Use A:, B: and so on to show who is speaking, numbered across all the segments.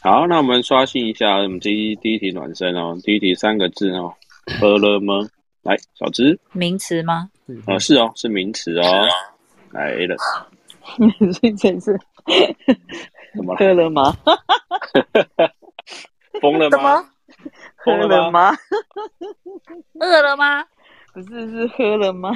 A: 好，那我们刷新一下我们第一第一题暖身哦，第一题三个字哦，呃了么？来，小芝，
B: 名词吗？
C: 嗯
A: 呃，是哦，是名词
C: 啊
A: 哦，来了，
D: 这真是
A: 怎么了？
D: 喝了吗？
A: 疯了吗？
D: 喝
A: 疯了
D: 了
A: 吗？
D: 吗？
B: 饿了吗？
D: 不是，是喝了吗？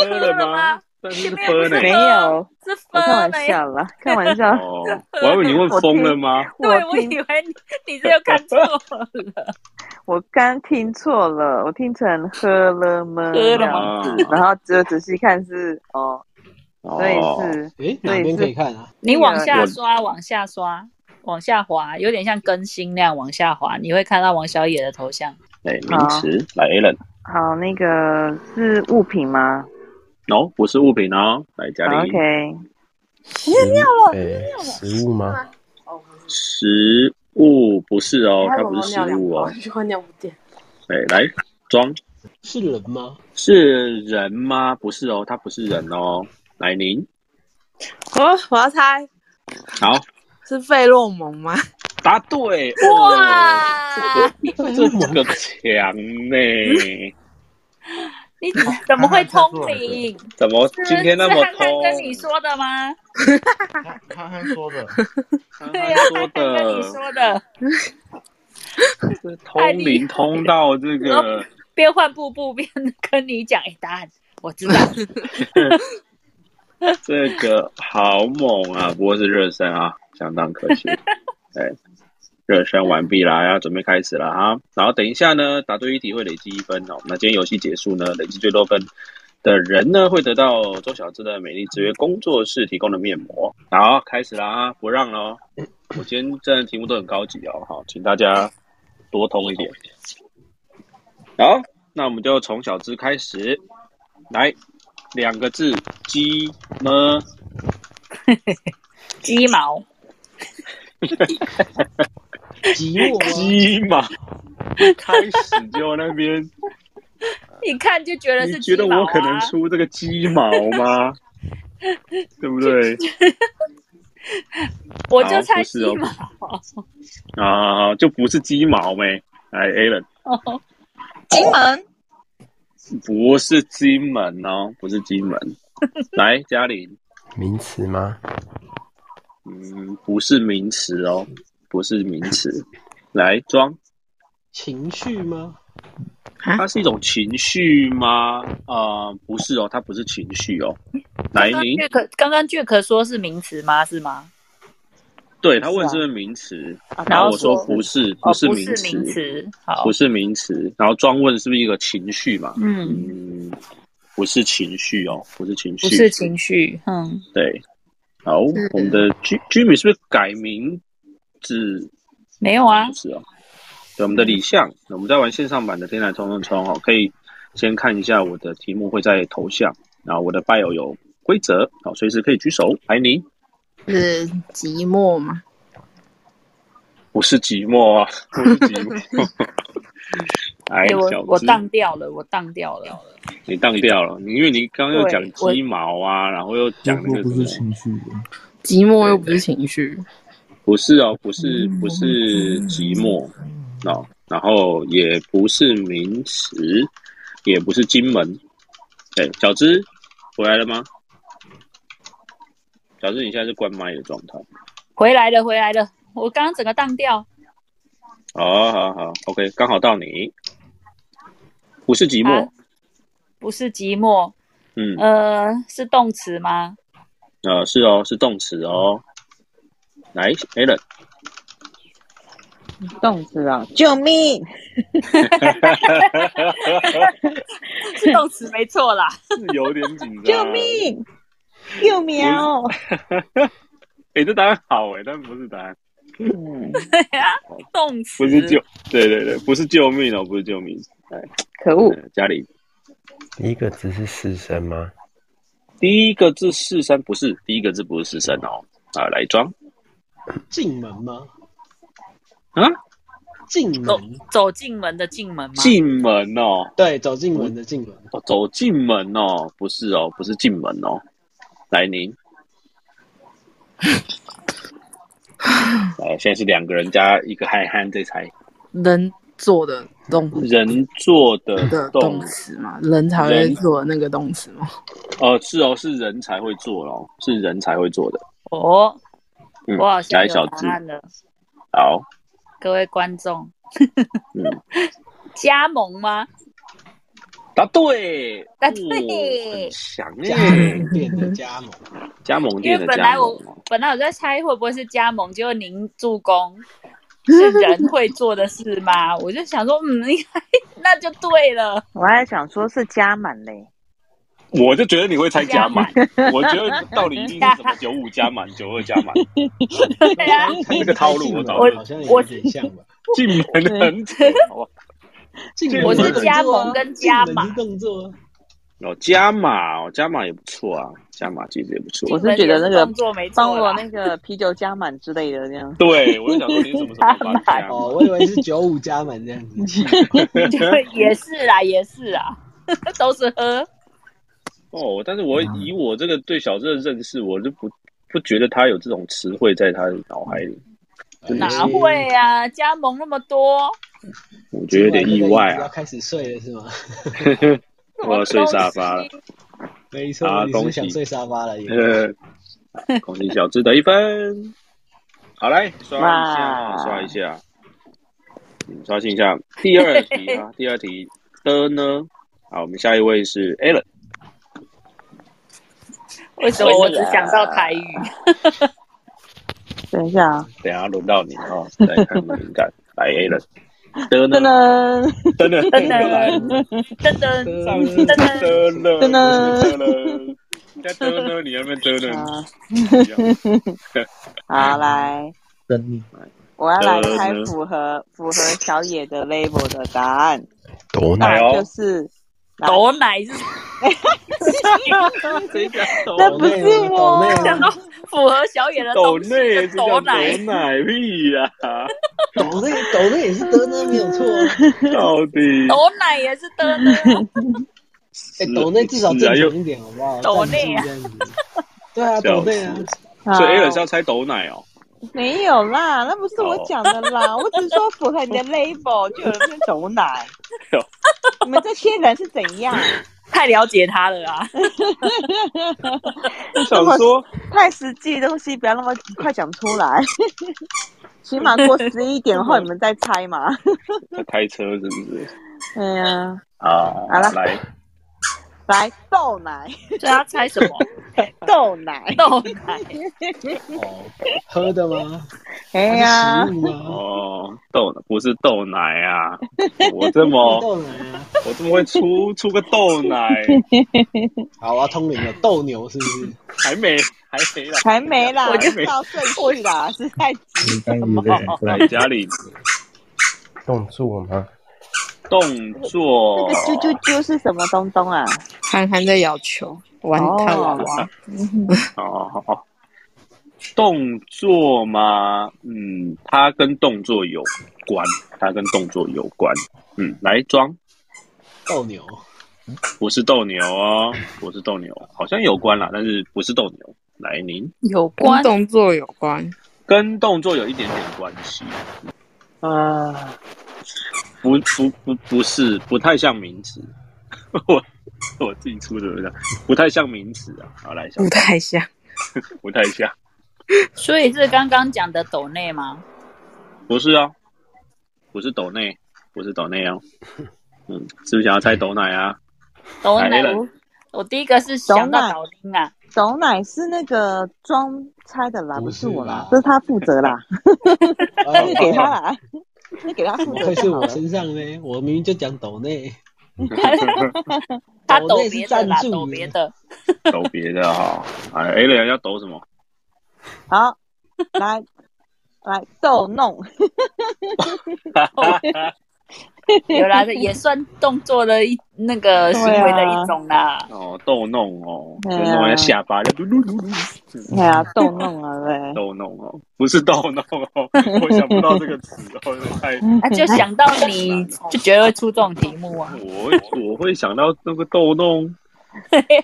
A: 喝了
B: 喝了吗
A: 吗？但是
B: 前
A: 是
B: 面
A: 喝
B: 不
A: 呢
B: 是
D: 没？有，
B: 是
D: 我
B: 分
D: 开玩
B: 嘞。
D: 笑啦，开玩笑。
A: 哦，我还以为你问疯了吗？
B: 对，我
D: 我听
B: 以为你你这又看错 了。
D: 我刚听错了，我听成喝了吗？
B: 喝了
A: 吗
D: 这样子然后只有仔细看是哦，
A: 啊哦
D: 所以是
E: 诶，
D: 对
E: 哪边
D: 是
E: 可以看啊？
B: 你往下
A: 我
B: 刷，往下刷，往下滑，有点像更新那样往下滑，你会看到王小野的头像。
A: 哎，名词来 a l a n
D: 好那个是物品吗
A: no，不是物品哦，来嘉
D: 好
A: 玲，
D: ？OK，
C: 哎，食物吗？
F: 哦，不是
A: 食物不是哦，它
F: 还有
A: 不
F: 猫
A: 是
F: 尿
A: 食
F: 两
A: 物
F: 泡
A: 哦，
F: 去换尿布垫。
A: 哎，来装
E: 是人吗？
A: 是人吗？不是哦，它不是人哦，来您，
F: 哦，我要猜
A: 好，
F: 是费洛蒙吗？
A: 答对，哇，
B: 哇，
A: 这个强呢，
B: 你
D: 哦
B: 怎么会通灵？
A: 怎么
B: 是
A: 今天那么
B: 是汉汉？
A: 通
B: 跟你说的吗？
C: 他他说的，
A: 刚
B: 对
A: 刚
B: 呀、
A: 说
B: 汉汉跟你
A: 的
B: 说的，太
A: 通
B: 厉
A: 灵通到这
B: 哦
A: 个，
B: 边换步步边跟你讲，哎、答案我知道，
A: 这个好猛啊！不过是热身啊，相当可惜。哎，热身完毕啦，要准备开始了啊。然后等一下呢，答对一题会累积一分哦。那今天游戏结束呢，累积最多分的人呢，会得到周小智的美丽制约工作室提供的面膜。好，开始啦啊，不让喽！我今天这题目都很高级哦，好，请大家多通一点。好，那我们就从小智开始，来两个字，鸡么？
B: 鸡毛
E: 寂寞吗？
A: 鸡毛，开始就那边，
B: 一看就觉得
A: 你
B: 是
A: 觉
B: 鸡
A: 得
B: 毛
A: 我
B: 啊
A: 可能出这个鸡毛吗？对不对？
B: 我就猜
A: 不
B: 鸡
A: 是哦
B: 毛。
A: 啊、就不是鸡毛呗。来 a l a n
B: 哦
F: 金门
A: 不是金门哦，不是金门。来，嘉玲，
C: 名词吗？
A: 嗯，不是名词哦，不是名词。来，庄，
E: 情绪吗？
B: 啊
A: 它是一种情绪吗？啊、不是哦，它不是情绪哦。
B: 刚
A: 来，
B: 刚
A: 你
B: 巨可刚刚巨可说是名词吗？是吗？
A: 对他问是不是名词，
E: 啊
B: 啊
A: 然
B: 然
A: 后
B: 后
A: 我说
B: 说
A: 不是，
B: 哦，
A: 是
B: 不
A: 名
B: 是名词。好
A: 不，是名词。然后庄问是不是一个情绪嘛？
B: 嗯，
A: 嗯，不是情绪哦，不是情绪，
B: 不是情绪。嗯，
A: 对。好，我们的居居民是不是改名字？
B: 没有啊
A: 不。是哦。对，我们的李相，我们在玩线上版的《天台冲冲冲》哦，可以先看一下我的题目会在头像，然后我的 bio 有规则，好，随时可以举手。来，你
F: 是寂寞吗？
A: 不是寂寞啊，不是寂 寞。哎，
B: 对我
A: 小
B: 我
A: 资
B: 当掉了，我当掉了。
A: 你当掉了，因为你刚刚又讲
B: 对我
A: 鸡毛啊，然后又讲那个
G: 不
A: 什么
G: 是情绪的，
F: 寂寞又不是情绪，
A: 不是哦，不是不是寂寞哦，然后也不是名词，也不是金门。对，小芝回来了吗？小芝，你现在是关麦的状态。
B: 回来了，回来了，我刚刚整个当掉。
A: 好好好，OK，刚好到你。不是寂寞
B: 啊，不是寂寞，
A: 嗯，
B: 呃，是动词吗？
A: 呃，是哦，是动词哦。来 a l a n
D: 动词啊，救命！
B: 是动词，没错啦。
A: 有点紧张。啊
D: 救！命！幼苗，
A: 哎、这答案好哎、但不是 答案。
D: 嗯，
B: 动词
A: 不是救，对对对，不是救命哦，不是救命。
D: 可恶，
A: 呃家里
C: 第一个字是四声吗？
A: 第一个字四声不是，第一个字不是四声哦。啊，来装
E: 进门吗？
A: 啊，
E: 进
B: 走
E: 门，
B: 走进门的进门吗？
A: 进门哦，
E: 对，走进门的进门。
A: 哦走进门哦，不是哦，不是进门哦。来您来，现在是两个人加一个憨憨，这才
F: 人做的动物
A: 人做
F: 的
A: 的动
F: 动
A: 物
F: 词嘛，人才会
A: 人
F: 做那个动词嘛。
A: 哦，是哦，是人才会做哦，是人才会做的。
B: 哦，
A: 嗯，
B: 我好像
A: 来
B: 有
A: 小
B: 答
A: 智，
B: 案了，
A: 好，
B: 各位观众，
A: 嗯，
B: 加盟吗？
E: 哦
A: 答对，
B: 答
A: 哦
B: 对
A: 很强
E: 加
A: 耶，
E: 盟店的加盟，
A: 加盟
B: 因
A: 店
B: 为
A: 的
B: 本来
A: 加
B: 我
A: 盟哦，
B: 本来我在猜会不会是加盟，结果您助攻是人会做的事吗？我就想说，嗯，应该那就对 了。
D: 我还想说是加满嘞，
A: 我就觉得你会猜加满，我觉得道理一定是什么九五加满、九二加满，
B: 对啊，
A: 这个套路我找到
E: 好像也有点像吧。
A: 进门很准好吧？
E: 进门
A: 我是
E: 动作啊
B: 加盟跟加码
E: 进门是动作啊，
A: 哦，加码哦，加码也不错啊，加码其实也不
D: 我
A: 错。
D: 是觉得那个
B: 动作没
D: 帮
B: 做
D: 我
B: 啦
D: 那个啤酒加满之类的这样。
A: 对，我就想说 你什么时候把它加
E: 哦，我以为是九五加满这样子。
B: 对，也是啦，也是啦， 都是喝。
A: 哦，但是我
B: 嗯
A: 以我这个对小智的认识，我就不不觉得他有这种词汇在他的脑海里，
E: 哎
B: 哪会啊？加盟那么多，
A: 我觉得 有点意外
E: 要
A: 啊。
E: 开始睡了是吗？
A: 我要睡沙发了，
E: 没错，
A: 啊
E: 你是不
A: 恭
E: 是
A: 喜
E: 想睡沙发 了也。
A: 呃， 恭喜小智得一 分。好来刷一下，刷一下，嗯，刷新一下。第二题 啊，第二题的呢？好，我们下一位是 Alan。
B: 为什
A: 啊
B: 么我只想到台语？
D: 等一下啊，
A: 等一下轮到你哦，来看你敏感，来 A 了，噔
D: 噔
A: 噔
D: 噔
A: 噔噔
B: 噔噔噔噔
A: 上
E: 噔
A: 次噔噔了
D: 噔噔
A: 噔噔，在噔噔你那边噔
D: 啊
A: 噔，，
D: 好来，
G: 等你，
D: 我要来猜
A: 噔
D: 符合符合小野的 label 的答案，
C: 多
A: 哎
C: 奶
A: 呦
D: 那就是
B: 抖奶是
A: 谁讲抖
D: 那不是我
E: 抖内
B: 想到符合小野的
A: 抖
B: 东西
A: 内
B: 就是
A: 叫
B: 抖
A: 抖
B: 奶，
A: 奶 屁呀？
E: 抖内抖内也是得呢，没有错啊。
A: 到底
B: 抖奶也是的呢。
E: 哎，抖内至少
A: 是啊
E: 正
A: 又
E: 常一点好不好？
B: 抖内啊
E: 赞助这样子。对啊，抖内啊，
A: 所以 A 了
D: 好
A: 是要猜抖奶哦，
D: 没有 啦，那不是我讲的啦，
B: 哦
D: 我只是说符合你的 label，就有人在走 奶
A: 有。
D: 你们这些人是怎样？
B: 太了解他了啊！
A: 啊想说
D: 太实际的东西不要那么快讲出 来，起码过十一点后你们再猜 嘛。
A: 在开车是不是？
D: 对呀，
A: 啊，
D: 好了
A: 来
D: 来豆奶，
B: 所以他猜什么？
D: 豆奶，
B: 豆奶，
E: 哦，喝的吗？
D: 哎呀
E: 食，物吗？
A: 哦，豆不是豆奶啊，我这 么。
E: 豆奶啊。
A: 我怎么会 出出个豆奶？
E: 好，我要通灵了，斗牛是不是？
A: 还没，还没啦，
D: 还没啦，
A: 我就
D: 知道顺序啦，实在
G: 你刚刚在想出来
A: 来家里
C: 动作吗？
A: 动
D: 那
A: 作
D: 个，啾啾啾是什么东东啊？
F: 憨憨在咬球，玩他娃娃，
A: 哦，好好动作吗？嗯，它跟动作有关，它跟动作有关。嗯，来装，
E: 斗牛，
A: 不是斗牛哦，不是斗牛，好像有关啦，但是不是斗牛。来，您
B: 有
F: 跟
B: 关
F: 动作有关，
A: 跟动作有一点点关系，
D: 啊，
A: 不不不不是，不太像名词。 我我自己出的文章，不太像名词啊。好，来，小
F: 不太像。
A: 不太像。
B: 所以是刚刚讲的抖内吗？
A: 不是啊，不是抖内，不是抖内哦。 嗯，是不是想要猜抖奶啊？
D: 哎
B: 抖奶
A: 来了，
B: 我我第一个是想到老鹰啊，
D: 豆奶 是那个装猜的啦，
E: 不
D: 不
E: 是
D: 是我啦
E: 啦，
D: 这是他负 责啦，
E: 哎
D: 那就给他啦，那给他负
E: 怎么
D: 责
E: 会是
D: 就好
E: 我
D: 了。
E: 身上呢？我明明就讲抖内，
B: 他
E: 抖
B: 抖
E: 内是
B: 别的啦
E: 赞，助
B: 抖别的。
A: 抖别的哈、哎，A 人要抖什么？
D: 好，来来 逗弄，
B: 有啦，也算动作的一那个行为的一种
D: 啊
B: 啦。
A: 哦，逗弄哦，就
D: 哎呀
A: 弄人家下巴，就噜噜噜噜，
D: 哎呀，逗弄啊，对，
A: 逗弄哦，不是逗弄哦， 我想不到这个词哦，太。
B: 他、就想到你就觉得会出这种题目啊。
A: 我会我会想到那个逗弄，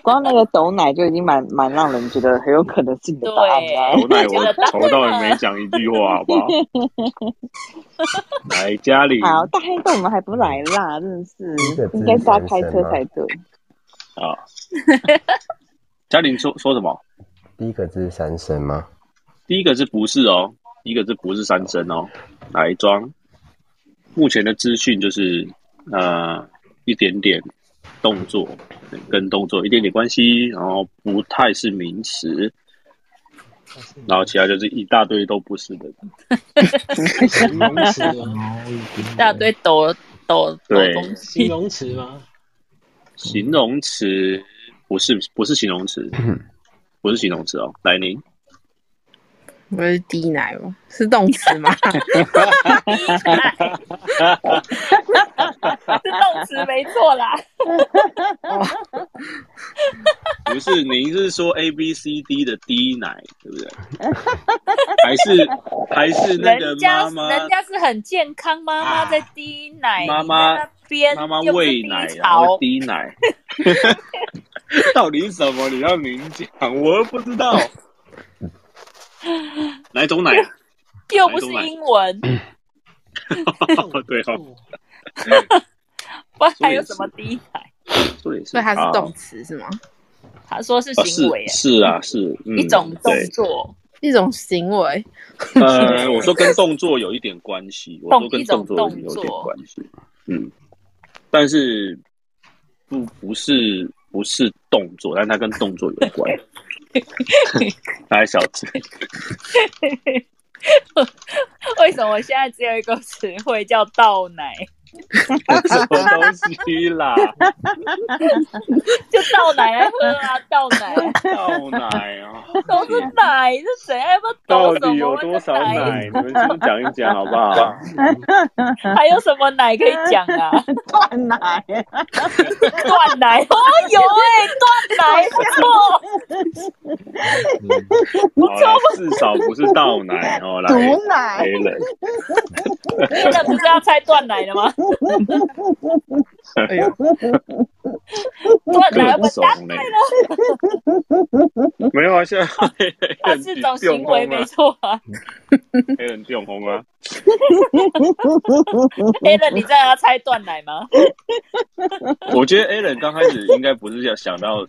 D: 光那个抖奶就已经蛮蛮让人觉得很有可能是你的答案了。
A: 头奶我
D: 啊
A: 头到也没讲一句话，好不 好？来家里
D: 好，大黑洞我们还不来啦，真的是
C: 这个自
D: 应
C: 己
D: 该是他开车才对。
A: 啊，嘉玲说说什么？
C: 第一个字是三声吗？
A: 第一个是不是哦？第一个是不是三声哦？来装。目前的资讯就是呃一点点动作跟动作一点点关系，然后不太是名词，然后其他就是一大堆都不是的。
E: 形容词啊吗？
B: 一大堆抖抖抖
A: 对
B: 东西，
E: 形容词 吗？
A: 形容词不是不是形容词，不是形容词哦。来您
F: 不是滴奶吗？是动词吗？
B: 是动词没错 啦。
A: 不是您是说 A B C D 的 D 奶对不对？ 还是还是那个
B: 人家
A: 妈妈
B: 人家是很健康，妈妈在滴奶，
A: 妈妈
B: 你在那边
A: 妈妈
B: 又不是
A: 喂
B: 低
A: 奶然后
B: 潮，
A: 滴奶， 到底是什么？你要明讲，我又不知 道。哪种奶？ 啊
B: 又不是英文，
A: 对哦，
E: 哦
B: 不然还有什么滴奶？
A: 对，
F: 所以它是动
A: 啊
F: 词是吗？
B: 他说是
A: 啊
B: 行为，
A: 是是啊，是嗯
B: 一种动
A: 对
B: 作，
F: 一种行为，
A: 呃，我说跟动作有一点关系，我说
B: 动
A: 跟
B: 一种
A: 动作有点关系，嗯，但是不不是不是动作，但它跟动作有 关。来，小智，
B: 为什么现在只有一个词汇叫倒奶？
A: 什么东西啦？
B: 就倒奶来喝 啊，倒奶啊
A: 倒奶啊！
B: 都是奶，是谁还不
A: 到
B: 懂什
A: 底有
B: 么
A: 多少
B: 奶？
A: 奶？你们先讲一讲好不好？
B: 还有什么奶可以讲啊？
D: 断奶，
B: 断 奶哦，有
D: 欸
B: 哎、断奶错，
A: 不错，至少不是倒奶哦，来，
D: 毒奶
A: 黑，人，
B: 那不是要猜断奶 的吗？
F: 哎呦，
B: 断奶要
A: 各
B: 不
A: 种呢？ 没有啊，现在黑
B: 它
A: 人
B: 是种行为没
A: 吗？
B: 错啊。
A: 黑人电红吗？
B: 黑了，你在要猜断奶吗？
A: 我觉得 a l n 刚开始应该不是要想到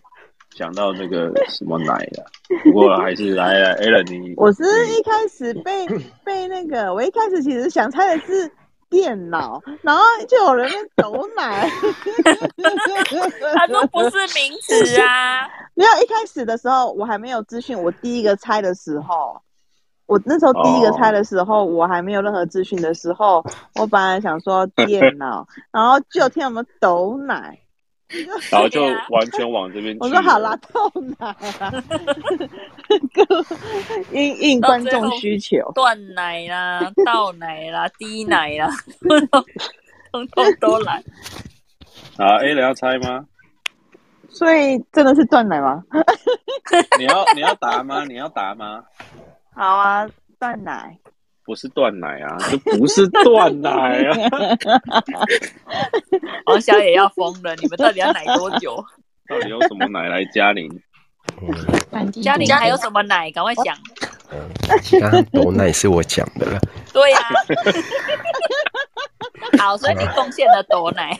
A: 想到那个什么奶的，不过还是来来 a l n 你
D: 我是一开始被被那个，我一开始其实想猜的是电脑，然后就有人在抖奶。
B: 他说不是名词啊，
D: 没有，一开始的时候我还没有资讯，我第一个猜的时候，我那时候第一个猜的时候我还没有任何资讯的时候，我本来想说电脑，然后就听我们抖奶，
A: 然后就完全往这边去。
D: 我说好啦，，豆奶 啦，应应观众需求。
B: 断奶啦，倒奶啦， 滴奶啦，通通都来。
A: 啊 a l n 要猜吗？
D: 所以真的是断奶吗？
A: 你要你要答吗？你要答吗？
D: 好啊，断奶。
A: 不是断奶啊， 这不是断奶啊！
B: 王小也要疯了，你们到底要奶多久？
A: 到底用什么奶来加零？
C: 嗯，
B: 家里还有什么奶？赶快讲。
C: 刚刚抖奶是我讲的了，
B: 对呀、 好，所以你贡献了朵奶，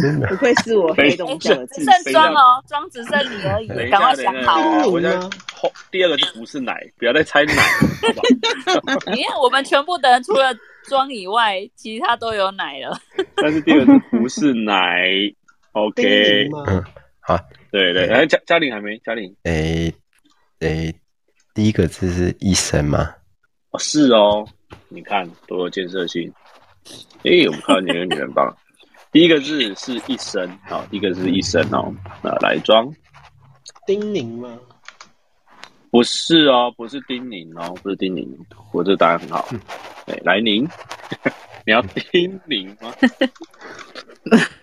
C: 真的
D: 不愧是我黑洞教的
B: 哎只
D: 技术。
B: 剩庄哦，庄只剩你而已
A: 等一，
B: 赶
A: 下，
B: 快
A: 等
B: 想
A: 一
B: 好哦。
A: 下，我现在后第二个就不是奶，不要再猜奶， 好吧？
E: 嗯
B: 你看，我们全部的人除了庄以外，其他都有奶了。
A: 但是第二个是不是奶
E: 叮
A: ？OK，
E: 咛吗？
C: 嗯，好，
A: 对对，哎，嘉嘉玲还没，嘉玲
C: 诶诶，第一个字是一声吗？
A: 哦是哦，你看多有建设性。诶，我们看到你跟女人帮，第一个字是一声，好，第一个字一声哦，那来装。
E: 叮咛吗？
A: 不是哦，不是叮咛哦，不是叮咛，我这答案很好。对，来您， 你要叮咛吗？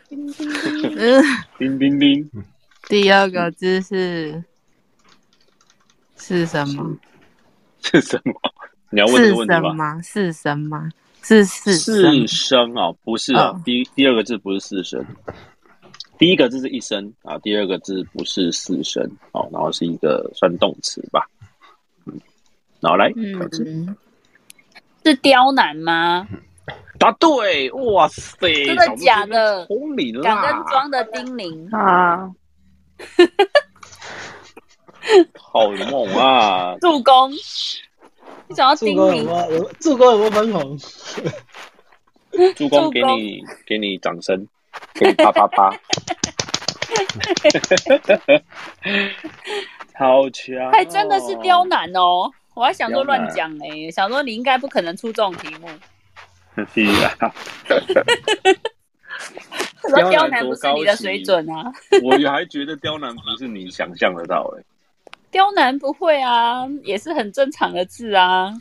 F: 嗯，
A: 叮叮叮，
F: 第二个字是是什么？
A: 是什么？你要问这
F: 是
A: 个问题
F: 什
A: 吧？
F: 么？是什么？是是什么
A: 四声哦，不是啊，
F: 哦
A: 第一第二个字不是四声，第一个字是一声啊，第二个字不是四声，好，然后是一个算动词吧。嗯，然后来，考试
B: 嗯，是刁难吗？
A: 答对，哇塞，
B: 真的假的
A: 红领
B: 感
A: 啦
B: 恩，庄的叮咛，
D: 啊，
A: 好猛 啊！
B: 助攻，你想要
E: 助
B: 叮
E: 攻有没
B: 咛？
E: 有有助攻有没有分红？
A: 助攻
B: 助
A: 给
B: 攻
A: 你，给你掌声，给你啪 啪啪，超强、啊
B: 还哎真的是刁。难哦。我还想说乱讲哎、想说你应该不可能出这种题目。
A: 是啊，
B: 他说
A: 刁
B: 刁
A: 难
B: 难
A: 多
B: 不
A: 高
B: 是
A: 级
B: 你的水准啊，
A: 我也还觉得刁难不是你想象得到哎诶、
B: 刁难不会啊，也是很正常的字啊。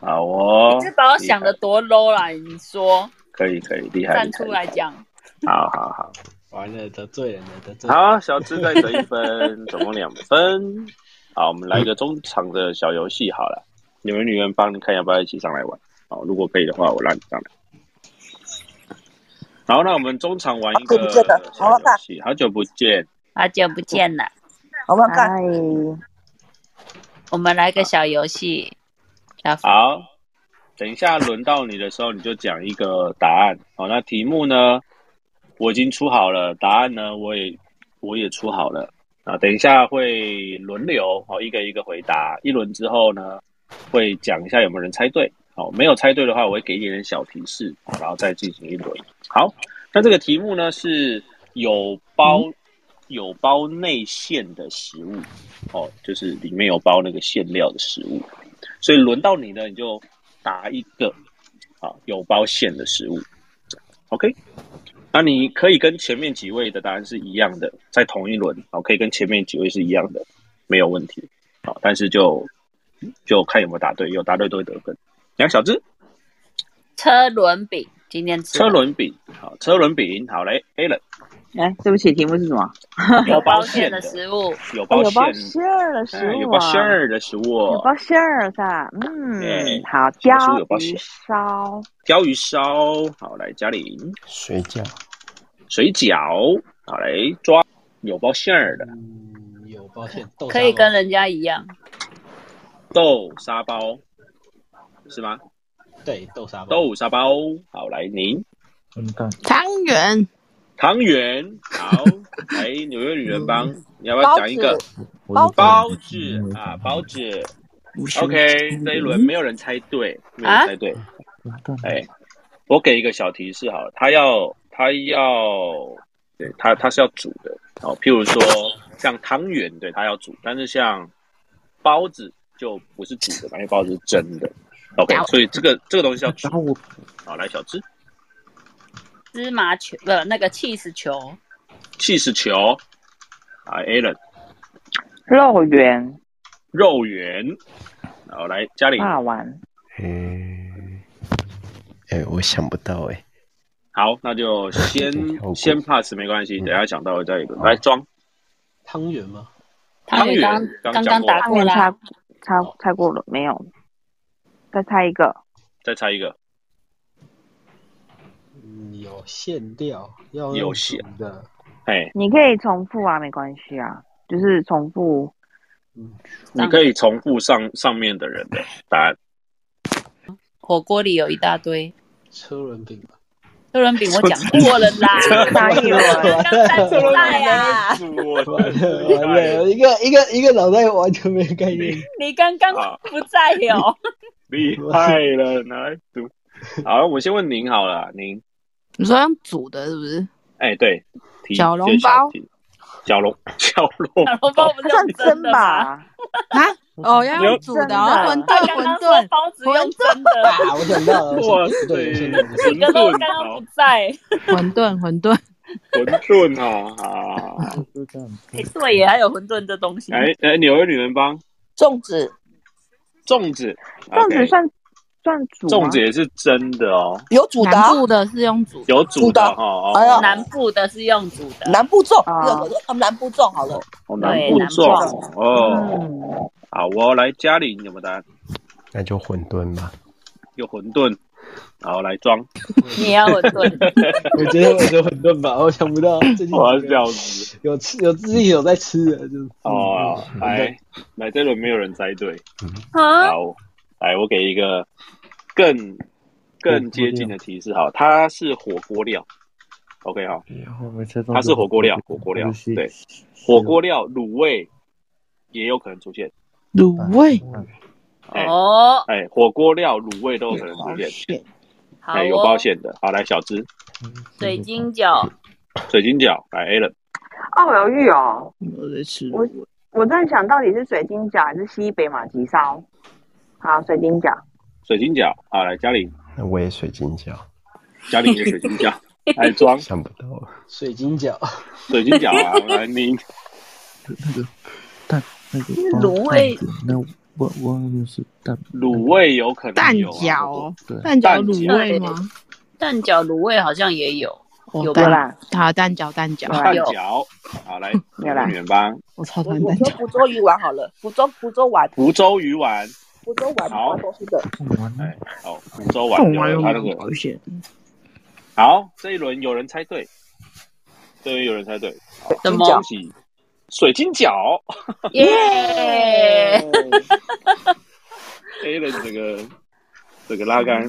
A: 好哦
B: 你，这把我想的多 low 啦！你说
A: 可以可以，厉害，
B: 站
A: 厉
B: 出
A: 害
B: 来，讲，
A: 好好好，
E: 完了，得罪人了，得罪人了。
A: 好，小智再得一分，总 共两分。好，我们来个中场的小游戏好了，你们女人帮看要不要一起上来玩？好，如果可以的话，我让你上来。好，那我们中场玩一个
H: 好久不见了
A: 小游戏，好久不见，
B: 好久不见了，
H: 好不好看？
D: 哎，
B: 我们来个小游戏。小福
A: 好，等一下轮到你的时候，你就讲一个答案。好，那题目呢，我已经出好了，答案呢，我也我也出好了。啊，等一下会轮流，好，一个一个回答。一轮之后呢，会讲一下有没有人猜对。好，没有猜对的话，我会给一点点小提示，好然后再进行一轮。好，那这个题目呢是有包、有包内馅的食物，哦，就是里面有包那个馅料的食物。所以轮到你呢，你就答一个啊有包馅的食物。OK，那你可以跟前面几位的答案是一样的，在同一轮啊，可以跟前面几位是一样的，没有问题啊。但是就就看有没有答对，有答对都会得分。梁小智，
B: 车轮饼今天吃
A: 车轮饼，好，车轮饼，好嘞 a l
D: 哎，对不起，题目是什么？
A: 有包馅
B: 馅
A: 的
B: 的食物，
A: 有
D: 哦
A: 包
D: 有
A: 馅
D: 包，馅儿的食
A: 哎有
D: 物
A: 包
D: 啊，
A: 馅儿的食
D: 有
A: 物，
D: 包馅儿的，嗯
A: 对，
D: 好，
A: 什么食物
D: 鲷
A: 有包馅
D: 鱼烧，
A: 鲷鱼烧，好来嘉玲，
C: 水饺、
A: 水饺，好嘞抓，有包馅儿的
E: 嗯，有抱歉，豆
B: 可以
E: 沙包
B: 跟人家一样。
A: 豆沙包，是吗？
E: 对豆沙包。
A: 豆沙包，好来您
G: 笨蛋，
F: 汤圆、
A: 汤圆，好来纽约女人帮，你要不要
H: 包
A: 讲一个
H: 子
G: 我就
A: 包子啊？包子，OK，这一轮没有人猜对，没有人猜对，哎，我给一个小提示好了，他要他要，对他他是要煮的哦，譬如说像汤圆，对他要煮，但是像包子就不是煮的嘛，因为包子是蒸的。OK，所以这个这个东西要煮。好，来小智，
B: 芝麻球，不、那个 cheese 球，
A: 气势球，啊 a l a n
D: 肉圆，
A: 肉圆，好来嘉玲，
D: 大丸，
C: 嗯，哎、我想不到哎、
A: 好，那就 先
C: 嗯跳过
A: 先 pass 没关
G: 嗯
A: 系，等一下讲到了再一个来装
E: 汤圆吗？
B: 汤
A: 圆
B: 圆刚刚
A: 刚
B: 刚
A: 讲过
B: 打
D: 汤
B: 过
D: 圆
B: 啦
D: 猜。猜猜过了没有？再猜一个，
A: 再猜一个，
E: 嗯，有馅料，要
A: 有
E: 用
A: 馅
E: 煮的。
A: 哎，
D: 你可以重复啊，没关系啊，就是重复。
A: 你可以重复上上面的人的答案。
B: 火锅里有一大堆
E: 车轮饼吧，
B: 车轮饼，我讲过了 啦。
D: 哪有啊？
B: 刚站出来啊！
E: 完了完了，一个一个一个脑袋完全没概念。
B: 你刚刚不在哦。
A: 厉害了，拿来读。好，我先问您好了，您，
F: 你说用煮的是不是？
A: 哎，对，提
F: 小笼，
A: 这小
F: 包
A: 题小笼， 小笼，
B: 小笼包不是
D: 它
B: 用
D: 算蒸
B: 蒸的吗？
D: 吧？
F: 啊？哦，要用煮的哦，
D: 真
F: 馄
D: 的
B: 他
F: 饨
B: 刚
F: 馄
B: 刚说
F: 饨，
B: 包子用蒸的，
E: 啊，我想到了，
A: 哇
E: 我
A: 塞
E: 想不对，我想到了
B: 你刚刚刚刚不在。
F: 馄饨馄饨，
A: 馄饨啊，啊，
G: 就这样。
B: 哎对耶，还有馄饨这东西。
A: 哎哎，纽约女人帮
H: 粽子
A: 粽子，
D: 粽子
A: OK
D: 算算煮吗
A: 粽子也是真的哦，
H: 有煮的啊
F: 南，部的是用煮的，
A: 有煮
H: 煮的
A: 的哦，
H: 哎呀
B: 南部的是用煮的，
H: 南部粽，
D: 啊
H: 有有有南部粽好了，
A: 哦
B: 对
A: 南部
B: 南
A: 粽哦，
D: 嗯，
A: 好，我来家里有没有答案？
C: 那就馄饨吧。
A: 有馄饨，好，来装，
B: 你要啊我做的，
E: 我觉得我有混沌吧，我想不到最近
A: 我要笑死。
E: 有吃有自己有在吃的，就是嗯
A: 哦，来来，这轮没有人猜对，
B: 啊，
A: 好，来，我给一个更更接近的提示，好，它是火锅料。OK，好，它是火锅料，火锅料，对，火锅料、卤味也有可能出现。
F: 卤味，
A: 哎
B: 哦，
A: 哎，火锅料、卤味都有可能出现，
B: 好
A: 哎，有保
B: 哦，
A: 险的。好，来，小芝，
B: 水晶饺，
A: 水晶饺，来 a l a n
D: 哦，有玉哦，
F: 我在吃
D: 我我在想到底是水晶饺还是西北马吉烧？好，水晶饺。
A: 水晶饺，好，来嘉玲，
C: 那我也水晶饺，
A: 嘉玲也水晶饺，来装
C: 想不到啊了。
E: 水晶饺，
A: 水晶饺啊，来你
G: 那个蛋那个
B: 卤味
G: 蛋饺，那我我忘了是蛋
A: 卤味有可能
F: 蛋
A: 有啊
F: 饺，
G: 对
F: 蛋
A: 饺
F: 饺卤味吗？
B: 蛋饺、卤味好像也有，
F: 哦
B: 有
D: 有
F: 蛋
D: 啦，
F: 好，蛋饺蛋
D: 对
F: 饺，
A: 蛋
B: 有
A: 饺，好来，
D: 有啦
A: 女人帮
F: 我超讨
H: 我
F: 厌
H: 我
F: 蛋
H: 说
F: 饺。
H: 福州鱼丸好了，福州福州丸，
A: 福州鱼丸，
H: 福州丸
A: 好
H: 都是的。
G: 弄完了
A: 哎，哦，福州丸，有有它那个
F: 保险，
A: 好，这一轮有人猜对，这一轮有人猜对，
B: 什
A: 恭
B: 么？
A: 喜水晶饺
B: 耶！
A: a l 这个这个拉杆，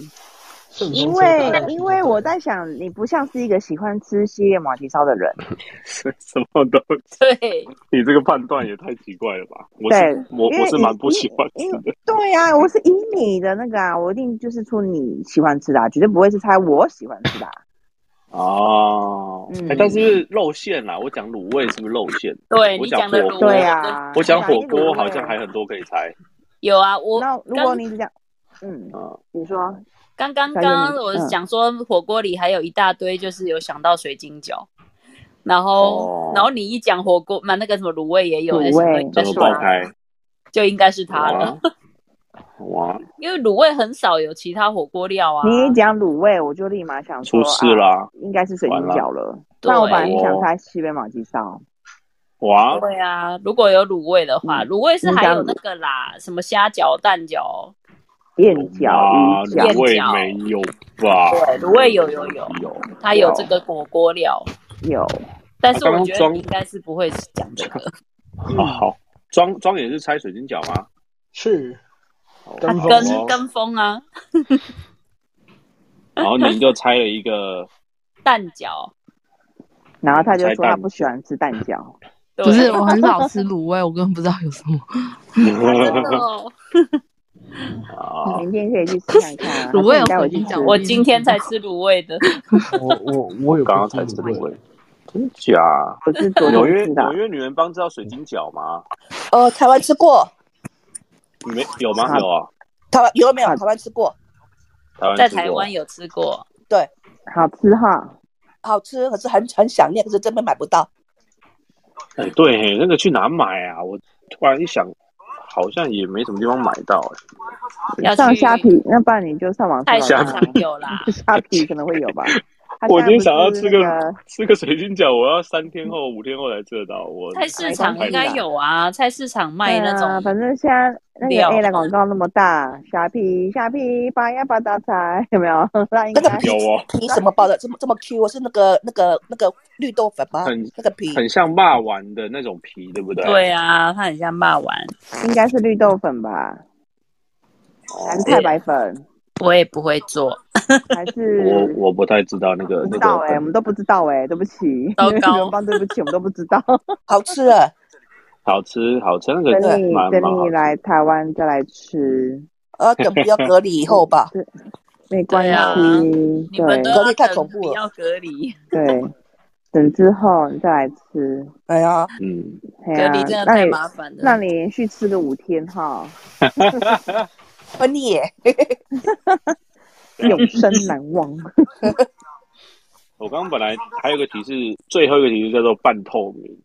D: 因为因为我在想，你不像是一个喜欢吃西北马吉烧的人。
A: 什什么都，
B: 对，
A: 你这个判断也太奇怪了吧？我
D: 对
A: 是我
D: 因为
A: 我是
D: 你
A: 蛮不喜欢吃
D: 因为
A: 的，
D: 对呀、我是以你的那个啊，我一定就是出你喜欢吃的、啊，绝对不会是猜我喜欢吃的、啊。
A: 哦
D: 嗯
A: 哎但是露馅啦，我讲卤味是不是露馅？
B: 对
A: 我
B: 你
A: 讲
B: 讲的
A: 火
B: 卤
A: 锅
D: 对
B: 味
D: 呀、
A: 我讲火
D: 一个
A: 锅
D: 卤味
A: 好像还很多可以猜
B: 有啊，我
D: 那如果
B: 刚
D: 你只讲，嗯，
A: 啊，
D: 你说
B: 刚刚
D: 小
B: 刚
D: 燕
B: 刚
D: 你
B: 我
D: 嗯
B: 想说火锅里还有一大堆，就是有想到水晶饺，然后、
A: 哦
B: 然后你一讲火锅，那那个什么卤味也有，我
D: 卤
B: 就想说
D: 味
B: 应该
A: 整
B: 是
A: 个
B: 它
A: 爆开，
B: 就应该是它了，
A: 哇哇，
B: 因为卤味很少有其他火锅料啊。
D: 你一讲卤味，我就立马想说
A: 出事
D: 啊，
A: 啦！
D: 应该是水晶饺了。
B: 对
D: 那我本来是想猜西北马吉烧，
A: 哇，
B: 对啊，如果有卤味的话，
A: 嗯
B: 卤味是还有那个啦，什么虾饺、蛋饺，
D: 燕饺、
A: 哇
D: 鱼
A: 卤
D: 饺，
A: 味
B: 燕饺
A: 没有吧？
B: 对，卤味有有有，
A: 啊有，
B: 它有这个火锅料，
D: 有
B: 但是
A: 刚刚
B: 我觉得
A: 装
B: 你应该是不会讲这个，
A: 好哦好，庄庄也是拆水晶饺吗？
E: 是
A: 好
E: 跟
A: 好
B: 跟
A: 哦
B: 跟风啊，
A: 然后您就拆了一个，
B: 蛋 饺，
D: 然后他就
A: 猜
D: 说
A: 蛋
D: 他不喜欢吃蛋饺，
B: 对
F: 不是，我很少吃卤味，我根本不知道有什么
B: 真的哦
A: 啊，
D: 明天 可以去吃看看啊。
F: 卤味有
D: 还是你带
F: 水
D: 我去
F: 晶
D: 吃
F: 饺
B: 我今天才吃卤味 的，
G: 我我我有
A: 刚刚才吃
G: 吃
A: 的味，真假？
D: 我是昨
A: 纽约
D: 天吃的
A: 纽，约女人帮知道水晶饺吗？
H: 呃，台湾吃过，
A: 你没有吗？有啊，
H: 台湾有没有？
D: 啊
H: 台湾吃过，
A: 台湾
B: 在
A: 吃过
B: 台湾有吃过，
D: 好吃哈。
H: 好吃，可是很很想念，可是这边买不到。
A: 哎，对，那个去哪买啊？我突然一想，好像也没什么地方买到，
B: 要
D: 上
B: 去
D: 虾皮，那不然你就上网
B: 菜市
D: 上
B: 场有 啦，
D: 虾皮可能会有吧。它
A: 我今天
D: 现在不是
A: 想要
D: 那
A: 吃个
D: 个
A: 吃个水晶饺，我要三天后、五天后才吃得到。我
B: 菜市场应该有啊，菜市场卖那
D: 对啊
B: 种
D: 反正现在那个
B: 料
D: A 的广告那么大，虾皮虾皮八呀八大财 有没有？那应
H: 那个
D: 该
H: 皮
A: 有哦，
H: 皮什么包的这么这么 Q？是那个那个那个绿豆粉吗
D: 啊
A: 很？
H: 那个皮
A: 很像霸丸的那种皮，对不对？
B: 对啊，它很像骂丸，
D: 应该是绿豆粉吧，还是
A: 哦
D: 太白粉，
B: 我也不会做，
D: 还是
A: 我我不太知道那个
D: 不
A: 那
D: 知
A: 个
D: 道哎，我们都不知道哎，对不起，
B: 糟 糕
D: 刘邦对不起，我们都不知道。
H: 好吃啊！
A: 好吃好吃，那个
D: 等
A: 真
D: 你
A: 的蛮蛮
D: 等
A: 好
D: 你
A: 吃。
D: 来台湾再来吃，。
H: 呃，等不要隔离以后吧
D: 没关
B: 对啊
D: 系，
B: 你们
D: 对
H: 隔
B: 都
H: 离
B: 要
H: 太
B: 等
H: 恐怖了
B: 啊要隔离，
D: 对，等之后你再来吃。
H: 哎呀，
A: 嗯，
D: 嘿
B: 隔
D: 啊
B: 离真的
D: 那
B: 太
D: 你
B: 麻烦
D: 那
B: 了。
D: 你连续吃个五天哈，
H: 分裂耶。
D: 永生难忘。
A: 我刚刚本来还有个提示，最后一个提示叫做半透明，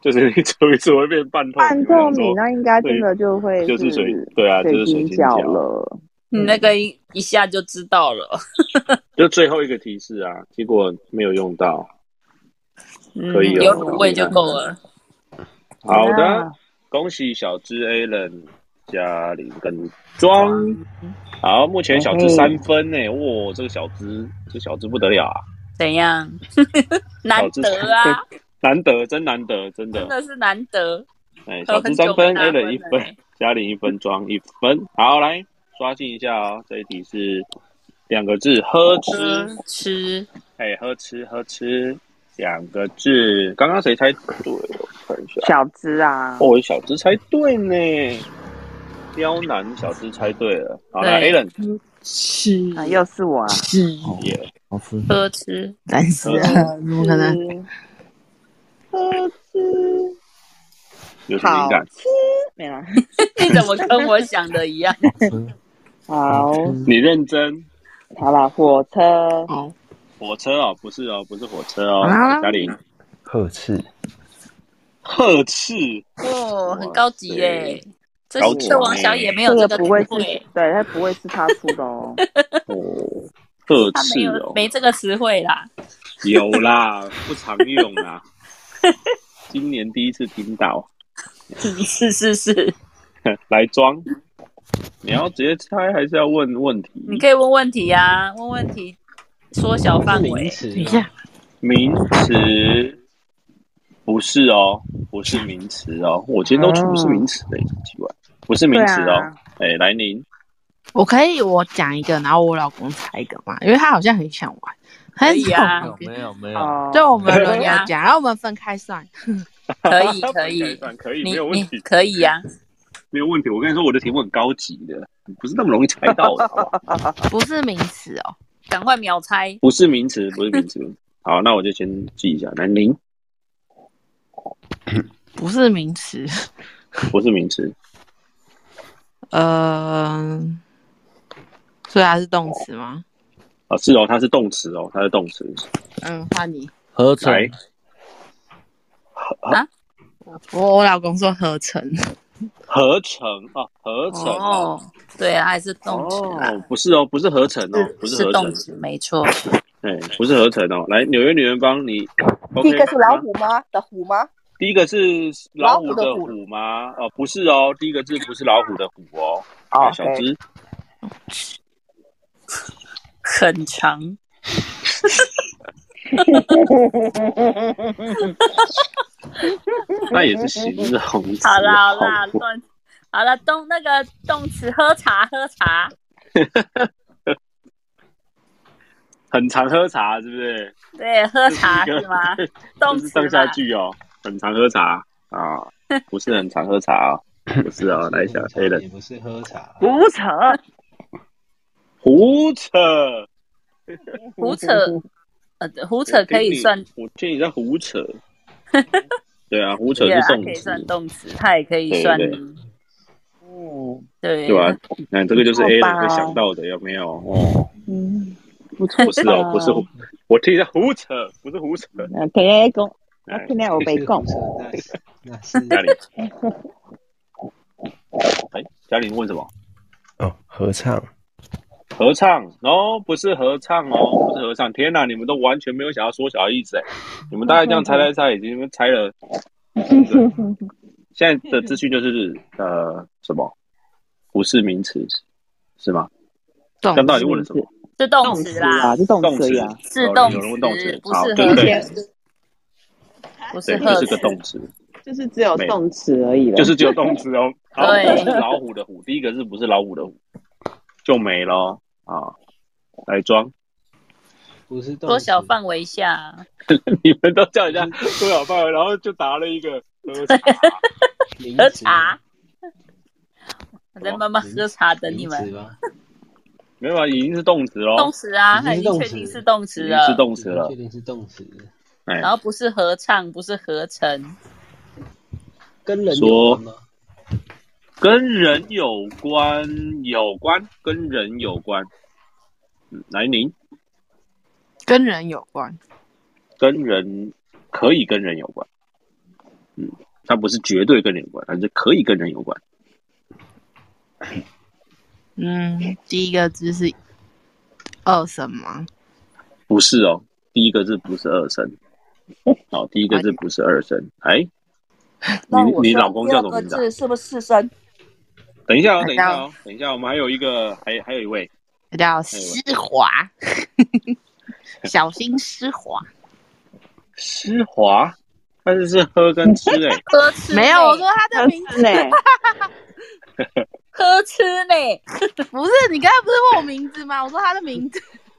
A: 就是你煮一次会变半透明。
D: 半透明
A: 我想
D: 那应该真的就会
A: 说就是水，对啊，就是
D: 水
A: 水
D: 晶
A: 晶
D: 饺
A: 饺。
D: 了。
B: 你那个一一下就知道了，
A: 就最后一个提示啊，结果没有用到。
B: 嗯
A: 可以哦
B: 有卤味就够了。
A: 好的
D: 啊，，
A: 恭喜小只 a l a n 加零跟庄。好，目前小资三分呢、欸哇、这个小资，这小资不得了啊！
B: 怎样？ 难得啊，
A: 难得，真难得，真的
B: 真。的是难得。
A: 哎，
B: 喝
A: 小
B: 很
A: 资
B: 久
A: 三分
B: 没拿
A: ，A
B: 分欸
A: 人一
B: 了
A: 分，嘉玲一分，庄一分。好，来刷新一下哦。这一题是两个字，喝吃。
B: 吃
A: 哎，喝吃喝吃，两个字。刚刚谁猜对？我看一下。
D: 小资啊，
A: 哦，小资猜对呢，刁难小资猜对了。好来 a
B: 对
A: l a n
F: 嗯吃
D: 啊又是我啊，
F: 吃，
A: 也
G: 好
A: 嗯
G: 吃。
B: 喝吃
F: 难死
D: 啊
F: 了，怎么可能？
D: 喝吃
A: 有点
D: 好
A: 敏感。
D: 吃，没了，
B: 你怎么跟我想的一 样？
D: 好
A: 你认真，
D: 好啦，火车
F: 哦，
A: 火车哦，不是哦，不是火车哦
F: 啊，
A: 嘉玲，
C: 鹤翅，
A: 鹤翅，
B: 哦，很高级耶！这
A: 高级
B: 这王小野没有
D: 这
B: 个
D: 不会
B: 词
D: 是
B: 汇，，
D: 对，他不会是他出的哦。
A: 哦，鹤
B: 他没
A: 翅
B: 有
A: 哦，
B: 没这个词汇啦。
D: 哦
A: 有啦，不常用 啦，今年第一次听到。
B: 是是是，
A: 来装，你要直接猜还是要问问题？
B: 你可以问问题啊，问问题，缩小范围。
C: 词
F: 等一下，
A: 啊名词不是哦，不是名词哦，我今天都出不是名词的，奇怪，不是名词
D: 对
A: 哦
D: 啊。
A: 哎、来您，
F: 我可以我讲一个，然后我老公猜一个嘛，因为他好像很想玩，
B: 可
F: 很
B: 以啊
F: 讨厌
G: 没有没有，
D: 哦，
F: 就我们轮
B: 可以
F: 流
B: 啊
F: 讲，然后我们分开算。
B: 可 以可以，
A: 算可以，
B: 你
A: 没有
B: 你
A: 问题，
B: 可以啊，
A: 没有问题。我跟你说，我的题目很高级的，不是那么容易猜到的，好不好？
F: 不 是名词哦，
B: 赶快秒猜。
A: 不是名词，不是名词。 好，那我就先记一下，来您
F: 不是名词，
A: 不是名词，
F: 呃，所以它是动词吗？
A: 啊，是哦，它是动词哦，它是动词。
F: 嗯，换你。
G: 合成
A: 来，
F: 我我老公说合成，
A: 合成啊，合成哦，
B: 哦，对啊，还是动词啦，
A: 不是哦，不是合成哦，不
B: 是
A: 合成
B: 动，词，没错。
A: 哎，不是合成哦。来，纽约女人帮你，
H: 第一个是
A: OK
H: 老
A: 吗
H: 虎吗？的虎吗？
A: 第一个是老虎的
H: 老虎的
A: 虎吗？哦，不是哦，第一个字不是老虎的虎哦。
H: 哦
A: 小只，
B: 很长，
A: 那也是形容词。
B: 好啦好啦，
A: 不
B: 乱，好了动那个动词喝茶喝茶，
A: 很常喝茶，是不是？
B: 对，喝茶
A: 这是一个
B: 是吗？动 啊
A: 就是
B: 词
A: 上下
B: 嘛，
A: 句哦，很常喝茶啊，不是很常喝茶哦，不是哦，来 小黑人
C: 也不是喝茶，
D: 胡扯，
A: 胡扯，
B: 胡扯，呃，胡扯可以算，
A: 我建议你在胡扯。对啊，胡扯是
B: 它
A: 动
B: 可以
A: 词
B: 算，动词，它也可以算
A: 对，
D: 嗯
B: 对
A: 对啊吧？那这个就是
D: 好
A: A 人
D: 吧
A: 会想到的，有没有？哦，
D: 嗯，不错
A: 不是哦，不是胡，我听你在胡扯，不是胡扯。
D: 嗯那肯定在讲，
A: 哎
D: 我肯定有被讲。
C: 那是那是
A: 嘉 玲，哎，嘉玲问什么？
C: 哦，合唱，
A: 合唱？哦，不是合唱哦，不是合唱。天哪，你们都完全没有想要缩小的意思哎！你们大概这样猜猜猜，已经猜了。对现在的资讯就是呃什么？不是名词是吗？
F: 动
A: 刚到底问了什么？
B: 是动词啦，
D: 啊，就动
A: 动
D: 词
A: 词
D: 呀。
B: 是动
A: 有人问动
B: 词
A: 词，
B: 不
A: 好
B: 是
A: 对
B: 喝
A: 对
B: 茶，不是
A: 对，
B: 喝
A: 就是个
B: 茶，
A: 动词，
D: 就是只 有动词而已了，
A: 就是只有动 词哦。好
B: 对
A: 不是老虎的虎，第一个是不是老虎的虎就没了哦啊？来装。
G: 不是
B: 缩
G: 动
B: 小
G: 词，
B: 范围下，
A: 哦 你们都叫人家多小范围，然后就答了一个喝茶，
G: 名
B: 喝
G: 词
B: 茶。我在慢慢喝茶，等你
G: 名
B: 们。
G: 词吗
A: 没有啊，已经是动词喽，
B: 动词啊，它已
G: 已
B: 经
G: 经
B: 确
G: 是
B: 定是动
G: 动
B: 词
A: 已经是
B: 了。
A: 动词了
G: 确。定是动词，
A: 哎
B: 然，后不是合唱，不是合成，
G: 跟人有关吗？
A: 跟人有关，有关跟人有关。嗯，来您
F: 跟人有关，
A: 跟人可以跟人有关，嗯，它不是绝对跟人有关，但是可以跟人有关。
F: 嗯，第一个字是二声吗？
A: 不是哦，第一个字不是 二声，好，第一个字不是二声。哎，
H: 那
A: 你
H: 我
A: 你
H: 说
A: 老公
H: 第
A: 叫
H: 二
A: 什么
H: 个
A: 名字啊
H: 字是不是四声？
A: 等一下哦，等一下哦，等一下，我们还有一个，还还有一位，
F: 这叫湿滑，
A: 哎
F: 小心湿滑。
A: 湿滑，但是是喝跟吃哎、
B: 呵吃
F: 没有，我说他的名字，
B: 呵吃嘞，
F: 不是你刚才不是问我名字吗？我说他的名字。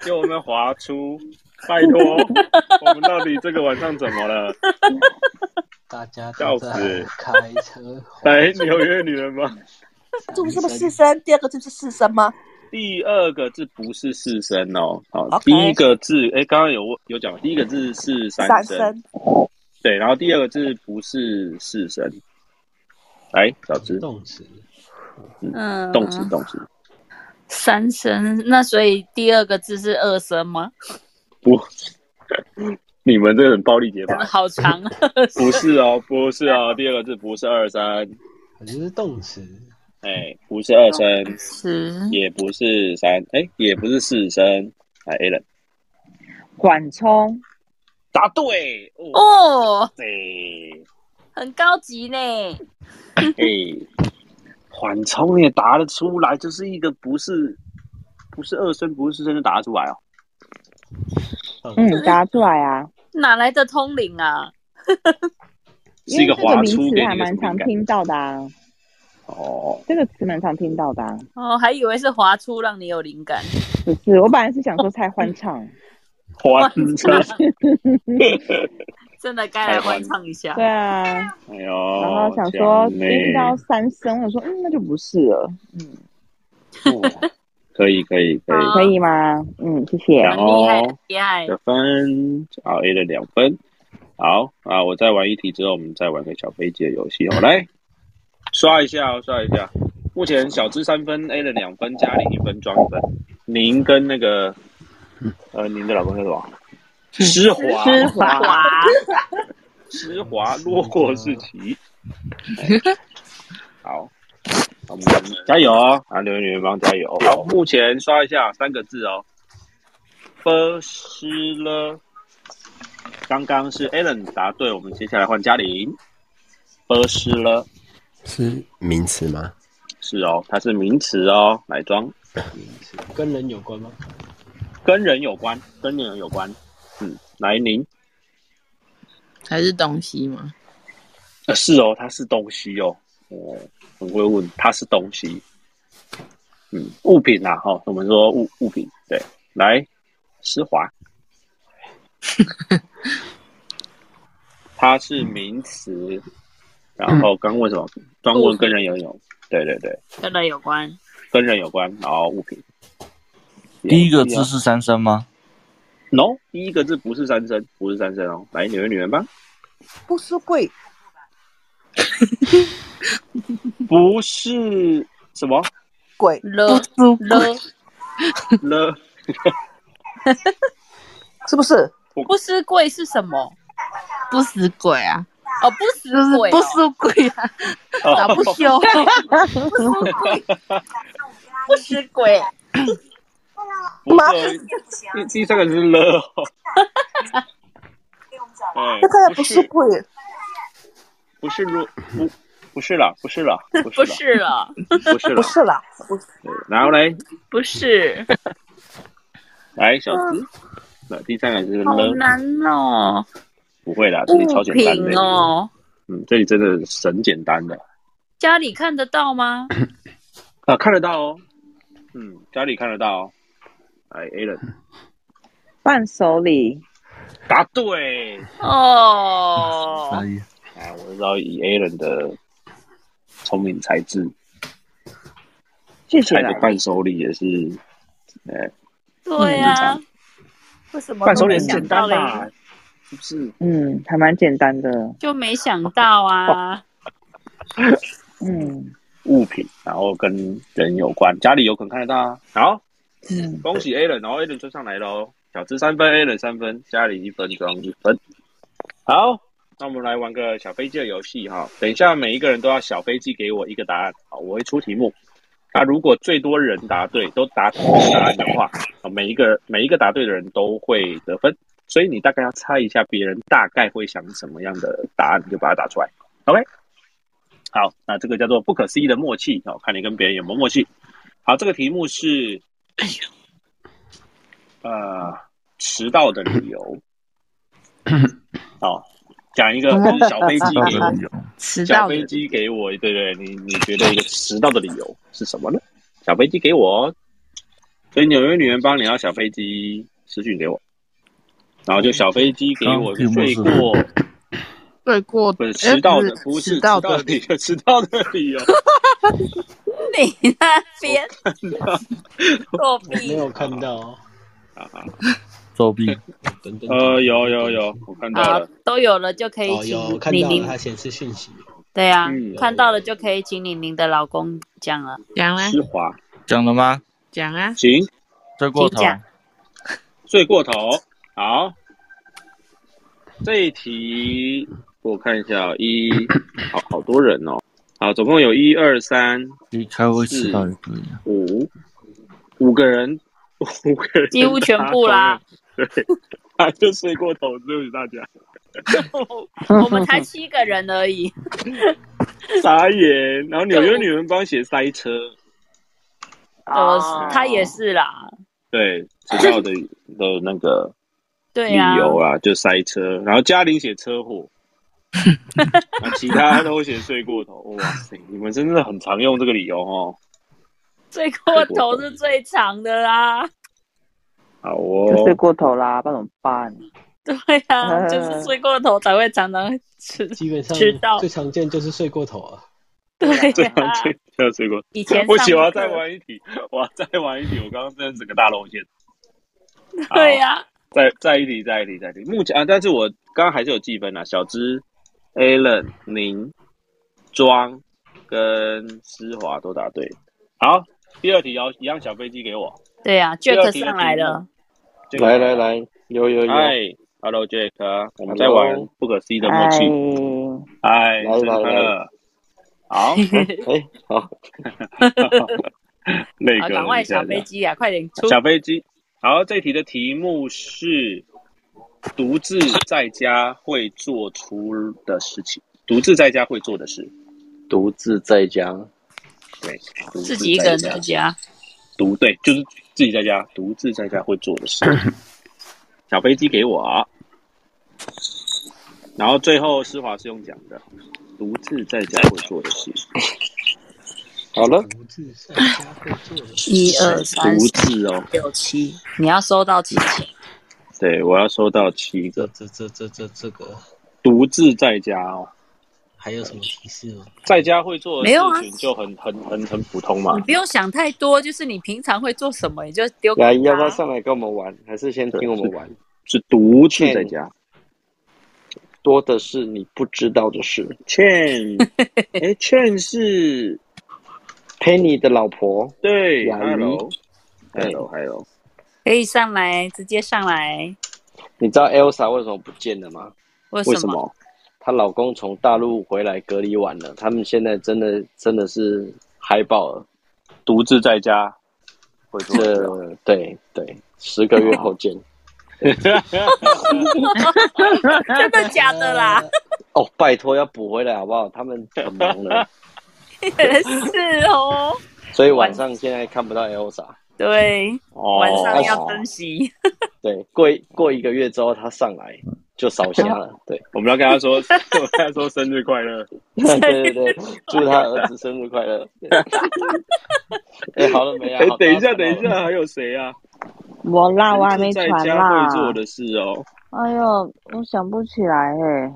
A: 给我们滑出，拜 托，我们到底这个晚上怎么了？
G: 大家都
A: 笑死
G: 在开车，
A: 来纽约女人吗？
H: 这不是不是四声，第二个字是四声吗？
A: 第二个字不是四声哦，好
H: OK
A: 第一个字，哎，刚刚有有讲，第一个字是三
H: 三
A: 声，
H: 声，
A: 对，然后第二个字不是四声。来，小直
G: 动词，
B: 嗯，
A: 动词动词，
B: 三声，那所以第二个字是二声吗？
A: 不，你们这很暴力解法。
B: 好长啊，
A: 不是哦，不是哦，第二个字不是二三，
G: 我就是动词，
A: 哎，不是二声，
B: 是
A: 也不是三，哎，也不是四声，哎 a l n
D: 缓冲，
A: 答对，哦，
B: 哦，
A: 对，
B: 很高级呢。
A: 哎，缓冲也答得出来，就是一个不是不是二声，不是四声就答得出来哦。
D: 嗯，答出来啊，
B: 哪来的通灵啊？
D: 因
A: 是一
D: 为
A: 个
D: 这个
A: 滑
D: 名
A: 出给
D: 词还
A: 你的
D: 蛮
A: 什么
D: 常
A: 感？
D: 听到的啊，
A: 哦，
D: 这个词蛮常听到的啊。
B: 哦，还以为是滑出让你有灵感。
D: 不是，我本来是想说蔡欢 唱，
B: 哦
A: 缓冲，
B: 真的该来欢唱一下
D: 对。啊，
A: 哎
D: 然后
A: 呦，
D: 想说
A: 这样
D: 听到
A: 呢
D: 三声，我说嗯，那就不是了，
A: 可以可以可以，
B: 好
D: 可以吗？嗯，谢谢。
A: 然
B: 厉害
A: 后。
B: 厉害，
A: 得分，好 A 的两分。好啊，我再玩一题之后，我们再玩个小飞机的游戏哦。来，刷一下哦，刷一下。目前小智三分，A 的两分，嘉玲一分，庄一分。您跟那个，呃，您的老公叫什么？施华，
D: 施华，
B: 哇，
A: 施华落魄是奇。好，我们加油哦！啊，留言留言帮加油。好，目前刷一下三个字哦。b 诗了，刚刚是 Alan 答对，我们接下来换嘉玲。b 诗了，
C: 是名词吗？
A: 是哦，它是名词哦，来装
G: 名词跟人有关吗？
A: 跟人有关，跟人有 关。嗯，来您，
F: 还是东西吗？
A: 呃，是哦，它是东西哦，哦，很会问，它是东西，嗯，物品啦，哈、我们说物物品，对，来，施华，它是名词，然后刚问什么？
I: 嗯
A: 刚问跟人有有，对对对，
B: 跟人有关。
A: 跟人有关，然后物品。
I: 第一个字是三声吗？
A: no，第一个字不是三声，不是三声哦，来，女人女人吧，
H: 不是贵，
A: 不是什么
H: 鬼
B: 了了，
A: 了。
H: 是不是？
B: 不思贵是什么？
F: 不死鬼 啊，
B: 哦，不思
F: 就是
B: 贵哦，
F: 不死鬼啊，
A: 哦
F: 打不 休。
B: 不思贵，
A: 不是第第三个是 了、哦。哎
H: 那看来不是贵，
A: 不是如不不是了，不是了，不
B: 不
A: 是
B: 是了，
A: 了，不是
H: 不
A: 了。
H: 是啦，不是
A: 对然后嘞，
B: 不是，
A: 来小资，那第三个是
B: 好
A: 了，
B: 难哦，
A: 不会啦，这里超
B: 物
A: 简单
B: 品
A: 的。
B: 哦，
A: 嗯，这里真的神简单的
B: 家里看得到吗？
A: 啊，看得到哦。嗯，家里看得到哦。来 a l a n
D: 伴手礼，
A: 答对。
B: 哦
D: 哦
I: 可，以。
A: 啊，我知道以 a l a n 的聪明才智，
D: 谢谢
A: 猜的
D: 啦。
A: 伴手礼也是，呃、
B: 对呀，
H: 为什么
A: 伴手
H: 都
A: 礼
H: 没
A: 很
H: 想
A: 简
B: 到
A: 单
B: 嘞
A: 啦，是不是？
D: 嗯，还蛮简单的。
B: 就没想到啊，
D: 嗯，
A: 物品，然后跟人有关，家里有可能看得到啊。好，
B: 嗯
A: 恭喜 A 人，然后 A 人就上来喽。小智三分，A 人三分，家里一分，一光一分。好，那我们来玩个小飞机的游戏哈。等一下，每一个人都要小飞机给我一个答案，好，我会出题目。那如果最多人答对，都答同一个答案的话，啊每一个每一个答对的人都会得分。所以你大概要猜一下别人大概会想什么样的答案，你就把它打出来。OK，好，那这个叫做不可思议的默契好，看你跟别人有没有默契。好，这个题目是，呃，迟到的理由。好，讲一个就是小飞机给我，
F: 迟
A: 小
F: 到的
A: 飞机给我，对对，你你觉得一个迟到的理由是什么呢？小飞机给我，所以纽约女人帮你要小飞机私讯给我，然后就小飞机给我
I: 刚刚
A: 罪
I: 题目是
A: 过，
F: 对过
A: 不是迟到的
F: 哎，
A: 不是
F: 迟到
A: 的
F: 的，
A: 理由，迟到的理由。
B: 你那边作
G: 我没
B: 弊，
G: 有看到哦。
A: 啊啊
I: 作弊，
G: 等等，
A: 呃，有有有，我看到
B: 好
A: 了，
B: 都有了就可以
G: 哦，
B: 请
G: 有看
B: 李
G: 到了
B: 宁，
G: 它显示讯息。
B: 对啊
A: 嗯，
B: 看到了就可以请李宁的老公讲了。
F: 讲啊
A: 施华，
I: 讲了吗？
F: 讲啊，
A: 行，
I: 睡过头
B: 请，讲
A: 睡过头，好。这一题我看一下哦，一，好好多人哦，好，总共有一二三
I: 离开会迟到一个啊
A: 五五个人，五个人
B: 几乎全部啦
A: 打光了。对，他就睡过头，对不起大家，
B: 我们才七个人而已，
A: 傻眼。然后纽约女人帮写塞车，
B: 我他也是啦，
A: 对，迟到的的那个
B: 对
A: 理
B: 呀，
A: 由啊，就塞车。然后嘉玲写 车祸，啊，其他都写睡过头。哇塞，你们真的很常用这个理由哦。
B: 最过头是最长的啦。
J: 就
A: 好哦
J: 睡，过头啦，不然怎么办？
B: 对 啊，就是睡过头才会常常吃。
G: 基本上
B: 迟到
G: 最常见就是睡过头啊。
B: 对
A: 最常
B: 啊，
A: 见就睡过头。
B: 以前
A: 不行，我要
B: 上
A: 再
B: 课，
A: 玩一题，我要再玩一题。我刚刚真的整个大露馅。好
B: 对啊呀，
A: 再再一题，再一题，再一题。目前啊，但是我刚刚还是有计分啊。小芝、Allen、宁、庄跟施华都答对。好，第二题要一样小飞机给我。
B: 对呀
A: 第二
B: ，Jack
A: 题的
B: 上来
A: 题目
B: 了，
A: 这个
K: 来来来，有有有，
A: 嗨
K: 来
A: ，Hello Jack，我们在玩
K: Hello
A: 不可思议的默
J: 哎，
A: 契。
D: 哎
A: 嗨，
K: 来
A: 生
K: 来
A: 了，好，
K: 哎，好，
A: 那
B: 好，
A: 个
B: 赶快
A: 一下
B: 小飞机啊，快点出！
A: 小飞机。好，这题的题目是独自在家会做出的事情，独自在家会做的事。
K: 独自在家，
A: 对，独
B: 自
A: 自
B: 己一啊个人
A: 在
B: 在
A: 家
B: 家，
A: 独对，就是自己在家独自在家会做 的事。小飞机给我啊，然后最后施华是用讲的，独自在家会做的事。
K: 好了，
G: 独自在家会做的事。
B: 一二三
A: 独
B: 四
A: 自哦，
B: 六七，你要收到七
A: 对我要收到七
G: 这
A: 个，
G: 这这这这这个
A: 独自在家哦，
G: 还有什么提示吗？
A: 在家会做的
B: 没有啊嗯
A: 事情就很很很很普通嘛
B: 你。不用想太多，就是你平常会做什么，你就丢给
K: 来，啊要不要
B: 他。
K: 上来跟我们玩？还是先听我们玩？
A: 是独自在家。
K: 多的是你不知道的事，
A: 欠，哎，欠是，
K: 陪你的老婆，
A: 对
K: 雅哎鱼对
A: ，hello，hello，hello，
B: 可以上来，直接上来。
K: 你知道 Elsa 为什么不见了吗？
B: 为
A: 为
B: 什
A: 什
B: 么？
A: 么？
K: 她老公从大陆回来隔离完了，他们现在真的真的是嗨爆了。
A: 独自在家会做的
K: 这
A: 事
K: 对对，十个月后 见
B: 真的假的 啦？
K: 哦，拜托要补回来好不好？他们很忙的，
B: 是哦，
K: 所以晚上现在看不到 Elsa。
B: 对，
A: 哦，
B: 晚上要珍惜。
K: 对，过一过一个月之后他上来就烧虾了。对，
A: 我们要跟他说， 我们跟他说生日快乐。
K: 对 对对，祝他儿子生日快乐。哎、好了没啊？
A: 哎
K: 好，
A: 等一下，等一，下，还有谁啊？
D: 我啦，啊我还没
A: 独自在
D: 传
A: 家
D: 啦
A: 会。做的事哦，
D: 哎呦，我想不起来哎。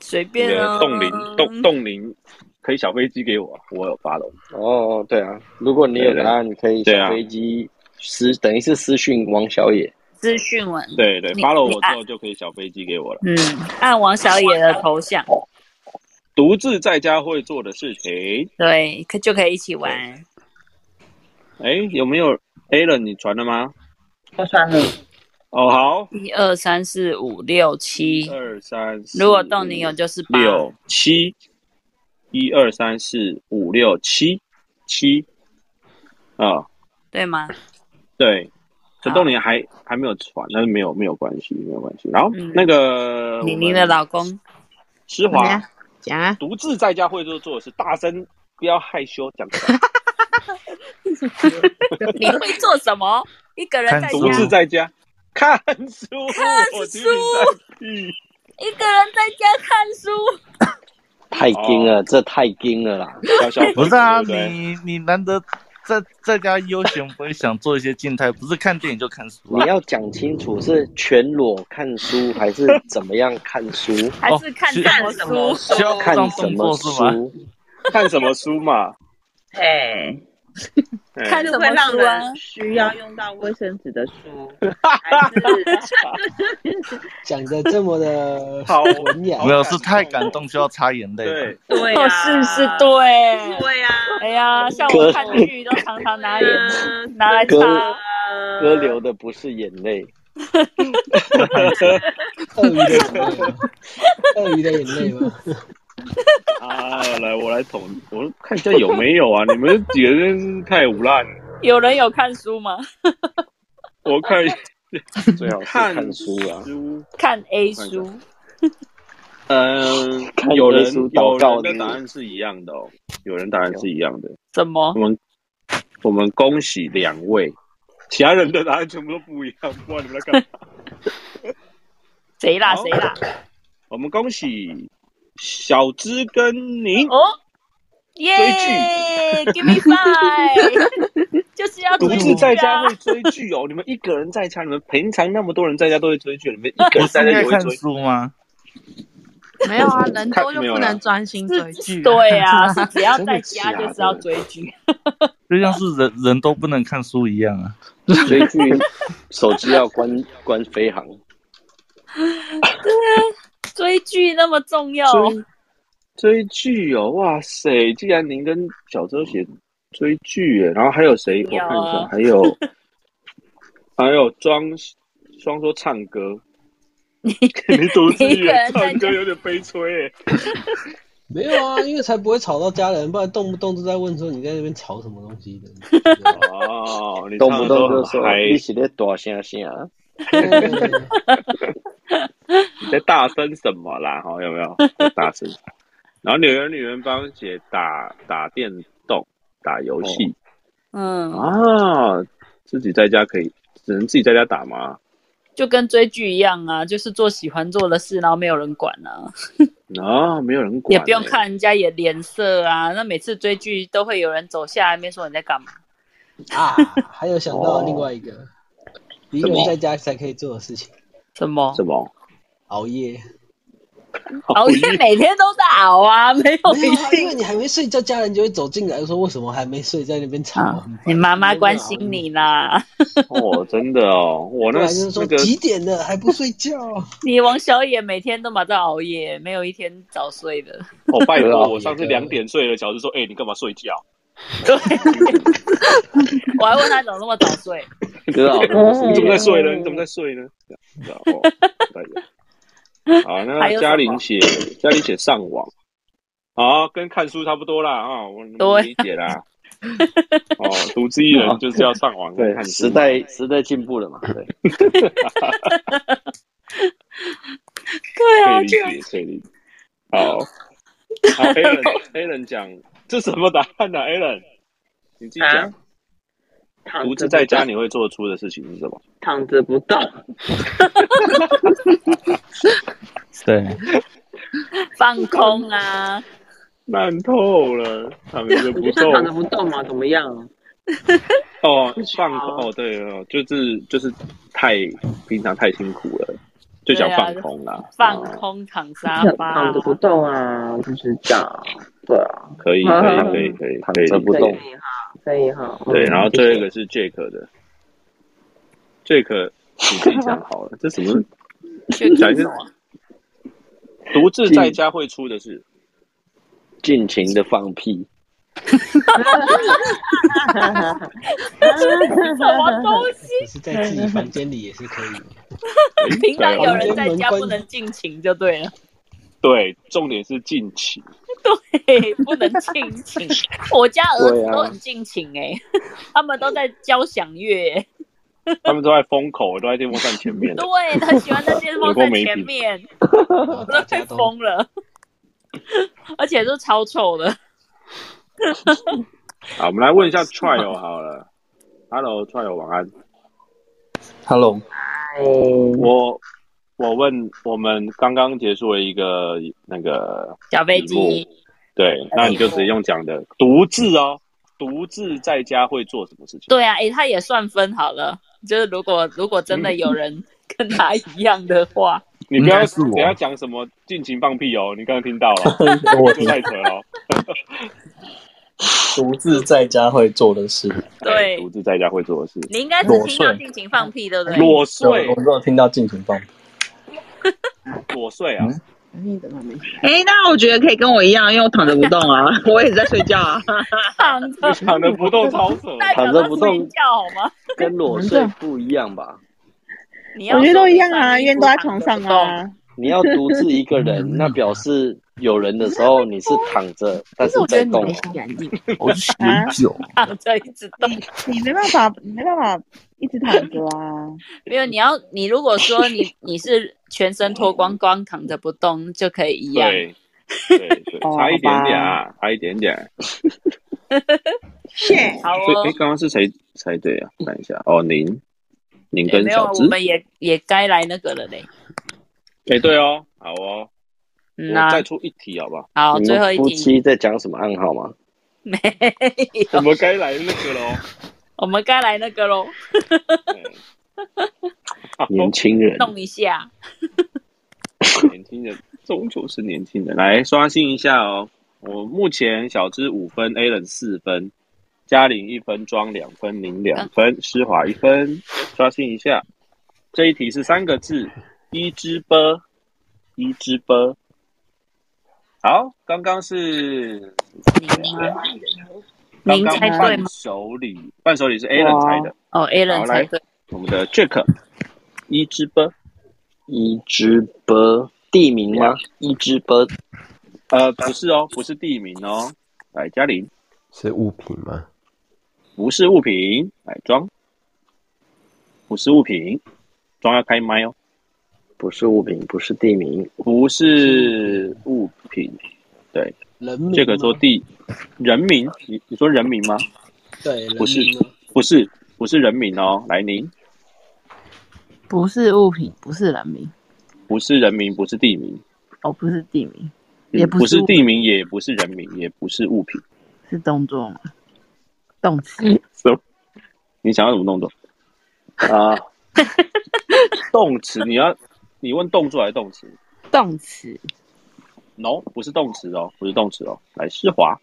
B: 随
A: 那
B: 便
A: 个
B: 啊，
A: 冻龄冻冻龄，可以小飞机给我，我有发了。
K: 哦，对啊，如果你有答案，你可以
A: 对啊
K: 小飞机私，等于是私讯王小野。
B: 资讯文。
A: 对对，
B: 你
A: 发了我
B: 你
A: 之后就可以小飞机给我了。
B: 嗯，按王小野的头像，
A: 独自在家会做的事情。
B: 对，可就可以一起玩。
A: 哎，有没有 Alan？你传了吗？
B: 我传了。
A: 哦，好，
B: 一二三四五六七，
A: 二三四
B: 如果动你有就是八，
A: 六七，一二三四五六七七，啊、
B: 对吗？
A: 对，陈栋林还还没有传，但是没有没有关系，没有关系。然后、
B: 嗯
A: 那个
B: 李宁的 老公
A: 施华
F: 讲啊，
A: 独自在家会做做的事，大声不要害羞讲 出来。
B: 你会做什么？一个人在家，
A: 独自在家看书，
B: 看
A: 我
B: 书
A: 听你在屁
B: 一个人在家看书，
K: 太精
A: 哦
K: 了，这太精了啦！小小
I: 不是啊，
K: 对对
I: 你你难得在在家悠闲，不会想做一些静态，不是看电影就看书
K: 你
I: 啊。
K: 要讲清楚是全裸看书还是怎么样看书？
B: 还是看看书？
K: 看什么书？
A: 看什么书嘛？
J: 哎，
A: 嗯
B: 看
J: 是
B: 什
J: 会
B: 么
J: 让
B: 书啊
J: 人？需要用到卫生纸的 书，还 是
E: 讲的这么的
A: 好
E: 文雅，
I: 没有，是太感动需要擦眼泪。对，
J: 对
B: 哦，
J: 呀，
B: 是是，对，
J: 对呀，
B: 哎呀，像我看剧都常常拿眼拿来
K: 哥
B: 擦，
K: 哥流的不是眼泪，
E: 鳄鱼的眼泪吗，鳄鱼的眼泪吗？
A: 啊，来我来捅，我看一下有没有啊？你们几个人真是太无烂了，
B: 有人有看书吗？
A: 我看一下
K: 最 好是
A: 看
K: 看书啊，
A: 书，
B: 看 A 书，
A: 嗯、
K: 看
A: 有
K: 耶
A: 人
K: 稣
A: 有
K: 祷告
A: 人的
K: 的
A: 答案是一样的哦，有人答案是一样的。
B: 怎么
A: 我？们我们恭喜两位，其他人的答案全部都不一样，不知道你们在干 嘛。
B: 谁啦
A: 好
B: 谁啦？
A: 我们恭喜小芝跟您
B: 哦，耶
A: 追
B: ！Give me five，就是 要
A: 独
B: 追
A: 自
B: 剧
A: 在家
B: 啊！
A: 会追剧哦，你们一个人在家，你们平常那么多人在家都会追剧，你们一个
I: 不
A: 人
I: 是
A: 在
I: 应
A: 家也
I: 该
A: 会
I: 看
A: 追。
I: 书吗？
F: 没有啊，人
A: 看
F: 多就
A: 没有
F: 不
A: 啦
F: 能专心追剧、
B: 对啊，是只要
A: 真的
B: 在家
A: 假
B: 就是要
A: 的
B: 追 剧。
I: 就像是人人都不能看书一样啊。
K: 追剧手机要关关飞行，
B: 啊追剧那么重要，
A: 追追剧哦，哇塞！既然您跟小周写追剧耶，然后还有谁？我
B: 有啊
A: 看一下，还有 还有庄庄说唱歌， 你独自一
B: 你一个人
A: 人
B: 在
A: 唱歌
B: 家
A: 有点悲催耶。
E: 没有啊，因为才不会吵到家人，不然动不动都在问说你在那边吵什么东西 的。
A: 哦，你
K: 动
A: 唱
K: 不
A: 得都
K: 动
A: 很
K: 就说
A: 嗨，
K: 你是在大声声啊，
E: 嗯
A: 你在大声什么啦？哈、有没有在大声？然后女人女人帮姐打打电动、打游戏、
B: 嗯，
A: 啊，自己在家可以，只能自己在家打吗？
B: 就跟追剧一样啊，就是做喜欢做的事，然后没有人管啊，
A: 啊，没有人管、
B: 也不用。看人家也脸色啊。那每次追剧都会有人走下来，面说你在干嘛？
E: 啊，还有想到另外一
A: 哦
E: 个，一个人在家才可以做的事情，
B: 什么？
A: 什么？
E: 熬夜。
A: 哦
B: 熬夜每天都在熬啊，没有
E: 没
B: 一
E: 有啊，因为
B: 定。
E: 你还没睡觉，家人就会走进来说为什么还没睡，在那边吵
B: 啊。，你妈妈关心你啦，
A: 哦，真的哦，我
E: 不
A: 那
E: 然啊就是说
A: 那个
E: 几点了还不睡觉？
B: 你王小野每天都嘛在熬夜，没有一天早睡 的。
A: 哦，拜
K: 对啊
A: 托，我上次两点睡了，小时说，哎、你干嘛睡觉？
B: 我还问他怎么那么早睡，
K: 知
L: 啊
K: 道？
B: 哦
E: 嗯
A: 你怎么在睡呢？ 你怎么在睡呢？这样你知道哦，不太一样好，
B: 还
A: 啊那
B: 有什么
A: 嘉玲写嘉玲写上网，啊，跟看书差不多啦啊、我能
B: 对
A: 理解啦。哦，独自一人就是要上网跟
K: 对
A: 看，书
K: 时代时代进步了嘛，对，
B: 对
A: 可
B: 啊，
A: 以理
B: 就
A: 解，可以理解。好，好，Alan Alan 讲这什么答案呢、啊、？Alan，你自己讲
J: 啊，躺着
A: 独自在家
J: 不
A: 你会做出的事情是什么？
J: 动躺着不 动，
I: 对，
B: 放空啊，
A: 烂透了，躺着
J: 我
A: 不
J: 就算躺着
A: 动
J: 不动啊嘛，怎么样？
A: 哦，放空哦，对哦，就是就是太平常太辛苦了，就想
B: 啊
A: 放空啦，
B: 放
A: 哦
B: 空躺沙发啊
J: 躺着不动啊，就是这样，对啊，
A: 可以
J: 嗯
A: 可以可以可以
K: 躺
A: 可以
K: 着不动
J: 可以哈，可以哈，
A: 对，
J: 嗯
A: 然后最后一个是 Jack 的，Jack 你自己讲好了，这什么
B: 就
A: 讲一
J: 哦
B: 是
A: 下独自在家会出的事，
K: 尽情的放屁。
B: 什么东西？
G: 是在自己房间里也是可以的。
B: 平常有人在家不能尽情就对啊了，
A: 对，重点是近期。
B: 对， 不能尽 情。我家儿子都很尽情哎、 他们都在交响乐、欸，
A: 他们都在风口，都在电风扇前 面。
B: 对，很喜欢在电风扇前面，我都快疯了， 而且都超臭的。
A: 好，我们来问一下 Trio 好了。Hello Trio，晚安。
I: Hello，
A: 我我问我们刚刚结束了一个那个
B: 小飞
A: 题目
B: 机，
A: 对，那你就直接用讲的独自哦，独自在家会做什么事情？
B: 对啊，哎、他也算分好了。就是如果如果真的有人跟他一样的话，
A: 你不要
I: 应该是我，
A: 不要讲什么尽情放屁哦，你刚刚听到了
I: 我
A: 这太扯了哦。
I: 独自在家会做的事，
B: 对
A: 哎独自在家会做的事，
B: 你应该只听到尽情放屁，对不对？
A: 裸睡
I: 我没有听到尽情放屁。
A: 裸睡啊，
D: 嗯
J: 哎，那我觉得可以跟我一样，因为我躺着不动 啊， 我也是在睡觉啊。
B: 躺着
A: 躺着不动超扯。
B: 代表
K: 躺着
B: 都
K: 不
B: 睡
K: 动
B: 觉好吗？
K: 跟裸睡不一样吧？
B: 你要
D: 我觉得
B: 说
D: 都一
B: 你
D: 样啊，
B: 穿
D: 因
B: 衣
D: 为
B: 服
D: 都在
B: 躺
D: 床
B: 着
D: 上
B: 不动。
D: 啊。
K: 你要独自一个 人，那表示有人的时候你是躺着，但是在动。
F: 感应，
I: 我是
D: 啊
I: 十 九，
B: 躺着一直动，
D: 你没办法，你没办法一直躺着啊。
B: 没有你要你如果说你你是全身脱光光躺着不动就可以一样，
A: 对 对对，
D: 哦
A: 差一点点啊，差一点点。
B: 好
A: 所以，
B: 哦
A: 哎，。刚刚是谁猜对啊？看一下，哦，您，您
B: 诶
A: 跟
B: 没有
A: 小
B: 啊，我
A: 芝，
B: 们也也该来那个了嘞。
A: 哎，对哦，好哦，
B: 嗯
A: 我
B: 啊
A: 再，出一题好不好？
B: 好，
K: 你
B: 最后
K: 们
B: 一
K: 夫
B: 题
K: 妻在讲什么暗号吗？
B: 没
A: 我
B: 有，
A: 们该来那个喽。
B: 我们该来那个喽，
A: 对好
K: 年轻人，
B: 弄一下。
A: 年轻人，终究是年轻人。来刷新一下哦，我目前小芝五分，Allen 四分，嘉玲一分，庄两分，您
B: 嗯
A: 两分，施华一分。刷新一下，这一题是三个字，一只波，一只波。好，刚刚是
B: 您吗？您
A: 刚
B: 猜
A: 刚
B: 对
A: 伴
B: 吗？
A: 手礼，伴手礼是 Allen 猜的，
B: 哦
A: 好
B: ，Alan
A: 来
B: 猜对，
A: 我们的 Jack 一只波。
K: 一只波地名吗？一只波
A: 呃，不是哦，不是地名哦。来，嘉玲，
C: 是物品吗？
A: 不是物品。来，装，不是物品。装要开麦哦，
K: 不是物品，不是地名，
A: 不是物品。对，
G: 人名吗
A: 这个说地人名，你你说人名吗？
G: 对，人
A: 不是
G: 名吗？
A: 不是，不是人名哦。来，您
F: 不是物品，不是人名，
A: 不是人名，不是地名，
F: 哦，不是地名，
A: 嗯
F: 也是
A: 不是
F: 物
A: 地名，也不是人名，也不是物品。
F: 是动作吗？动
B: 嗯
F: 词，
A: 你想要怎么动作 啊？动词，你要你问动作还是动词？
F: 动词，
A: no，不是动词哦，不是动词哦。来，施华，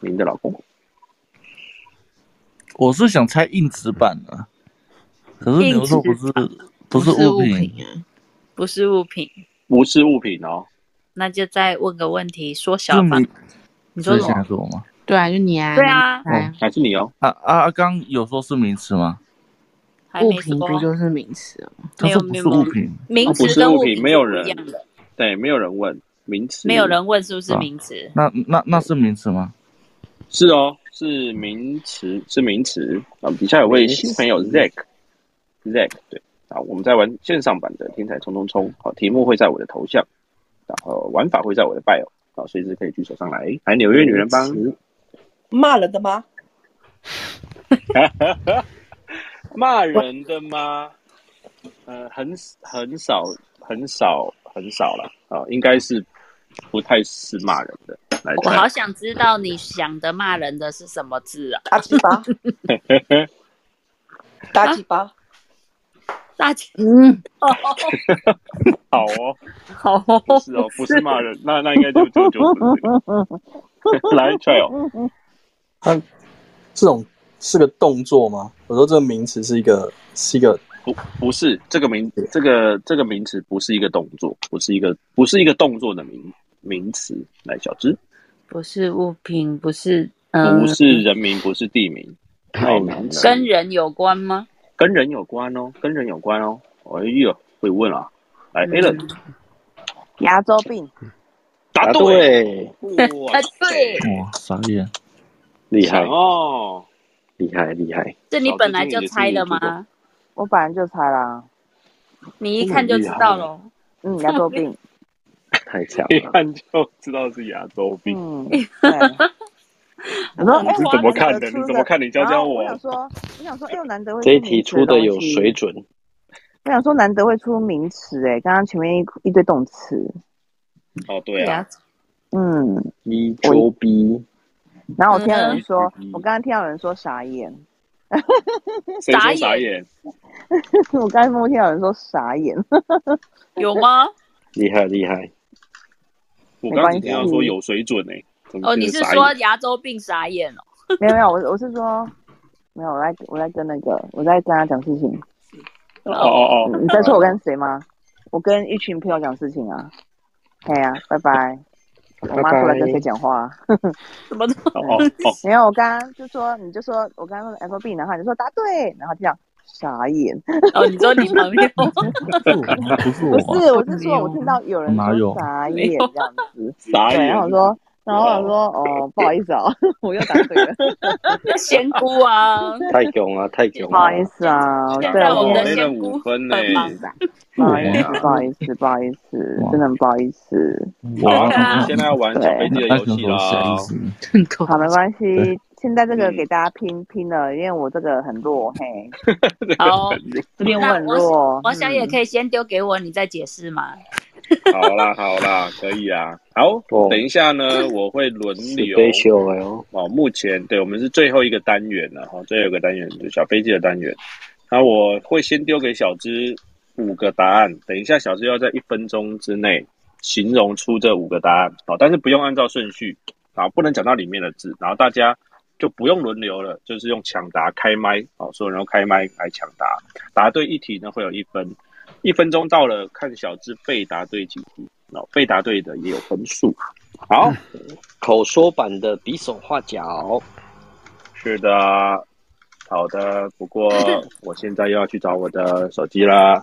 A: 您的老公，
I: 我是想猜硬纸板的，可是你又说不是不是
F: 物
I: 物品，
F: 啊，
B: 不是物品。
A: 不是物品哦。
B: 那就再问个问题，缩小
I: 是
B: 范
I: 你
B: 围。你说
I: 是
B: 什
I: 想
B: 么？
I: 说吗？
F: 对啊，就你啊，
B: 对啊
F: 你猜
A: 还是你哦？
I: 啊啊，啊刚有说是名词吗？
B: 还
F: 物
B: 没
A: 哦
F: 品
B: 说
F: 不。就是名词哦吗？
I: 他
B: 没有
I: 说不是物品，
B: 名
A: 哦不
B: 词
A: 是
B: 跟
A: 物
B: 物
A: 品
B: 品
A: 没
B: 是
A: 有
B: 不
A: 人
B: 一样的，
A: 对，没有人问名词，
B: 没有人问是不是
I: 啊
B: 名词。
I: 那那那是名词吗？
A: 是哦，是名词，是名词。啊，底下有位新朋友 Zack，Zack 对，啊，我们在玩线上版的《天才冲冲冲》，好，题目会在我的头像，然后玩法会在我的 bio，好，随时可以举手上来。来，纽约女人帮
H: 骂人的吗？
I: 嗯
A: 骂人的吗？呃，很很少，很少，很少了啊，应该是不太是骂人的。来，
B: 我好想知道你想的骂人的是什么字啊？
H: 打鸡巴，打鸡巴，
B: 啊大哦家
F: 嗯，
A: 好哦，
B: 好
A: 不是哦，不是骂人，那那应该就 就就不是这个。来，trial，
L: 它这种是个动作吗？我说这个名词是一个是一个
A: 不不是这个名，这个这个名词不是一个动作，不是一个不是一个动作的名名词。来，小芝，
B: 不是物品，不是嗯，
A: 不是人名，不是地名，太难了。
B: 跟人有关吗？
A: 跟人有关哦，跟人有关哦。哎呦，会问啊！来
D: 嗯
A: ，Allen，
D: 牙周病，
A: 答
K: 对，
A: 哇，
B: 对，
K: 哇，傻眼，厉害
A: 哦，
K: 厉害厉害，
B: 这你本来就猜了吗？
D: 我本来就猜啦。
B: 你一看就知道了。
D: 嗯，牙 周病。
K: 太强嗯
A: 一看就知道是牙周病。
D: 我说，哎、
A: 你是
D: 我
A: 怎么
D: 难
A: 看
D: 得
A: 的？你
D: 出
A: 怎么看？你教
D: 然
A: 教
D: 后我
A: 我
D: 想。说，我想说，哎、我难得会
K: 这一
D: 出
K: 题
D: 名词
K: 出的有
D: 东西
K: 水。准，
D: 我想说，难得会出名词，哎，刚刚前面一一堆动词，
A: 哦，对啊，
D: 嗯，
K: 一周逼，
D: 然后我听
B: 嗯
D: 到有人说，
A: 嗯
D: 我刚刚听到有人说傻眼，
A: 谁说傻眼？
D: 我刚才默默听到有人说傻眼，
B: 有吗？
K: 厉害厉害，
A: 我刚刚只听到说有水准欸诶。怎么
B: 哦，你
A: 变
B: 是
A: 成傻
B: 说
A: 眼
B: 牙周病傻眼哦？
D: 没有没有，我我是说，没有，我在我在跟那个我在跟他讲事情。
A: 哦
B: 嗯
A: 哦哦
D: 嗯你在说我跟谁吗？我跟一群朋友讲事情啊。哎呀、拜拜。我妈出来跟谁讲 话？啊
B: 什么都
A: 哦哦，
D: 没有，我刚刚就说，你就说我刚刚说 F B，然后你就说答对，然后就这样傻眼。
B: 哦，你说你朋友？
M: 不是
D: 不
M: 我啊
D: 是，
M: 吗？
D: 我是说我听到有人
M: 哪有
D: 说傻眼这样 子，
M: 傻
D: 对，
M: 眼
D: 然后我说，然后我想说哦，不好意思哦， 我又答对了，
B: 仙姑啊，
K: 太囧了太囧
D: 不好意
K: 了，
D: 思啊，
B: 现
D: 对
B: 在我们的
D: 今天
B: 仙姑
A: 分欸
B: 很忙，
D: 不好意思，不好意思，不好意思，真的很不好意思。
A: 好，我们现在要玩小飞机的游戏啦。
D: 好，没关系。现在这个给大家拼拼了，因为我这个很弱，嘿，
B: 好，
D: 这边我
B: 那
D: 很弱嗯
B: 我我想也可以先丢给我，你再解释嘛。
A: 好啦，好啦，可以啦。好，等一下呢，我会轮流。
K: special 哎呦，
A: 哦，目前对我们是最后一个单元了，哦，最后一个单元就是小飞机的单元。那我会先丢给小芝五个答案，等一下小芝要在一分钟之内形容出这五个答案，哦，但是不用按照顺序，啊，不能讲到里面的字，然后大家就不用轮流了，就是用抢答开麦，哦，所有人都开麦来抢答，答对一题呢会有一分，一分钟到了，看小智被答对几题，哦，被答对的也有分数。好，
K: 口说版的比手画脚，
A: 是的，好的。不 过我现在又要去找我的手机了，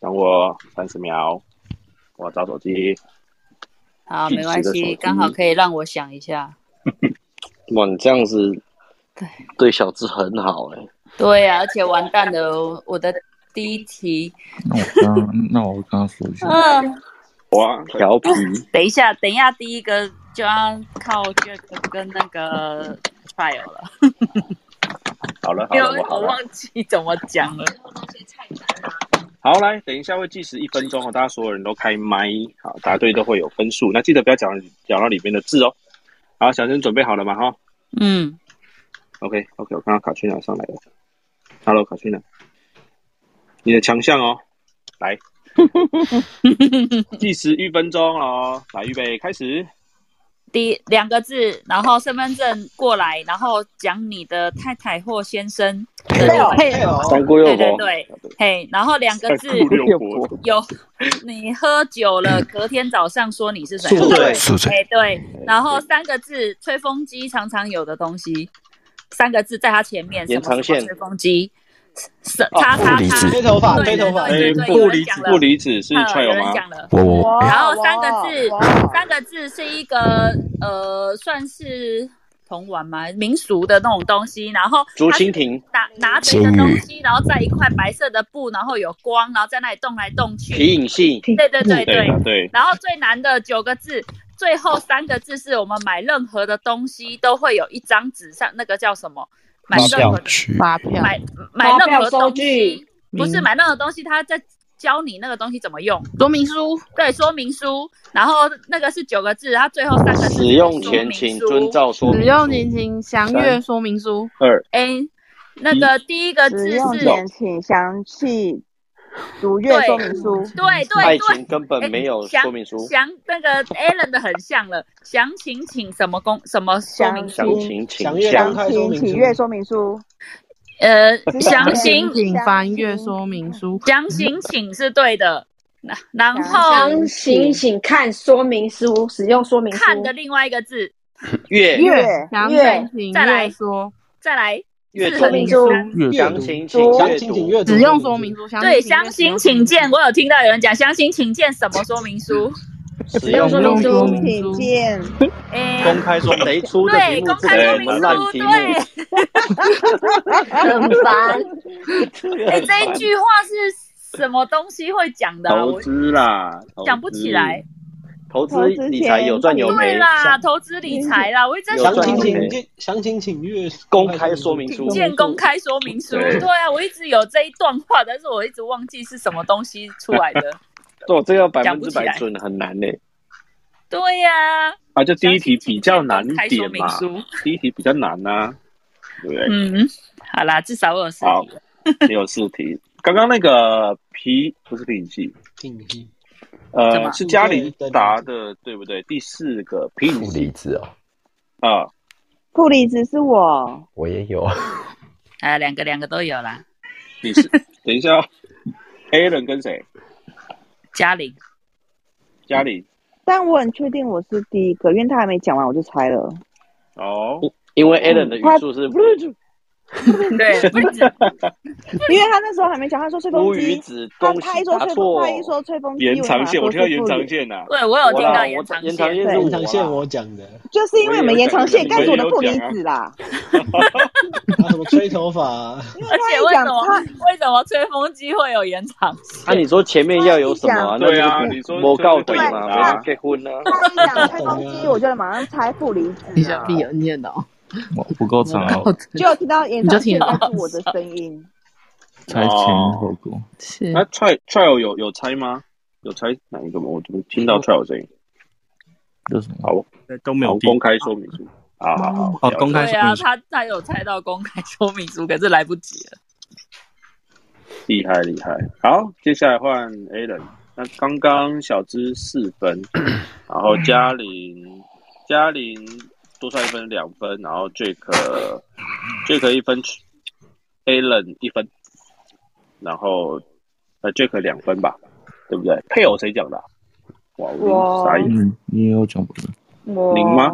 A: 等我三十秒，我找手机。
B: 好，没关
K: 近期的手
B: 系，
K: 机
B: 刚好可以让我想一下。
K: 哇，你这样子对小智很好哎，
B: 对啊呀、而且完蛋了，我的第一题，
M: 那我刚，那我刚刚说 一下，
B: 嗯，
A: 哇，
K: 调皮，
B: 等一下，等一下，第一个就要靠 Jack 跟那个 Trial 了，
A: 好了，好
B: 因
A: 了，
B: 为
A: 我好
B: 我
A: 了。
B: 忘记怎么讲了。
A: 好，来，等一下会计时一分钟哦，大家所有人都开麦，好，答对都会有分数。那记得不要讲讲到里面的字哦。好，小陈准备好了吗？哈
B: 嗯，
A: ，OK OK，我看到卡去娜上来了。Hello，卡去娜，你的强项哦， 来，计时一分钟哦，来，预备，开始。
B: 第两个字，然后身份证过来，然后讲你的太太或先生的另外一半
K: 三姑六
B: 对对
K: 婆，
B: 对，嘿，然后两个字
K: 三姑六婆
B: 有，你喝酒了，隔天早上说你是谁？
K: 宿醉宿醉
B: 哎，对，然后三个字，吹风机常常有的东西，三个字在它前面，
K: 延长
B: 什么什
K: 线
B: 么吹风机，是叉叉叉，
E: 吹头发，吹
B: 对
E: 头发，
B: 对对对有人讲了
A: 哎不离子是
B: 嗯
A: 踹
B: 有
A: 友
B: 人
A: 吗？
B: 讲了
A: 我
K: 哦
A: 我
B: 然后三个字，三个字是一个呃，算是童玩嘛，民俗的那种东西。然后
K: 竹
B: 它是
K: 蜻蜓
B: 拿拿着一个东西，然后在一块白色的布，然后有光，然后在那里动来动去。
K: 皮影戏，
B: 对对对
K: 嗯对
B: 对
A: 对
B: 然后最难的九个字，最后三个字是我们买任何的东西都会有一张纸上，那个叫什么？买
M: 发
B: 任
M: 票
B: 何的
F: 发票
B: 买
D: 哦
B: 买任
F: 发
B: 何
F: 票
B: 东
F: 收
B: 西
F: 据，
B: 不是
F: 嗯
B: 买任何东西，他在教你那个东西怎么用。
F: 说明书，
B: 对，说明书，然后那个是九个字，它最后三个字
K: 使用前请遵照说
F: 使
K: 明
F: 用情请详阅说明书。
K: 二
B: 哎，那个第一个字
D: 使用
B: 是
D: 前请详细读阅
B: 对
D: 说明书。
B: 对对
K: 爱
B: 对，
K: 情根本没有
B: 详
K: 说明书，
B: 详那个 Alan 的很像了，详情请什么公什么说明
K: 详
B: 书？
K: 情请
D: 详
K: 详
D: 情请阅说明书。
B: 呃，
D: 只有
B: 详
F: 情
B: 情
F: 请翻阅说明书。
B: 详情请是对的，那然后
N: 详情请看说明书，使用说明书。
B: 看的另外一个字，
K: 月
F: 详
B: 月
F: 情
B: 再来
F: 月说，
B: 再来
K: 阅
B: 是
K: 读
B: 很明书
K: 阅详
B: 读
K: 情请阅读，
F: 使用说明书，详
B: 对，
F: 情
B: 详情请见。我有听到有人讲详情请见什么说明书？
K: 使用
B: 说明书
D: 请见。
B: 哎，
K: 公开说明谁出的
B: 对
K: 题目，
B: 公开说明书
K: 烂题目，
B: 很
H: 烦。
B: 哎，这一句话是什么东西会讲的啊？
A: 投
B: 我
A: 资啦，投资
B: 想不起来。
K: 投资理财有赚有
B: 对
K: 赔，
B: 啦，投资理财啦，我一直在
K: 有
B: 想
K: 赚
E: 详
K: 有
E: 情请
K: 赔
E: 见，详情请阅
K: 公开说明书，
B: 见公开说明书。
K: 对
B: 对啊，我一直有这一段话，但是我一直忘记是什么东西出来的。
K: 哦，这个百
B: 讲
K: 分
B: 不
K: 之
B: 起来
K: 百准很难呢。
B: 对呀、
A: 啊，就第一题比较难一
B: 详情请
A: 点
B: 见公
A: 嘛
B: 开说明书，
A: 第一题比较难呐、对不对？
B: 嗯，好啦，至少我有四
A: 好， 你有四题。刚刚那个皮不是品系，
E: 品系，
A: 呃
E: 怎，么
A: 是嘉玲答的对不对？第四个品
C: 负离子哦，
A: 啊，
D: 负离子是我，
C: 我也有。
B: 哎，两个两个都有啦。
A: 你是等一下哦，A 人跟谁？
B: 嘉玲，
A: 嘉玲
D: 但我很确定我是第一个，因为他还没讲完我就猜了。
A: 哦，
K: 因为 Alan 的语速是
B: 对，
D: 因为他那时候还没讲，他说吹
K: 乌
D: 风
K: 鱼
D: 机，
K: 子
D: 他
K: 恭
D: 他
K: 喜
D: 一说
K: 答
D: 吹
K: 错
D: 风，他一说吹风机，
A: 延长线，我
D: 我
A: 听到延长线呐、
B: 对我有听到
K: 啦
B: 延
K: 我
B: 长
K: 延长
B: 线
K: 线是
E: 延
K: 我
E: 长线
K: 啦，
E: 我讲的，
D: 就是因为你们延长线，
A: 我
D: 盖
A: 啊也
D: 住
A: 有
D: 我的负
A: 讲啊
D: 离子啦。
E: 啊什么吹头发啊，
B: 而且为什么为什么吹风机会有延长线？
K: 啊，你说前面要有什么啊？
A: 对啊
K: 那就是
A: 你说
K: 我告底
A: 对
K: 嘛，
A: 啊
K: 不要结婚啊。
D: 他一讲吹风机，我就马上猜负离子。
F: 你想闭眼念哦，
M: 我不够长啊，
D: 就有听到延长线
F: 你就听
D: 盖
F: 到
D: 住我的 声音，
M: 猜前因后果。
A: 那 try try 有有猜吗？有猜哪一个吗？我怎么听到 try 有声音？
M: 这是什么？
A: 好，
M: 都没有
A: 好公开说明书。好好好，
M: 哦
A: 了解
M: 公开
B: 对啊，他他有猜到公开说明书，可是来不及了。
A: 厉害厉害。好，接下来换 A 人。那刚刚小芝四分，然后嘉玲，嘉玲多算一分两分，然后 Jake Jake 一分，A 人一分，然后呃 Jake 两分吧，对不对？配偶谁讲的啊、哇，我傻眼。
M: 嗯，你也有讲不对。
D: 我
A: 零吗？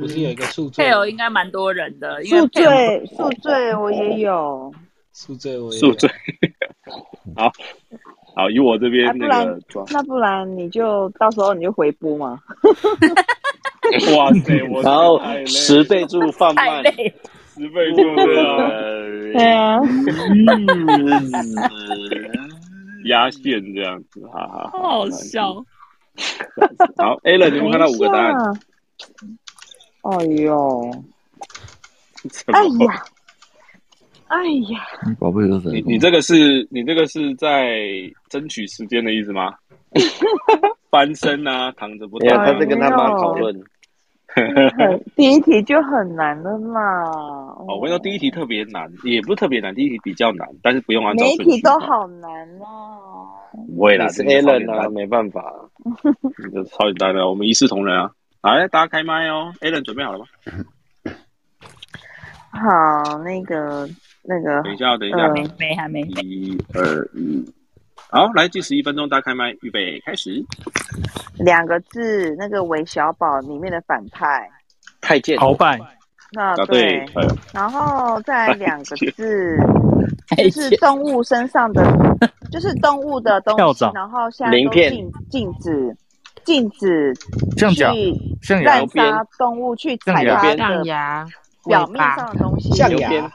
E: 不是有一个宿醉
B: 配偶应该蛮多人的，因为
D: 宿
B: 配偶
D: 醉宿
F: 哦
D: 醉我也有，
E: 宿醉我也
A: 宿醉。 好，好，以我这边
E: 啊
D: 哎，不
A: 那
D: 然
A: 个装，
D: 那不然你就到时候你就回播嘛。
A: 哇塞，我
K: 然后十倍数放慢，
A: 十倍数对啊，
D: 对啊，
M: 嗯
A: 压线这样子，哈哈。好
B: 好笑。
A: 好 a l a n 你有没有看到五个答案？
D: 等一下。哎呦，
A: 什么
D: 哎呀， 哎呀，
M: 你宝贝有谁？
A: 你你这个是你这个是在争取时间的意思吗？翻身啊，躺着不动
K: 哎呀
A: 啊。
K: 他在跟他妈讨论。
D: 很第一题就很难了啦。
A: 哦，我跟你说，第一题特别难，也不是特别难，第一题比较难，但是不用按照
D: 每一
A: 顺
D: 题
A: 序。
D: 都好难哦。
A: 不会啦，
K: 你是
A: 这个超
K: Alan
A: 简
K: 啊，
A: 单，
K: 没办法。
A: 这个超简单的，我们一视同仁啊。来，大家开麦哦。Alan 准备好了吗？
D: 好，那个那个，
A: 等一下哦，等一下，
D: 嗯
B: 没还没。
A: 一二一，好，来计时一分钟，大家开麦，预备开始。
D: 两个字，那个韦小宝里面的反派。
K: 太监
I: 鳌拜，
D: 那
A: 答
D: 对，
A: 哎呦，
D: 然后再两个 字，
B: 哎
D: 就是动物身上的，就是动物的东
I: 跳
D: 西
I: 蚤，
D: 然后现在
K: 鳞
D: 都
K: 片
D: 禁禁止禁止
I: 象牙
D: 去
I: 象牙
D: 滥杀动物，去
I: 象
D: 踩
I: 牙
D: 它
F: 象
D: 的
F: 牙
D: 表面上的东西，
E: 象
K: 牛鞭
E: 牙、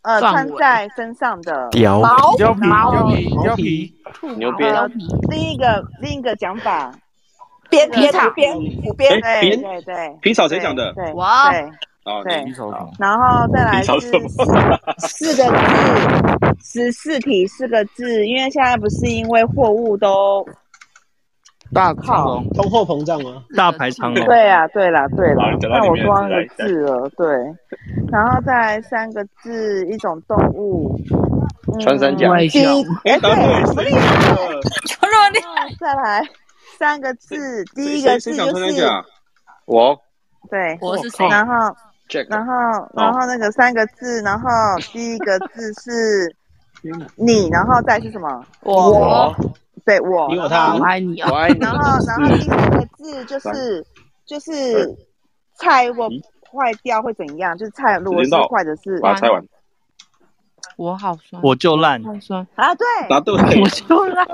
D: 呃
F: 钻
D: 穿
F: 尾
D: 在身上的
C: 貂
F: 毛
I: 貂皮
F: 毛
I: 貂皮
E: 毛
I: 貂
E: 皮
I: 皮，
K: 牛鞭、
D: 呃另一个另一个讲法，
H: 边
D: 那个
H: 边虎边虎边，
A: 哎
D: 对
A: 平
D: 对对，
A: 平少谁讲的？
D: 对
F: 哇
D: 对，
A: 哦，
D: 对
A: 你好
D: 然后再来
A: 平少
D: 是
A: 什么？
D: 四个字，十四题四个字，因为现在不是因为货物都
I: 大长
D: 靠，
I: 龙，
E: 通货膨胀吗？
I: 大排长
L: 哦
I: 龙，
D: 对啊，对啦，对啦
A: 好你，讲到
D: 那
A: 里
D: 我
A: 面
D: 说那
A: 的字
D: 个
A: 来
D: 字
E: 啊
D: 了，对，然后再来三个字，一种动物，
K: 穿山甲
D: 嗯第一，
A: 哎，答对，
D: 对，
A: 谁讲的？
D: 然后再来三个字，第一个字
A: 谁谁
D: 就
A: 讲穿山
D: 是
A: 甲？
K: 我
D: 对，
B: 我是谁？
D: 然后
K: Jack
D: 然后然后那个三个字，然后第一个字是你，然后再是什么？
F: 我
D: 对我，
E: 你有
D: 然后
E: 他
F: 我爱你
K: 我
F: 哦，
K: 爱你
D: 然，后，然后第三个字就是就是菜如果坏掉会怎样？就是菜如果
I: 时
D: 是
I: 间到
D: 坏的是，
I: 把它拆完。
F: 我好酸，
I: 我就烂，
F: 好酸
D: 啊！对，
I: 答 对，我
F: 就烂。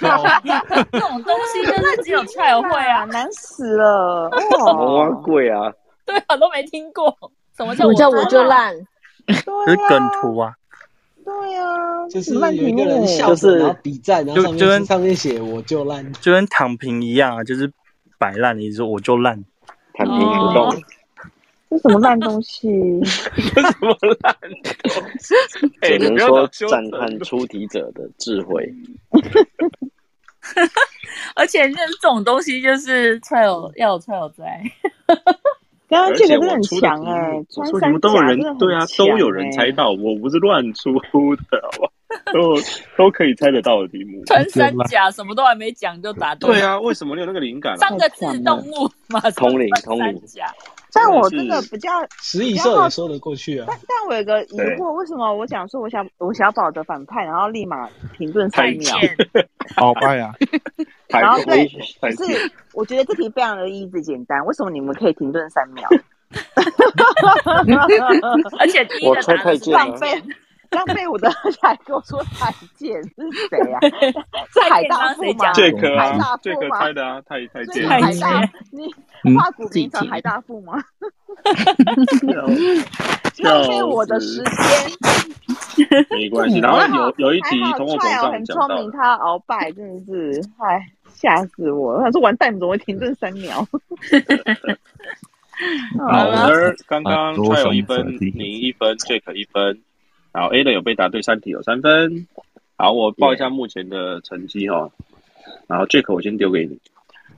B: 这种东西就是只有菜有会啊，
D: 难死了。
K: 什么蛙贵啊？
B: 对啊，都没听过。什么叫
N: 什么叫
B: 我
N: 我就烂？
I: 是梗图啊，
D: 对啊，
E: 就是有一个人笑
I: 就
E: 着，
I: 是
E: 然后比赞，然后
I: 就
E: 上面
I: 就跟
E: 上面写我就烂，
I: 就跟躺平一样啊，就是摆烂的意思，我就烂，
K: 躺
E: 平不动哦
D: 这什么烂东西？
K: 只
I: 你
K: 能
I: 不要
K: 说
I: 老羞
K: 赞
I: 耻
K: 叹出题者的智慧。
B: 而且这这种东西就是菜有要有菜有灾。
D: 嗯 刚
A: 而
D: 刚这
A: 且
D: 个真的
A: 我
D: 很
A: 出的
D: 强
A: 题
D: 哎、
A: 目，我
D: 穿
A: 出的题
D: 山
A: 目都有
D: 甲
A: 人
D: 真的很
A: 对啊，
D: 强
A: 都有人猜
D: 哎
A: 到，我不是乱出的，好不好？都都可以猜得到的题目。
B: 穿山甲什么都还没讲就答
A: 对
B: 了，
A: 啊，为什么你有那个灵感啊？
B: 三个字动物马上
A: 通灵
B: 穿山甲。
D: 但我真的比较，
E: 十以上也说得过去啊。
D: 但我有个疑
E: 对
D: 惑，为什么我想说我想我小宝的反派，然后立马停顿三秒，
I: 好拜 啊！
D: 然后对，
I: 太
D: 可是我觉得这题非常的 easy 简单，为什么你们可以停顿三秒？
B: 而且第一个答的是
D: 浪
B: 浪
D: 费
B: 费，
D: 浪费我的 还跟我说再见是谁 呀、是海大富吗？
A: 杰克
D: 海
A: 啊
D: 大，
A: 杰
D: 富
A: 克
D: 吗？
A: 猜的啊，太太
D: 所以
A: 贱
D: 你
A: 了。
D: 海大，你
A: 嗯
D: 化骨名成海大富吗？浪费我的时间，
A: 没关系。
D: 还
A: 然
D: 好
A: 后有有一题
D: 啊还好
A: 通货膨
D: 踹哦
A: 胀
D: 很
A: 讲
D: 聪
A: 到
D: 明，
A: 了，
D: 他鳌拜真的是，哎，吓死我！他说完蛋，你怎么会停顿三秒？
A: 好的，刚
M: 啊
A: 刚
M: 多
A: try
M: 少
A: 有一
M: 分
A: 分，您一分，Jack 一分，然后 A 的有被答对三题有三分。好，我报一下目前的成绩哦。然后 Jack 我先丢给你。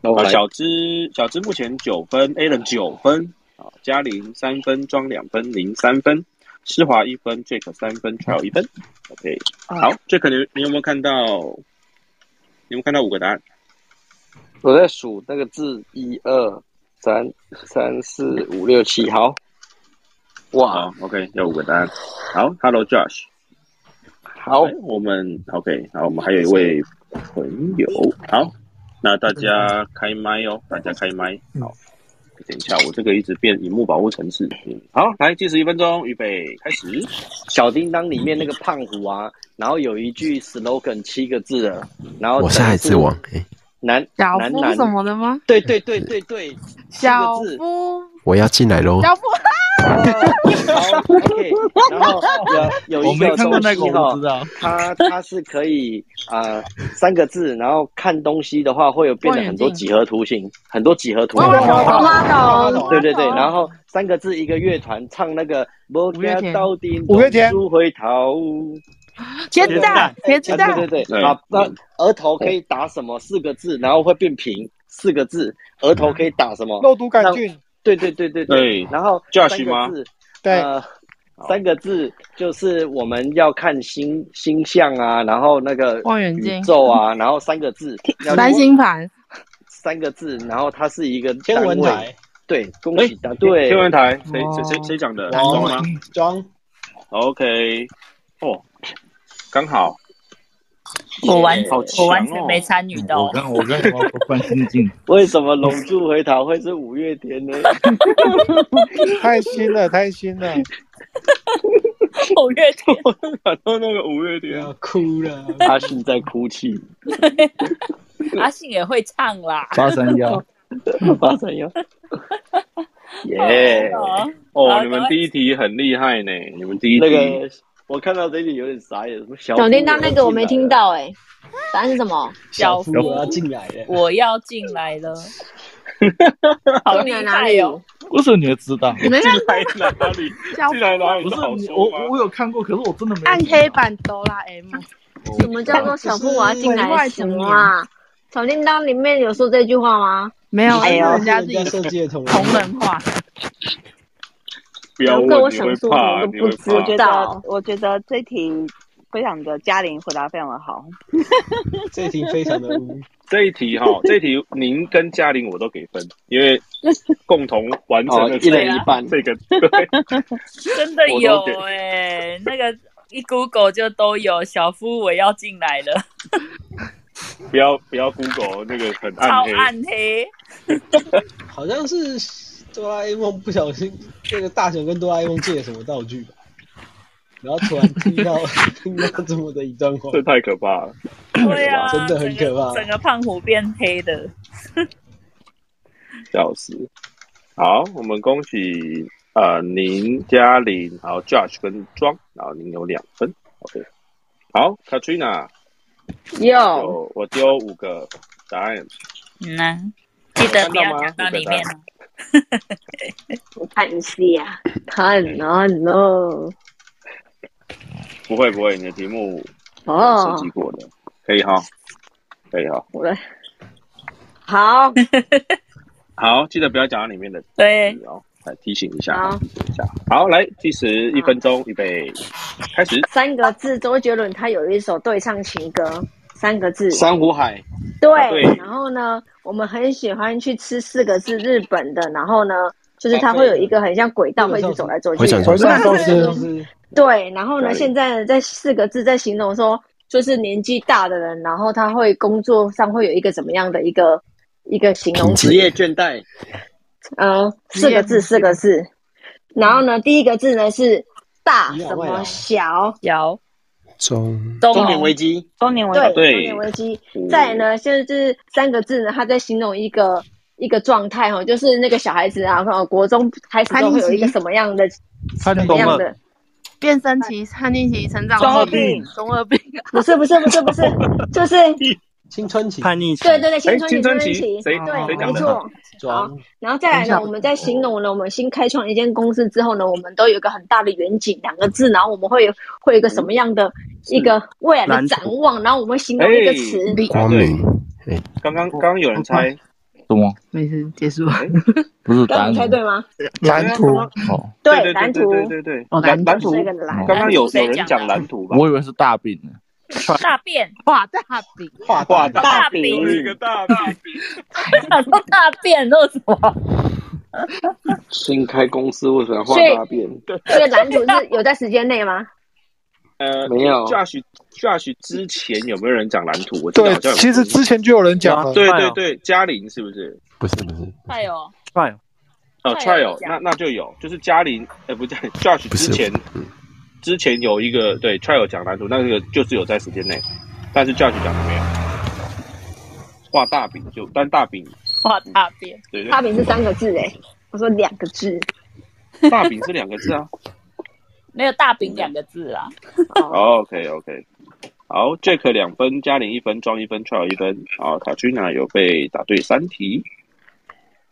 K: 那我
A: 啊
K: 来
A: 小芝小芝目前九分，A 的九分，好，嘉玲三分，庄两分，零三分，施华一分，Jack 三分，try 有一分。OK，好，Jack 你你有没有看到？你有没有看到五个答案？
K: 我在数那个字，一二三三四五六七，好，
A: 哇、o k 有五个答案。好，Hello Josh。
K: 好，
A: 我们 OK，好，我们还有一位朋友。好，那大家开麦哦，大家开麦。
M: 嗯
A: 好，等一下，我这个一直变荧幕保护城市。嗯好，来计时一分钟，预备开始。
K: 小叮当里面那个胖虎啊，然后有一句 slogan 七个字的，然后
C: 我是海之王，哎、
K: 男
F: 小
K: 男
F: 夫
K: 男
F: 什么的吗？
K: 对对对对对，
F: 小夫，
C: 我要进来喽。
F: 小夫，
K: OK，然后啊有有
I: 我
K: 一
I: 没
K: 个
I: 看过
K: 东
I: 那个
K: 西
I: 我
K: 哈
I: 不知道，
K: 它它是可以啊三个字，然后看东西的话会有变成很多
F: 望远镜
K: 几何图形，很多几何图
F: 万
K: 形。
F: 花筒万花筒
K: 对对对，
F: 万花筒
K: 然后三个字一个乐团唱那个我
F: 五月天
K: 到底
F: 五月天
K: 不回头。
F: 茄子蛋茄子蛋
K: 对对对，
F: 对
K: 好，那额头可以打什么四个字，然后会变平四个字，额头可以打什么？
O: 肉毒
P: 哎
O: 杆菌
K: 那。对对对对对，
A: 对
K: 然后
A: ，Josh
K: 三
A: 吗
K: 个字，
O: 对
K: 呃，三个字就是我们要看星星象啊，然后那个
F: 望远镜
K: 宇宙啊，然后三个字，要
F: 三星盘，
K: 三个字，然后它是一个
A: 天文
K: 单位
A: 台。
K: 对，恭喜答对。
A: 天文台，谁谁谁谁讲的？
K: 然后
A: 装吗？
E: 装。
A: OK，哦，刚
B: 哦
A: 好。
B: 我完
K: 好强哦嗯
B: 我完全没参与到。
M: 我刚刚换心境，
K: 为什么《龙珠回逃》会是五月天 呢？
O: 太新了，太新了。
B: 五月天，
A: 想到那个五月天，
E: 要哭了。
K: 阿信在哭泣。
B: 阿信也会唱啦。
K: 1八三 幺，
A: 耶、
B: 好好
A: 哦，
B: 好
A: 你们第一题很厉害呢，你们第一题。
K: 那个我看到这里有点傻眼，什么小啊
N: 小叮当那个我没听到哎、答案是什么？
B: 小夫
E: 我要进来了，
B: 我要进来 了，好厉
N: 进来哪
B: 害
N: 里？
B: 哦！
I: 为什么你会知道？
F: 你没看
A: 过哪里？
F: 小夫啊
I: 不是你我我有看过，可是我真的没有
F: 暗黑版哆啦 A 梦，
N: 什么叫做小夫我要进来什么啊？小叮当里面有说这句话吗？
F: 没有，
N: 哎
F: 是
N: 呦
F: 人家自己
E: 设计的同
F: 同人化。
A: 不要问，
N: 哥我
A: 你
N: 想
A: 会
N: 说
A: 怕，
N: 什么都
A: 你
N: 不
A: 会
N: 知
A: 怕。
D: 我觉得，我觉得这题非常的嘉玲回答非常的好，
E: 这题非常的 污。
A: 这一题哈，这一题您跟嘉玲我都给分，因为共同完成了
K: 哦
A: 这个、
K: 一人一半
A: 这个对，
B: 真的
A: 我
B: 有
A: 都给
B: 哎、那个一 Google 就都有。小夫我要进来了，
A: 不要不要 Google 那个很暗
B: 超
A: 黑。
B: 暗黑。
E: 好像是
L: 哆啦 A 梦不小心那个大雄跟哆啦 A 梦借了什么道具吧，然后突然听到 听到这么的一段话，
A: 这太可怕了。
B: 对啊，
L: 真的很
B: 整个
L: 可怕
B: 整个胖虎变黑的。
A: 笑死！好，我们恭喜呃林嘉玲，然后 Josh 跟庄，然后您有两分，OK。好，Katrina
B: 哟，
A: 有我丢五个答案，
B: 嗯
N: 啊
B: 呐，记得不 要讲到里面哦。
N: 我看一下，看啊 no，
A: 不会不会，你的题目
N: 哦
A: 设计过的，可以哈，可以哈。
N: 我来，好，
A: 好，记得不要讲到里面的，哦
N: 对，
A: 来提醒一下
N: 好，
A: 提醒一下。好，来计时一分钟，预备，开始。
N: 三个字，周杰伦他有一首对唱情歌，三个字，
K: 珊瑚海，
N: 对，
K: 啊对
N: 然后呢，我们很喜欢去吃四个字日本的，然后呢，就是它会有一个很像轨道，会一直走来走去。
E: 回转寿司回转寿
L: 司。
N: 对，然后
E: 哪
N: 呢，
E: 里
N: 现在在四个字在形容说，就是年纪大的人，然后他会工作上会有一个怎么样的一个一个形容词
K: 职？业倦怠，
N: 呃，四个字，四个字。然后呢，第一个字呢是大
K: 倚老
N: 什
K: 卖老
N: 么小小
E: 中
N: 中
K: 中年危机，
B: 中年
N: 对，
K: 对
N: 中年危机。再来呢，现在就是三个字呢，它在形容一个一个状态哈，就是那个小孩子啊，哈国中开始都会有一个什么样的
O: 叛逆
N: 什么样的？
F: 变声期、叛逆期、成长期、
N: 中二病
F: 中二病，
N: 不是不是不是 不是，就是
L: 青春期
O: 叛逆期，
N: 对对对，青
O: 哎
N: 春
O: 青春
N: 期，
O: 期，
N: 对，
O: 谁谁
N: 没
O: 讲的
N: 错。
L: 好，
N: 然后再来
O: 等一下
N: 呢，我们在形容了我们新开创一间公司之后呢，我们都有一个很大的远景两个字，然后我们会有会有一个什么样的一个未来的
A: 嗯蓝
N: 展望，然后我们形容一个
A: 哎
N: 词，
A: 光明。哎刚刚刚刚有人猜
O: 什么？
F: 没事，结束。
O: 不是
N: 刚刚你猜对吗？
O: 哦，
N: 对，
A: 对
N: 蓝
A: 对
N: 图，
A: 对对对
O: 哦蓝
A: 蓝
O: 图
A: 蓝
N: 那
A: 图
N: 个蓝，
A: 刚刚有有人
O: 讲
A: 蓝图
O: 吧？我以为是大饼呢。
B: 大便
F: 画大饼，
L: 画
O: 画
B: 大饼，
O: 一个
A: 大饼。
B: 想说大 便都是什么？
K: 新开公司为什么要画
N: 所以
K: 大便？
N: 所以蓝图是有在时间内吗？
A: 呃
K: 没有
A: Josh Josh 之前有没有人讲蓝图？我记得
P: 对
A: 好像，有
P: 其实之前就有人讲了，
A: 对对对，嘉玲是不是？
E: 不是不是
B: 快哦，
O: trial
A: 呃
B: trial
A: trial 那那就有，就是嘉玲呃不是 Josh 之前之前有一个对 trial 讲蓝图，那个就是有在时间内，但是 Josh 讲的没有。画大饼就，但大饼
B: 画大便，
A: 对对，
N: 大饼是三个字哎，我说两个字，
A: 大饼是两个 字啊。
B: 没有大饼两个字啊啦。
N: 哦
A: 哦 OK OK，好，Jack 两分，嘉玲一分，庄一分，Trial 一分。好，卡君娜有被答对三题，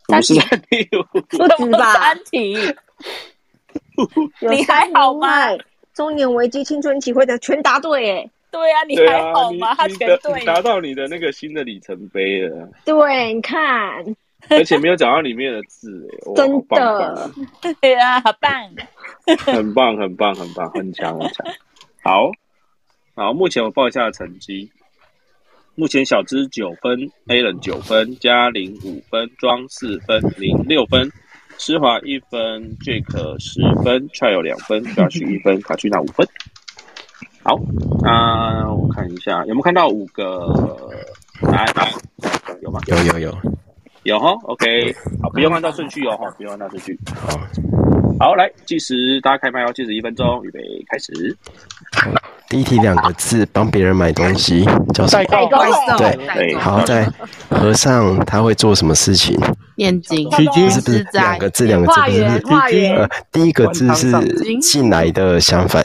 A: 五十三题，
N: 不止吧？
B: 三题，
N: 你还好吗？中年危机、青春期会的全答对哎，
B: 对啊， 你
A: 对
B: 还
A: 啊，
B: 好
A: 你
B: 吗？他
A: 你
B: 全
A: 的
B: 对
A: 你
B: 了
A: 达到你的那个新的里程碑了，
N: 对，你看，
A: 而且没有讲到里面的字，哎，哇，好
N: 真
A: 棒
N: 的，
B: 对啊，好棒！
A: 棒 很棒，很棒，很棒，很强，很强。好，好，目前我报一下成绩。目前小芝九分，Allen 九分，嘉玲五分，庄四分，零六分，施华一分，Jake 十分，Trial 两分，Josh 一分，卡去娜五分。好，那、我看一下有没有看到五个答案？答案有吗？
E: 有有有，
A: 有哈，OK，好，不用按照顺序哦，哈，不用按照顺序。好，来计时，大家开麦哦，计时一分钟，预备开始。
E: 第一题两个字，帮别人买东西叫什么？
A: 代购代购代
E: 对，
A: 购
E: 好，在和尚他会做什么事情？
F: 念经，
E: 不是不
F: 是
E: 是两个字，两个字
F: 化
E: 不是
F: 缘，化缘，
E: 呃，第一个字是进来的相反，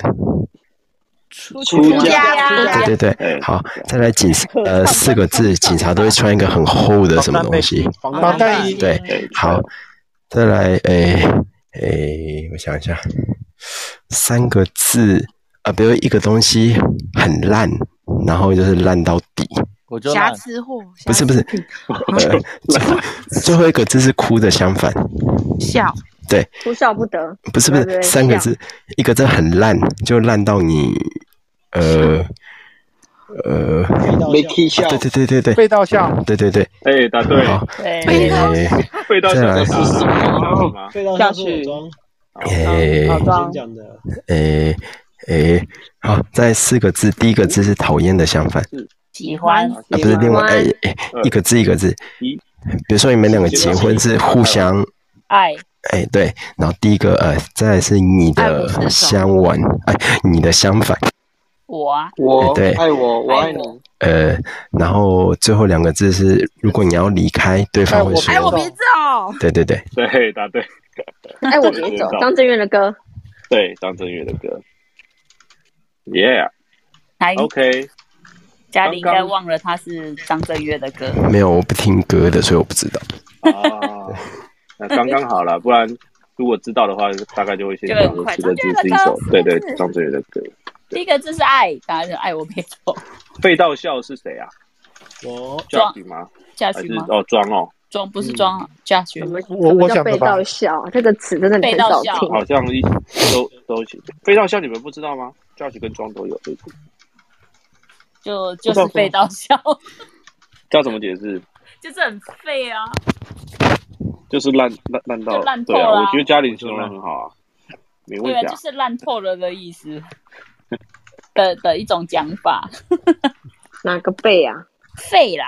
A: 出
F: 家
E: 对对对，好，再来警呃四个字，警察都会穿一个很厚的什么东西，
P: 防弹衣
E: 对，好，再来诶诶，我想一下，三个字啊，比如一个东西很烂，然后就是烂到底，
O: 我就
F: 瑕疵货，
E: 不是不是，呃，最最后一个字是哭的相反，
F: 笑，
E: 对，
N: 哭笑不得，
E: 不是不
N: 对
E: 是
N: 对哎
E: 三个字，一个字很烂，就烂到你 呃呃
K: 被踢笑
E: 啊对对对对对，
P: 被盗笑，
E: 对对对，
A: 哎，答对，
E: 好，哎
A: 被盗
E: 诶
A: 被盗
E: 再来
A: 笑是什么？
L: 被盗笑是我装，
E: 诶
D: 嗯
L: 老庄讲的
E: 诶诶，哎好，再四个字，第一个字是讨厌的相反
D: 嗯
B: 喜欢
E: 啊，不是另
C: 哎
E: 外嗯诶诶，一个字一个字，比如说你们两个结婚是互相
B: 爱
C: 哎，对，然后第一个呃，再来是你
B: 爱
C: 的
B: 不释手
C: 相吻，哎，你的相反，
B: 我啊，
C: 我对爱
K: 我，
B: 我爱你。
C: 呃，然后最后两个字是，如果你要离开，对方会说，
N: 哎，我别走，
C: 对对对，
A: 对，答对，
N: 哎，我别 走，张震岳的歌，
A: 对，张震岳的歌，Yeah，OK，、
B: 哪一
A: OK
B: 家里应该忘了他是张震岳的歌。
C: 没有，我不听歌的，所以我不知道。
A: 啊，那刚刚好了，不然如果知道的话，大概就会先
B: 就
A: 想
B: 很
A: 说
B: 快
A: 四个字
B: 张震
A: 是
B: 岳
A: 一
B: 的
A: 首
B: 歌，
A: 对
B: 四
A: 对
B: 个，字
A: 张震岳的歌。
B: 第一个字是爱，答案是爱我别走。
A: 费道孝是谁啊？
B: 我
A: 嘉
B: 装
A: 许吗？
B: 嘉
A: 还
B: 许
A: 是
B: 吗？
A: 哦庄哦，
B: 装不是装啊，嘉许。
O: 我我想的
N: 被
O: 吧
N: 盗笑这个词真的
B: 被
N: 很
B: 盗
N: 少
B: 笑
N: 听。
A: 好像一都都行。费道孝你们不知道吗？嘉许跟庄都有，对不对
B: 就就是被盗 笑，
A: 叫怎么解释？
B: 就是很废啊。
A: 就是烂烂烂到
B: 就烂透
A: 对啊，
B: 了啊
A: 我觉得家里形容的很好啊，没问
B: 对
A: 题
B: 啊，
A: 啊
B: 就。是烂透了的意思的的一种讲法，
N: 哪个背啊？
B: 废啦，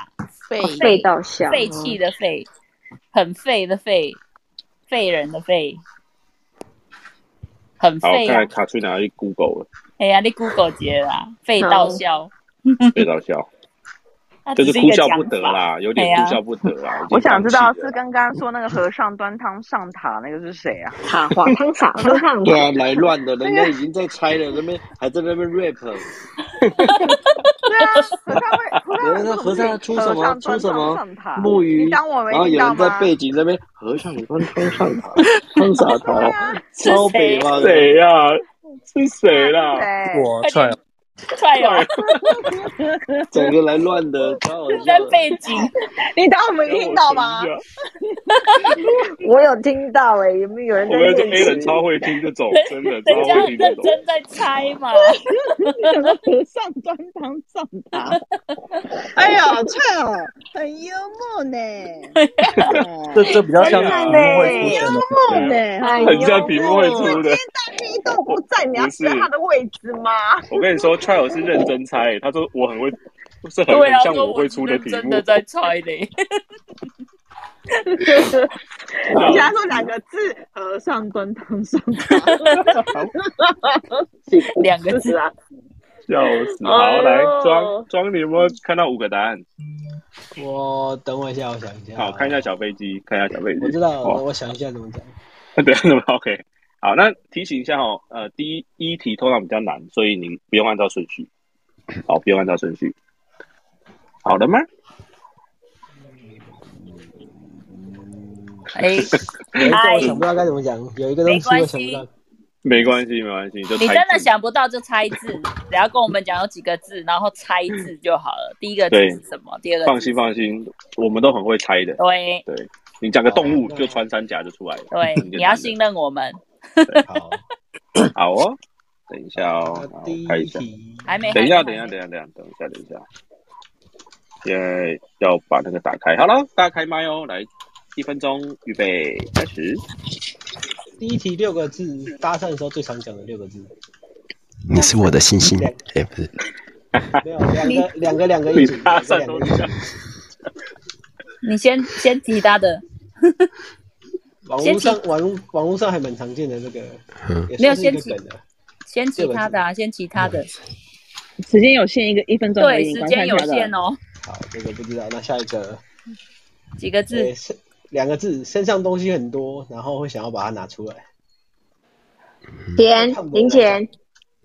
B: 废
N: 哦废到笑
B: 废弃的废，很废的废，废人的废，很
A: 好，
B: 废
A: 看
B: 啊
A: 来！卡翠拿去 Google 了，
B: 哎呀，你 Google 姐啦，废到笑，
A: 费道孝
B: 它
A: 就
B: 只是一
A: 哭
B: 个
A: 笑
B: 讲啊
A: 不得啦，有点哭笑不得 啦。
Q: 我想知道
A: 已经放弃了
Q: 是刚刚说那个和尚端汤上塔那个是谁啊？
N: 塔华 汤
D: 哎
N: 塔和尚
K: 对啊，来乱的，人家 已经在猜了，那边还在那边 rap。人 家和尚出什么出什么木鱼，
Q: 你当我没
K: 然后
Q: 听
K: 有
Q: 到
K: 人在
Q: 吗？
K: 背景那边和尚端汤上塔，汤上塔，超北嘛的
A: 谁呀？是谁啦？
K: 我踹了，
B: 踹 了，
K: 整个来乱的，超好笑
B: 在。背景，
N: 你当我没听到吗？ 我有听到哎，有没有人
A: 我
N: 在
A: 们这
N: 练
A: A
N: 习？
A: 人超会听这种，真的超
B: 人家
A: 会
B: 很
A: 听这
B: 认
A: 种。
B: 真在猜嘛。
D: 有个和尚端汤上塔， 哎呀，菜哦，很幽默呢，
L: 这这比较像
D: 哎呀
L: 题目会出现
D: 幽
L: 的。
D: 默呢，哎
A: 很像题目会出的。
N: 第一都不在，你要知道他的位置吗？
A: 我跟你说 t r i 是认真猜，他说我很会，是很
B: 对啊，
A: 很像
B: 说
A: 我会
B: 是
A: 出的
B: 认
A: 题
B: 真
A: 目
B: 的。在猜嘞。
D: 你想说两个字，和尚端汤上塔，
B: 两个字
N: 啊，
A: 笑
B: 哎
A: 死！好，来庄庄，你有没有看到五个答案？
E: 我等我一下，我想一下。
A: 好，看一下小飞机，看一下小飞机。
E: 我知道，
A: 哦
E: 我我想一下怎么讲。
A: 对，那么 OK。好，那提醒一下哦，呃，第一一题通常比较难，所以您不用按照顺序。好，不用按照顺序。好了吗？
B: 哎，
E: 有一个我想不到该怎么讲，有一个东西我想不到。
A: 没关系，没关系，就
B: 你
A: 猜
B: 真的
A: 字
B: 想不到就猜字， 然后跟我们讲有几个字，然后猜字就好了。第一个字
A: 对
B: 是什么？第二个
A: 放
B: 字
A: 心放心，我们都很会猜的。
B: 对
A: 对，你讲个动
E: 哦
A: 物就穿山甲就出来了。
B: 对
A: 很，简单
B: 你要信任我们。
A: 好哦，等一下哦，好
E: 第一
A: 看一下。
B: 还没
A: 等一下，
B: 还没
A: 等一下，等一下，等一下，等一下，等一下。现在要把那个打开。好了，大家开麦哦，来，一分钟，预备，开始。
E: 第一题六个字，搭讪的时候最常讲的六个字。
C: 你是我的星星，哎，不是，
E: 没有两个两个两个一组，
A: 搭
E: 讪两个一组。
B: 你先先提他的，
E: 网
B: 先
E: 络
B: 提
E: 上网络网络上还蛮常见的那个，也
B: 没有
E: 算是一
B: 先
E: 个
B: 提
E: 梗啊的。
B: 先提他的啊，先提他的。
Q: 时间有限，一个一分钟而
B: 对，
Q: 已，
B: 时间有限哦，
E: 好，这个不知道。那下一个
B: 几个字
E: 呃是两个字，身上东西很多，然后会想要把它拿出来。
N: 钱零钱，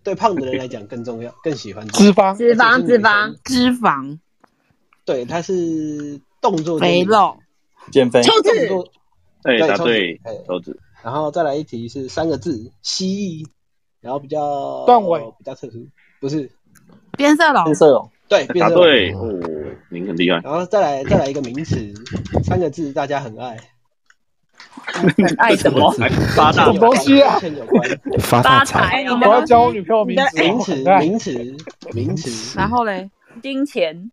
E: 对胖的人来讲更重要，更喜欢
N: 脂肪
E: 而且是女
N: 脂肪
E: 生
N: 脂肪
F: 脂肪，
E: 对，它是动作
F: 肥肉，
L: 减肥
E: 动作。
A: 哎，
E: 对
A: 答
E: 抽
A: 对
E: 纸哎，
A: 手指。
E: 然后再来一题是三个字，蜥蜴，然后比较
L: 断尾
E: 比较特殊，不是
F: 变色龙，
L: 变色龙，
E: 对，变
A: 答
E: 色龙。
A: 对，哦，您很厉害。
E: 然后再来再来一个名词，三个字，大家很爱。
B: 很爱什 么？
A: 发大
E: 什么东西啊？
C: 发大财，
E: 我
O: 我要教我女朋友名字，
E: 名
O: 我
E: 词
O: 很爱
E: 名词名 词，
F: 然后嘞，
B: 金钱、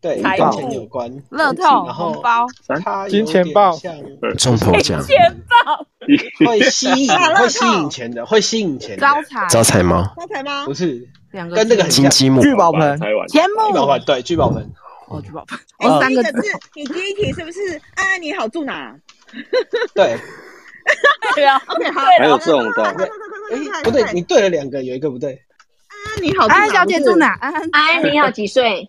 E: 对，
B: 财
E: 跟
B: 富
E: 钱有关，
F: 乐透、
E: 然
F: 红
E: 后
F: 包、
E: 它有
O: 金钱
E: 点
O: 豹
E: 像
C: 中头奖，
B: 哎钱包、
E: 会吸引会吸引钱的，会吸引钱的。
F: 招财、
C: 招财猫，
E: 招财吗？不是，
F: 两个字
E: 跟那个很
C: 金
E: 像
C: 鸡母，
L: 宝盆
A: 猜完。
F: 钱
E: 聚宝
F: 木，
E: 盆，对，聚宝盆。
F: 哦，聚宝盆，
Q: 你
F: 哦，三
Q: 第一
F: 个
Q: 个
F: 字，
Q: 字，你第一题是不是？啊，你好住哪？
E: 对，
B: 对 啊
D: ，OK，好，
K: 还有这种的，
E: 哎不对，你对了两个，有一个不对。
D: 安你好，
F: 安小姐住哪？
N: 安安你好，几岁？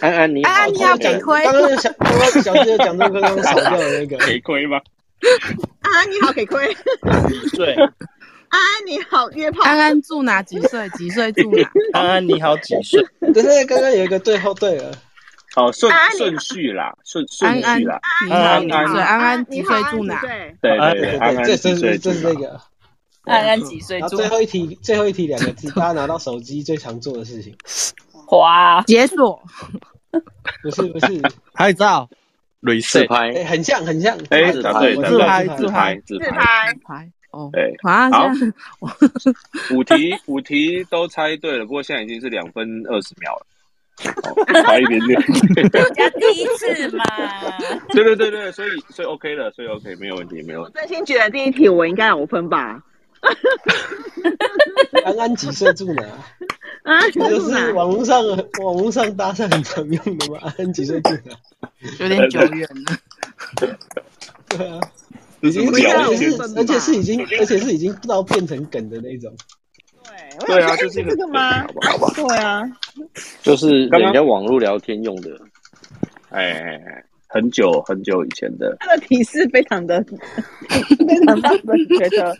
K: 安安你好，
F: 安安你好，给亏。
E: 刚刚小刚刚小姐讲到刚刚少掉的那个，
A: 给亏吗？
D: 安安啊你好，给亏。
I: 对，
D: 安安你好，约炮。
F: 安安住哪？几岁？几岁住哪？
I: 安安你好，几岁？
E: 对对，刚刚有一个对后对了。
A: 哦，顺顺序啦，顺顺
F: 安安
A: 序啦。
F: 你好，几岁？安安几岁住哪？
A: 对
E: 安
A: 对
E: 对
A: 对，安安
E: 这
A: 几
E: 是
A: 岁
E: 这是
A: 住
E: 那
A: 哪
E: 个。
B: 安安几岁
E: 然后
B: 住
E: 最？后一题，最后一题两个字，大家拿到手机最常做的事情，
B: 哇，
F: 解锁
E: 不是不是，
I: 拍照，
K: 屡自拍，
E: 哎，很像很像，
A: 哎，
E: 自
A: 答对，
E: 我
A: 答
E: 自
A: 对
E: 拍
A: 自
E: 自
A: 拍，自
N: 自
A: 拍。
N: 拍，
F: 拍哦，
A: 对，
R: 啊
F: 哇，
A: 好，
F: 现在
A: 五题五题都猜对了，不过现在已经是两分二十秒了，哦，差一点 点。
B: 人家第一次嘛，
A: 对对对对，所以所以 OK 了，所以 OK 没有问题，没有问题。
D: 真心觉得第一题我应该有分吧？
E: 安安几岁住哪？
D: 啊，
E: 这就是网络上网络上搭讪很常用的嘛。 安安几岁住哪？
F: 有点久远了。
E: 对 啊，
A: 已
E: 已经
A: 聊
E: 而且
A: 天
E: 是而且是已经而且是已经不知道变成梗的那种。
A: 对啊，就是一个
D: 这个吗？
A: 好吧，
D: 对啊，
K: 就是
A: 刚刚
K: 人家网络聊天用的。
A: 哎哎，哎很久很久以前的，
D: 他的提示非常的，非常让人觉 得，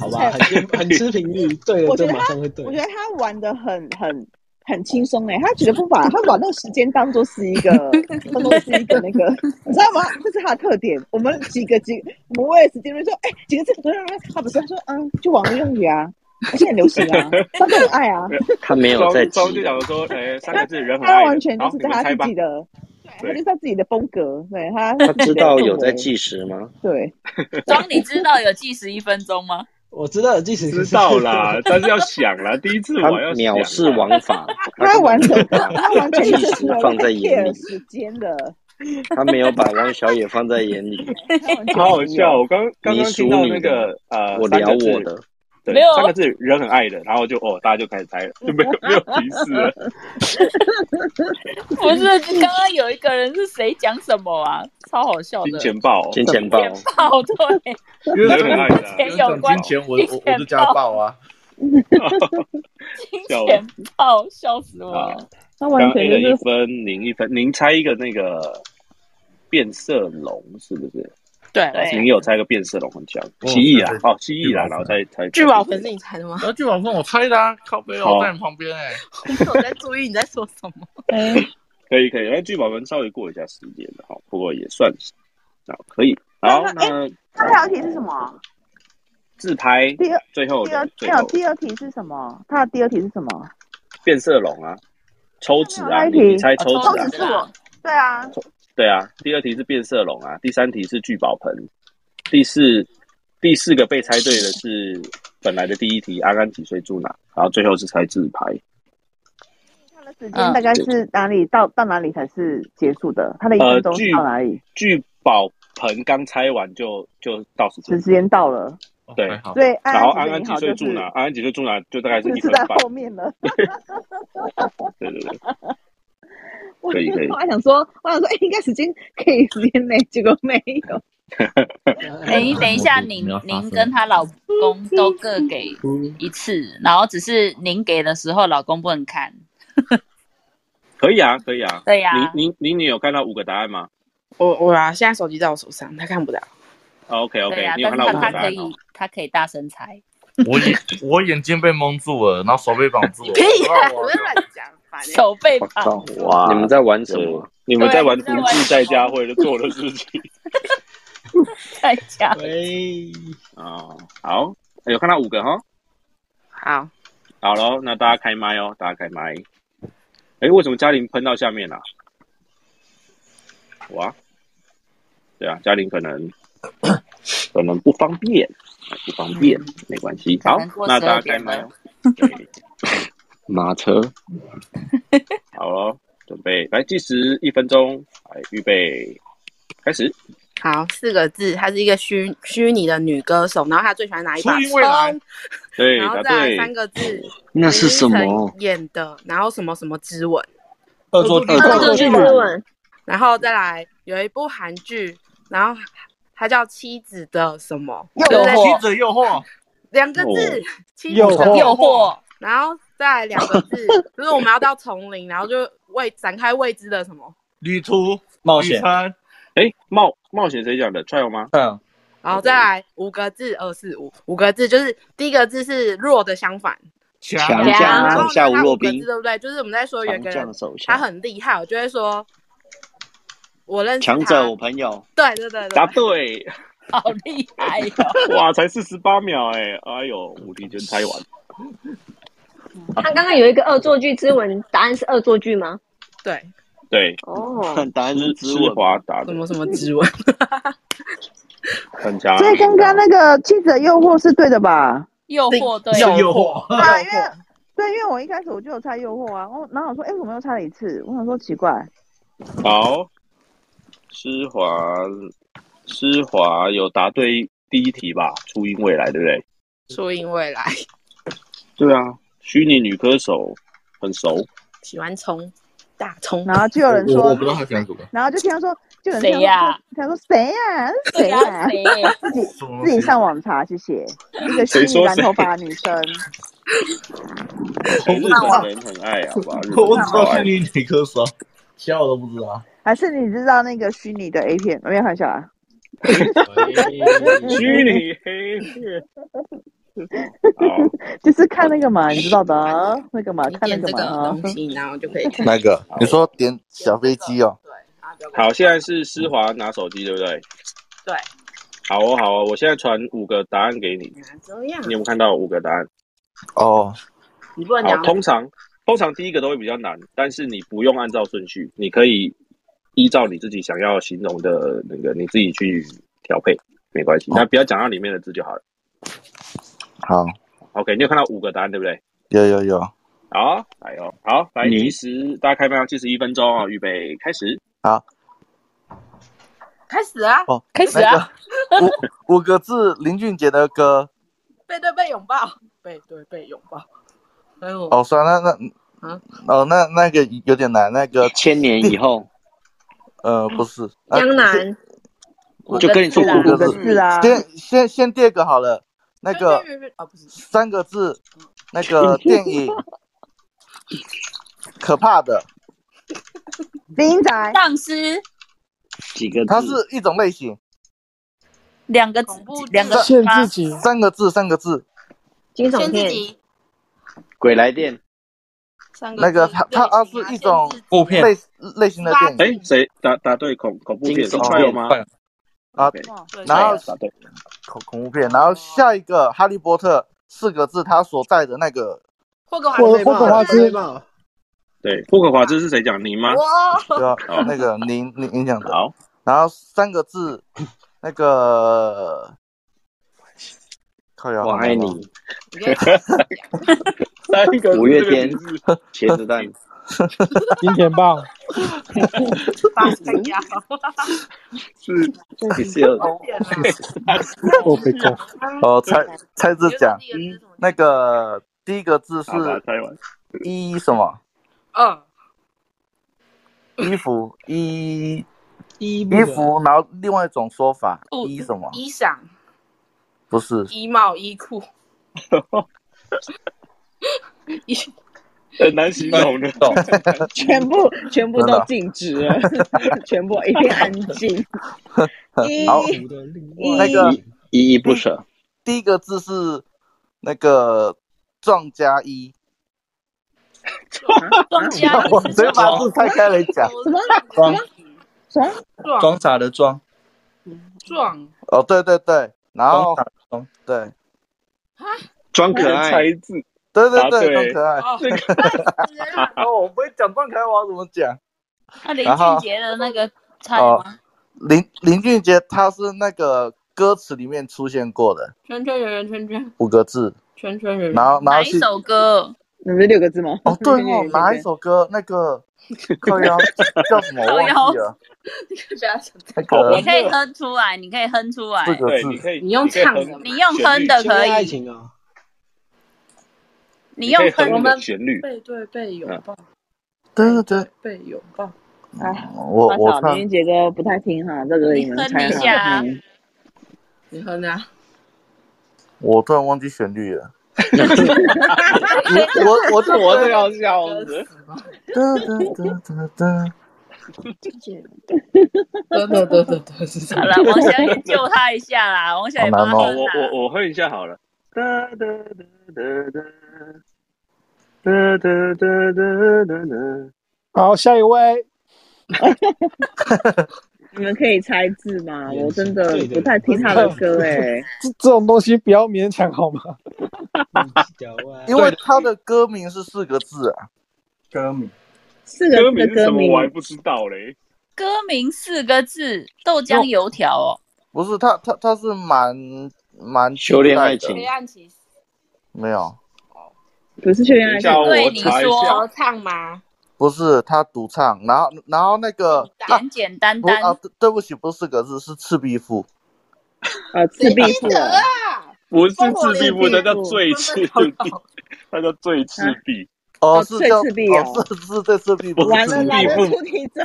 E: 好吧，很很吃频率，对了
D: 我觉
E: 就
D: 得
E: 马
D: 他
E: 上会对
D: 我。觉得他玩的很很很轻松哎，他觉得不把他把那个时间当做是一个，当做是一个那个，你知道吗？这是他的特点。我们几个几，我们为了时间就说，哎、几个字，他不是他说，嗯，就网络用语啊，而且很流行啊，他很爱啊，
K: 他没有在啊急
A: 装就讲说，哎，三个字人很
D: 他
A: 爱
D: 完全
A: 人，
D: 就是他
A: 好，你们猜
D: 自
A: 吧
D: 己。的，对，他就是他自己的风格，对他
K: 他知道有在
D: 记。
K: 计时吗？
D: 对，
B: 庄，你知道有计时一分钟吗？
E: 我知道，即使
A: 知道啦，但是要想啦，第一次
K: 他
A: 我要想
K: 藐
A: 啦
K: 视王法，
D: 他完全，
K: 把
D: 他完全
K: 计
D: 就是
K: 时放在眼里，
D: 时间的，
K: 他没有把汪小野放在眼里。
A: 好好
K: 哦
A: 笑！我刚刚
K: 你
A: 刚听
K: 数
A: 到
K: 你
A: 那个呃，
K: 我
A: 三
K: 聊
A: 个字
K: 我的，
A: 对
B: 没有
A: 三个字人很爱的，然后就哦，大家就开始猜了，就没有没有提示了。
B: 不是，刚刚有一个人是谁讲什么啊？超好笑的，
A: 金钱豹，
K: 金钱豹，
B: 豹对，
I: 因为
A: 人很爱的啊，
B: 钱有关
I: 金钱，我我我就加爆啊。
B: 金钱豹，笑死我
A: 啊
B: 了！
D: 他
A: 刚
D: 完
A: 刚 A
D: 全
A: 了
D: 就
A: 一
D: 是
A: 分，零一分，您猜一个那个变色龙是不是？
F: 对
A: 您有猜一个变色龙很强，
I: 哦
A: 蜥蜴
I: 对
A: 啦，哦，蜥蜴啦，然后再猜
F: 聚宝盆是你猜的吗
I: 然？后巨网峰我猜的啊，靠背哦，
A: 好
I: 我在你旁边哎。
F: 我有在注意你在说什么。
A: 可以可以，那聚宝盆稍微过一下时间的哈，不过也算是啊，可以。好，那
D: 他还有题是什么？啊
A: 自拍
D: 第二
A: 最后
D: 第二
A: 的
D: 没
A: 最
D: 有
A: 后
D: 第二题是什么？他的第二题是什么？
A: 变色龙啊，抽纸
D: 还
A: 啊，
D: 有
A: 你
D: 一题
A: 你猜抽
D: 哦抽
A: 纸啊
D: 纸？是我，对啊，
A: 对啊，第二题是变色龙啊，第三题是聚宝盆，第四第四个被猜对的是本来的第一题，阿甘几岁住哪？然后最后是猜自拍，
D: 他的时间大概是哪里到到哪里才是结束的？他的一
A: 呃
D: 分钟
A: 聚
D: 是到哪里？
A: 聚宝盆刚猜完就就到此结
D: 时
A: 束。
D: 间到了，
A: 对，
D: 所以安
A: 然后安
D: 安姐
A: 安几
D: 你好
A: 岁
D: 就
A: 住
D: 是
A: 哪？安安几岁住哪？就大概是
D: 就
A: 一
D: 是
A: 分
D: 在
A: 半。
D: 后面了。
A: 对对对，
D: 我
A: 可以可以
D: 我还想说，我想说，哎、 应该时间可以时间内，结果没有。
B: 等一等一下，您您跟她老公都各给一次，然后只是您给的时候，老公不能看。
A: 可以啊，可以啊。
B: 对呀
A: 您您您，你有看到五个答案吗
R: 我我啊，现在手机在我手上，他看不到。
A: ？OK
B: 对
A: OK，
B: 呀、
A: 你有
B: 但
A: 看
B: 是
A: 到五
B: 她她
A: 个答
B: 可
A: 案
B: 以
A: 哦。
B: 她可以大声猜。
I: 我眼我眼睛被蒙住了，然后手被绑 住了。
R: 我在乱讲， 烦欸
B: 手背绑
K: 哇！你们在玩什么？
A: 你们在玩独自在家或者做的事情
B: 在家。
E: 喂，
A: 哦，好，有看到五个哈。
R: 好，
A: 好喽，那大家开麦哦，大家开麦。哎，为什么嘉玲喷到下面啦、哇，对啊，嘉玲可能可能不方便，哎不方便，没关系。好
B: 嗯可能，过
A: 那
B: 12
A: 大家开
B: 点
A: 麦
B: 了
A: 哦。
K: 马车，
A: 好喽，准备来计时一分钟，来预备，开始。
R: 好，四个字，她是一个虚虚拟的女歌手，然后她最喜欢拿一把
I: 初音未来
R: 葱，
A: 对，
R: 然后
A: 答
R: 再来
A: 对，
R: 三个字，
K: 那是什么
R: 林依晨演的，然后什么什么之吻，
I: 恶作
R: 恶作剧之
N: 吻，
R: 然后再来有一部韩剧，然后
F: 它叫妻子的什么？
E: 诱惑
F: 对不对
E: 妻子诱惑，
F: 两个字
E: 哦，
F: 妻子
E: 诱
F: 的
E: 惑
F: 诱惑，然后再来两个字，就是我们要到丛林，然后就未展开未知的什么，
E: 旅途
A: 冒
E: 险
A: 哎，冒冒险谁讲的？踹我吗？
S: 嗯，
F: 然后再来五个字，二四五，五个字就是第一个字是弱的相反，
K: 强
F: 然
K: 将
F: 后
K: 手
F: 呢
K: 下无
F: 它
K: 弱
F: 五个
K: 兵
F: 字，对不对？就是我们在说有一个
K: 强
F: 人
K: 将手下
F: 他很厉害，我就会说，我认识
K: 强
F: 他
K: 者，我朋友。
F: 对对对
A: 答
F: 对，
A: 对，
B: 好厉害哟、
A: 哇，才四十八秒哎、哎呦，五题就猜完。
N: 他刚刚有一个恶作剧之吻，答案是恶作剧吗？
F: 对，
A: 对，
N: 哦
K: 答案是
A: 知知华答
F: 什
A: 的，
F: 么什么之吻，
A: 很强。
D: 所以刚刚那个妻子的诱惑是对的吧？
B: 诱惑对，
A: 惑，
D: 啊，因为对，因为我一开始我就有猜诱惑啊，我然后我说，哎、我怎么又猜了一次？我想说奇怪，
A: 好，施华，施华有答对第一题吧？初音未来，对不对？
F: 初音未来，
A: 对啊，虚拟女歌手很熟。
F: 喜欢冲大冲，
D: 然后就有人说，
A: 道他喜欢什么。
D: 然后就听他说，就有人
F: 谁
D: 听
F: 呀
D: 他说谁呀、谁呀、
B: 谁呀
D: 自己自己上网查，谢谢。一个虚拟
A: 谁说
D: 染
A: 谁
D: 头发的女生，
A: 哎日本人很爱，啊好吧？日本
E: 我
A: 人
E: 只知
A: 超
E: 道
A: 爱
E: 是。你女歌手，其他我都不知道。
D: 还是你知道那个虚拟的 A 片？我没有看笑啊。
A: 虚拟黑片，
D: 就是看那个嘛，你知道的啊、那个嘛，看那
F: 点这
D: 嘛
F: 个
D: 啊。
F: 东西，然后就可以看。
O: 那个？你说点小飞机哦？
R: 啊
A: 好，现在是施华拿手机，对不对？
F: 对，
A: 好哦，好哦，我现在传五个答案给你，
F: 这样
A: 你有没有看到五个答案？
O: 哦，
F: 你不能
A: 好
F: 讲，
A: 通常通常第一个都会比较难，但是你不用按照顺序，你可以依照你自己想要形容的那个你自己去调配，没关系。那不要讲到里面的字就好了。
O: 好，
A: OK，你有看到五个答案对不对？
O: 有有有，
A: 好，来哦，好，来
O: 你
A: 计时，大家开麦，计时一分钟啊，预备开始。
O: 好
F: 开始啊，
O: 哦，
F: 开始啊，
O: 那 个五五个字，林俊杰的歌。
F: 背对背拥抱，背对背拥抱，哎呦，
O: 哦，算了，那那
F: 啊
O: 哦，那那个有点难，那个
K: 嗯千年以后，
O: 呃，不是，啊
N: 江南
K: 就跟你说
O: 五
K: 五
O: 个
K: 个
O: 字
K: 字啊
O: 先先先第二个好了，那个哦三个字，那个电 影可怕的，
D: 林宅
B: 丧尸
K: 几个字
O: 它是一种类型，
B: 两个字，两个字
O: 限
B: 吗
O: 制级，三个字，三个字，
N: 惊悚
B: 限制
N: 片
B: 级
K: 鬼来电，
F: 三
O: 那个它它它是一种
K: 恐怖片
O: 类类型的电影，
A: 哎，谁答答对恐恐怖片
O: 惊
A: 是
O: 悚
A: 踹友
O: 片
A: 吗？
O: 啊
A: OK，
O: 然后
A: 答对，
O: 恐恐怖片，然后下一个《哈利波特》四个字，它所在的那个
F: 霍格
O: 我霍格华兹
A: 对，霍格华兹是谁讲你吗？
O: 对啊
A: 好，
O: 那个您您您讲的，
A: 好，
O: 然后三个字，那个 靠呀，
K: 我爱你，
A: 三个
K: 五月天，茄子蛋，
O: 金钱豹，
F: 八十呀，
A: 是
K: 你是有
O: 我被告哦，蔡蔡志讲，那个第一个字是
A: 好吧猜完
O: 一什么
F: 嗯，
O: 衣服衣
F: 衣
O: 衣服，然后另外一种说法衣什么
F: 哦衣裳、
O: 不是
F: 衣帽、衣裤，
A: 很难形容的，
D: 全部全部都静止了， 全部一片安静。一
O: 好，那个
K: 依依不舍，
O: 第一个字是那个壮加一，
B: 庄家
O: 我直接把字拆开来讲。
D: 哦
S: 装
F: 壮
S: 装傻的装，
F: 壮
O: 哦，对对对，然后
S: 装傻的
O: 对
F: 啊
A: 装
O: 可爱
A: 猜字，
O: 对
S: 啊
O: 对
A: 答
O: 对，装可爱。
F: 哦，
O: 哦，我不会讲装可爱，我要怎么讲？
B: 那林俊杰的那个菜
O: 哦
B: 吗？，
O: 林林俊杰他是那个歌词里面出现过的
F: 圈圈圆圆圈圈
O: 五个字，
F: 圈圈圆圆，
O: 然后然后是
B: 歌？
D: 你们六个字吗？
O: 哦 对哦，哪一首歌？那个靠腰叫什么？我忘记了。
F: 你可以不要想
O: 那个
B: 你可以哼出来，你可以哼出来。
O: 四个
A: 对，
O: 字
A: 你可以，
F: 你用
A: 可以
F: 唱
A: 哼
F: 的嘛
B: 你用哼的可以，
T: 情啊，
B: 你用
A: 你可以哼
B: 哼
A: 那个旋律
F: 背对背拥抱，
O: 对对对，
F: 背拥抱，
D: 哎，
O: 我我
D: 算了
O: 唱
D: 林俊杰歌不太听哈，这个你们
B: 哼
D: 猜
B: 一
D: 哈
B: 下。
D: 嗯
F: 你喝呢？
O: 我突然忘记旋律 了。
A: 我我我我这要笑死。
F: 得得得得得是
B: 好了，王小姐救他一下啦，王小姐帮他
O: 哦
A: 我
B: 喝
A: 我
B: 啦。
A: 我我哼一下好了。哒哒哒哒哒哒哒哒哒哒。
P: 好，下一位。
D: 你们可以猜字吗？我真的
P: 对
D: 不太听他的 歌哎、
P: 这这种东西不要勉强好吗？
O: 因为他的歌名是四个字啊，歌名
D: 四
B: 个字歌名是歌什么名我还
A: 不知道嘞。
B: 歌名四个字，豆浆油条哦。
O: 不是他他他是蛮蛮
U: 修炼爱情
O: 近代的
F: 暗骑士
O: 没有，
D: 不是修炼
O: 爱情等一下
F: 对啊
O: 我
F: 你
O: 查一下
F: 说唱吗？
O: 不是他独唱，然后然后那个
B: 简简单
O: 不
B: 单
O: 啊，对对不起，不是四个字，是赤壁赋。
D: 啊，赤壁赋
F: 得
D: 啊，
F: 啊！
A: 不是赤壁赋，那叫醉赤壁，那叫醉赤壁。
O: 哦，
D: 哦
O: 是
D: 翠
O: 叫
D: 赤壁
O: 哦，
D: 哦
O: 是是在赤壁，不是
D: 完
O: 赤
D: 了
O: 壁
D: 完了，
O: 赋
D: 出题者，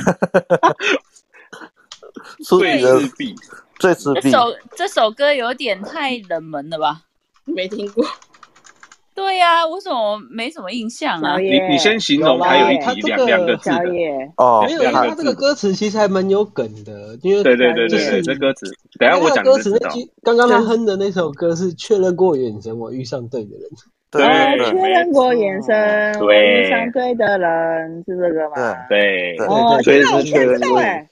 O: 出题的
A: 醉赤壁，
O: 最赤
B: 这
O: 壁。
B: 首这首歌有点太冷门了吧？
F: 没听过。
B: 对呀、我怎么没什么印象啊？
E: 你你先
A: 形
E: 容还有一题两两个字的
O: 哦
E: 没有，因为他这个歌词其实还蛮有梗的，因为
A: 对对对对
E: 就是
A: 对，这歌词，等一下
E: 因为
A: 我
E: 他的
A: 讲
E: 歌
A: 就
E: 词
A: 知
E: 那
A: 道。
E: 句，刚刚他哼的那首歌是确认过眼神，我遇上对的人。
D: 哦，确认过眼神，
E: 对
D: 我遇上对的人，是这个吗？
A: 对
O: 对
D: 哦
A: 所以
D: 这个我
A: 是
D: 不
A: 确认
D: 知道
A: 过
D: 哎
A: 眼，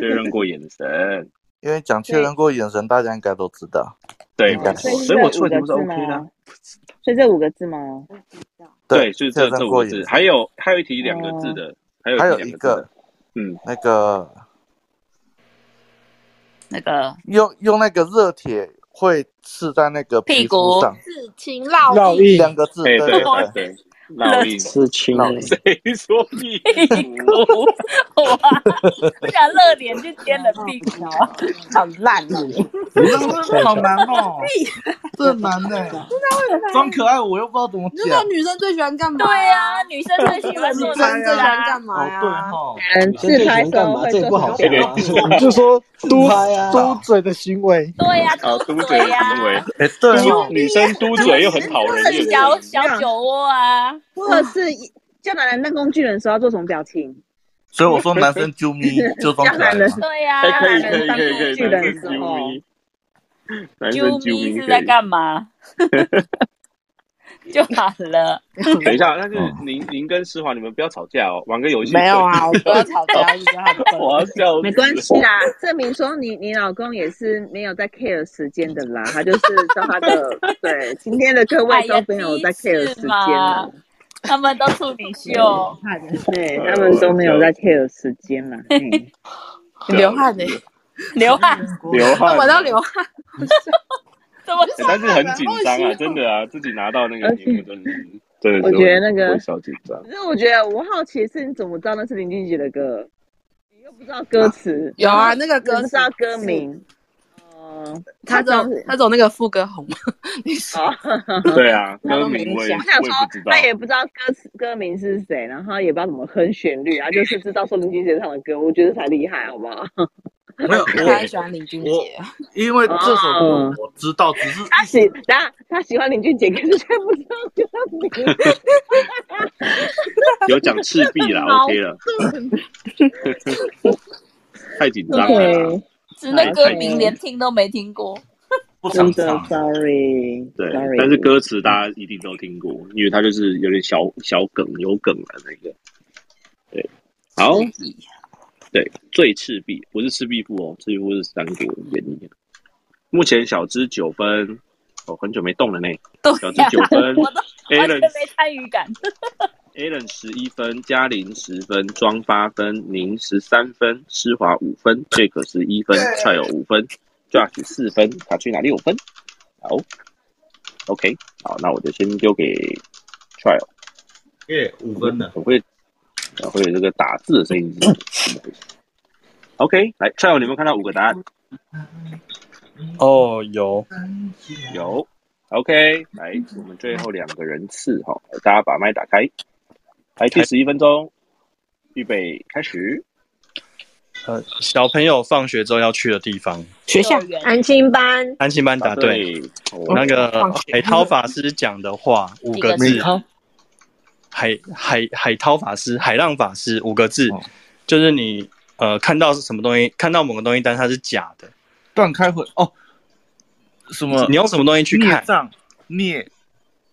A: 确认过眼神，
O: 因为讲确认过眼神，大家应该都知道。
A: 对
O: 应该
D: 哦所以是
A: 所以我
D: 这
A: 出
D: 五
A: 的题
D: 个
A: 目是
D: 字
A: OK 的啊
D: 吗？所以这五个字吗？
A: 对，是这
O: 确
A: 这
O: 认
A: 五
O: 过
A: 个
O: 眼
A: 字，
O: 神
A: 还有还有一题两个字的，还有
O: 还
A: 一
O: 有
A: 题
O: 一
A: 两个字的
O: 个，，
A: 嗯，
O: 那个
B: 那个
O: 用用那个热铁会刺在那个皮肤上，
F: 刺青烙
O: 两个字，
A: 哎
O: 对
A: 对
O: 对
A: 对，烙印
U: 刺青
O: 烙印
A: 谁说屁
B: 股？哇！我想热脸去贴冷屁股啊，
V: 好烂哦你！
N: 你知道 这好难哦，这很难呢、装可爱我又不知道怎么
F: 你就
N: 讲
F: 说。女生最喜欢干嘛？
B: 对
F: 啊
B: 呀女生最喜欢做
F: 女
B: 的事啊
F: 生最喜欢干嘛
N: 哦，
F: 呀？
N: 对哈，
D: 嗯，
E: 自拍
D: 手会做什么
E: 这个不好说
P: 你就说嘟
E: 拍啊
P: 嘟嘴的行为。
B: 对呀、
A: 啊，嘟嘴的行为，
O: 哎，对
A: 哦，女生嘟嘴又很讨人
B: 是
A: 厌，
B: 小小酒窝啊，
D: 或者是叫男人当工具人的时候要做什么表情？
O: 所以我说男生啾咪就装
D: 叫
O: 可爱
D: 男人
O: 嘛，
B: 对呀、
A: 哎，可以可以可以可以，
D: 巨
A: 男
D: 人
A: 生
D: 之后
A: 啾咪，男生
B: 啾
A: 啾
B: 咪
A: 咪
B: 是
A: 可
B: 在
A: 以。
B: 干 嘛？就好了。
A: 等一 下，但是
U: 嗯
A: 您您跟施华，你们不要吵架哦，玩个游戏。
D: 没有啊 我不要吵架
A: 我要笑死。
D: 没关系啦，证明说你你老公也是没有在 care 时间的 啦，他就是照他的对今天的各位都没有在
F: 哎
D: care 时
B: 是
D: 间啦
B: 吗，？他们都处女秀，
D: 对
A: 呃
D: 他们都没有
A: 啊
D: 在 care 时间啦。 嘿
F: 流汗呢、
B: 流汗，
A: 流汗
F: 我都哦流汗。
B: 怎么
A: 哎但是很紧张啊，真的啊，自己拿到那个题目真的是，真的
D: 哦
A: 是
D: 我觉得那个
A: 会小紧张。
D: 可是我觉得我好奇的是你怎么知道那是林俊杰的歌？你又不知道歌词，
F: 有啊
D: 然后
F: 那个歌词
D: 你不知道歌名，哦，
F: 他走
D: 当时
F: 他走那个副歌红，你 说、
D: 哦
A: 对啊，
F: 他
A: 歌
F: 都
A: 名
F: 没
A: 我也
F: 讲
A: 我
D: 他想
A: 也
D: 说
A: 不知道
D: 他。也不知道歌词歌名是谁，然后也不知道怎么哼旋律，然后就是知道说林俊杰唱的歌，我觉得才厉害，好不 好？
O: 没有
F: 他很喜欢林俊杰啊。
O: 因为这首歌我知道，只是
D: 他喜，等下他喜欢林俊杰，可是却不知道歌名。
A: 有讲赤壁 啦，OK 了，太紧张了啦
D: OK，。
B: 只那歌名连听都没听过。
O: 不
D: 真的，sorry，
A: 对
D: sorry，
A: 但是歌词大家一定都听过，因为它就是有点小小梗、有梗的那个。对，好，对，最赤壁不是赤壁赋哦，赤壁赋是三国演义。目前小芝九分，哦，很久没动了呢。
B: 对
A: 小芝
B: 呀、
A: 九 分
B: 我都完全
A: ，Allen
B: 没参与感。
A: Allen 十一分，嘉玲十分，庄八分，宁十三分，施华五分，Jake 十一分，蔡友五分，Josh 四分，卡翠娜六分。好，OK，好，那我就先丢给 Trial。
N: 耶，五分的。
A: 我会我会有这个打字的声音。OK，来，Trial，你有没有看到五个答案？
W: 哦，有，
A: 有。OK，来，我们最后两个人次哈，大家把麦打开，来计时一分钟，预备开始。
L: 呃，小朋友放学之后要去的地方，
H: 学校
N: 安亲班，
L: 安心班答对
A: 答。
L: 那个
N: 放学
L: 海涛法师讲的话五个
N: 几
L: 字
N: 个字，
L: 海海海涛法师、海浪法师五个字，就是你呃看到是什么东西，看到某个东西，但它是假的。
I: 断开会哦，什么？
L: 你用什么东西去看
I: 孽障？孽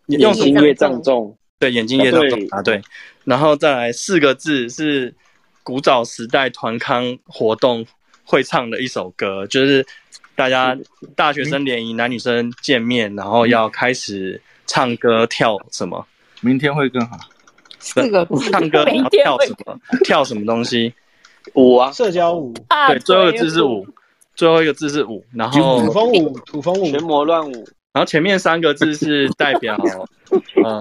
L: 你用什么
K: 重？
L: 对，眼睛
I: 哎
L: 业障重
K: 对
L: 答对。然后再来四个字是古早时代团康活动会唱的一首歌，就是大家大学生联谊，男女生见面，然后要开始唱歌跳什么。
I: 明天会更好。
L: 四
I: 个字
L: 唱歌
I: 明
L: 然后
I: 天
L: 跳
I: 会
L: 什么？跳什么东西？
K: 舞啊，
E: 社交舞。
L: 对，最后一个字是舞，最后一个字是舞，然后
E: 土风舞，土风舞，
K: 群哦哎魔乱舞。
L: 然后前面三个字是代表呃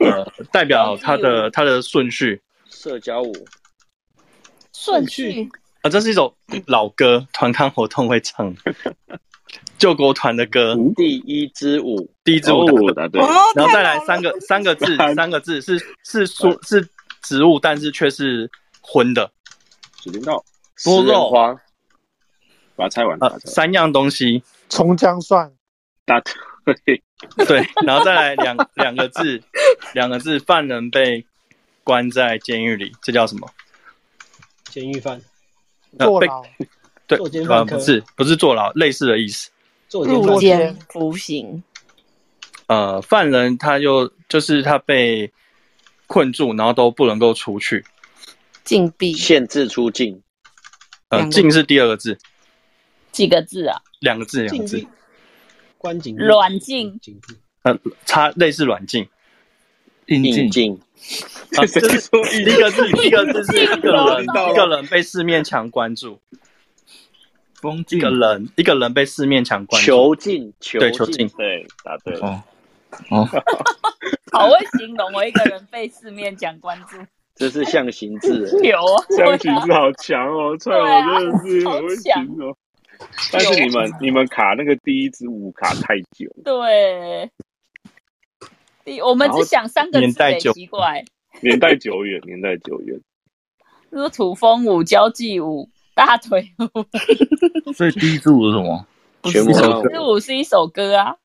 L: 代表它的它的顺序
K: 社交舞，
B: 顺序
L: 啊，这是一首老歌，团康活动会唱救国团的歌。
K: 第一支舞，
L: 第一支舞
A: 哦答对哦
L: 然后再来三个三个字，三个字是是蔬是植物，但是却是荤的。
A: 时间到，
L: 多
A: 食人
L: 肉
A: 花，把它拆完，
L: 呃三样东西，
P: 葱姜蒜，
A: 答对，
L: 对，然后再来两两个字，两个字，犯人被关在监狱里，这叫什么？
E: 监狱犯，
L: 呃
E: 坐
L: 被
E: 牢
L: 对
E: 坐监，
L: 呃，
E: 犯科
L: 不是不是坐牢，类似的意思。
E: 坐监
F: 入
E: 犯
F: 监服刑，
L: 呃，犯人他就就是他被困住，然后都不能够出去。
F: 禁闭，
K: 限制出境。
L: 呃，
F: 两个
L: 禁是第二个字，
B: 几个字啊？
L: 两个字，两个字
E: 禁。关紧闭
B: 软禁，
L: 呃，差类似软禁。
K: 硬禁，
L: 啊，就是说一个字，一个字是一个人，
K: 到了
L: 一个人被四面墙关住，
I: 封
L: 一个人，一个人被四面墙关住，
K: 囚禁，囚
L: 对，囚禁，
A: 对，答对。
L: 哦，
B: 好会形容哦我一个人被四面墙关住，。
K: 这是象形字
B: 有啊
A: 象形字好强哦，蔡
B: 对啊哦
A: 我真的是哦很会形容。但是你们你们卡那个第一支舞卡太久，
B: 对。第我们只想三个
A: 然后年
B: 字、
A: 代
B: 欸，
A: 久
B: 奇怪，
A: 年代久远，年代久远。
B: 就是说土风舞、交际舞、大腿舞，
I: 所以第一支舞是什么？
K: 全部
I: 首
B: 这舞是一首歌啊。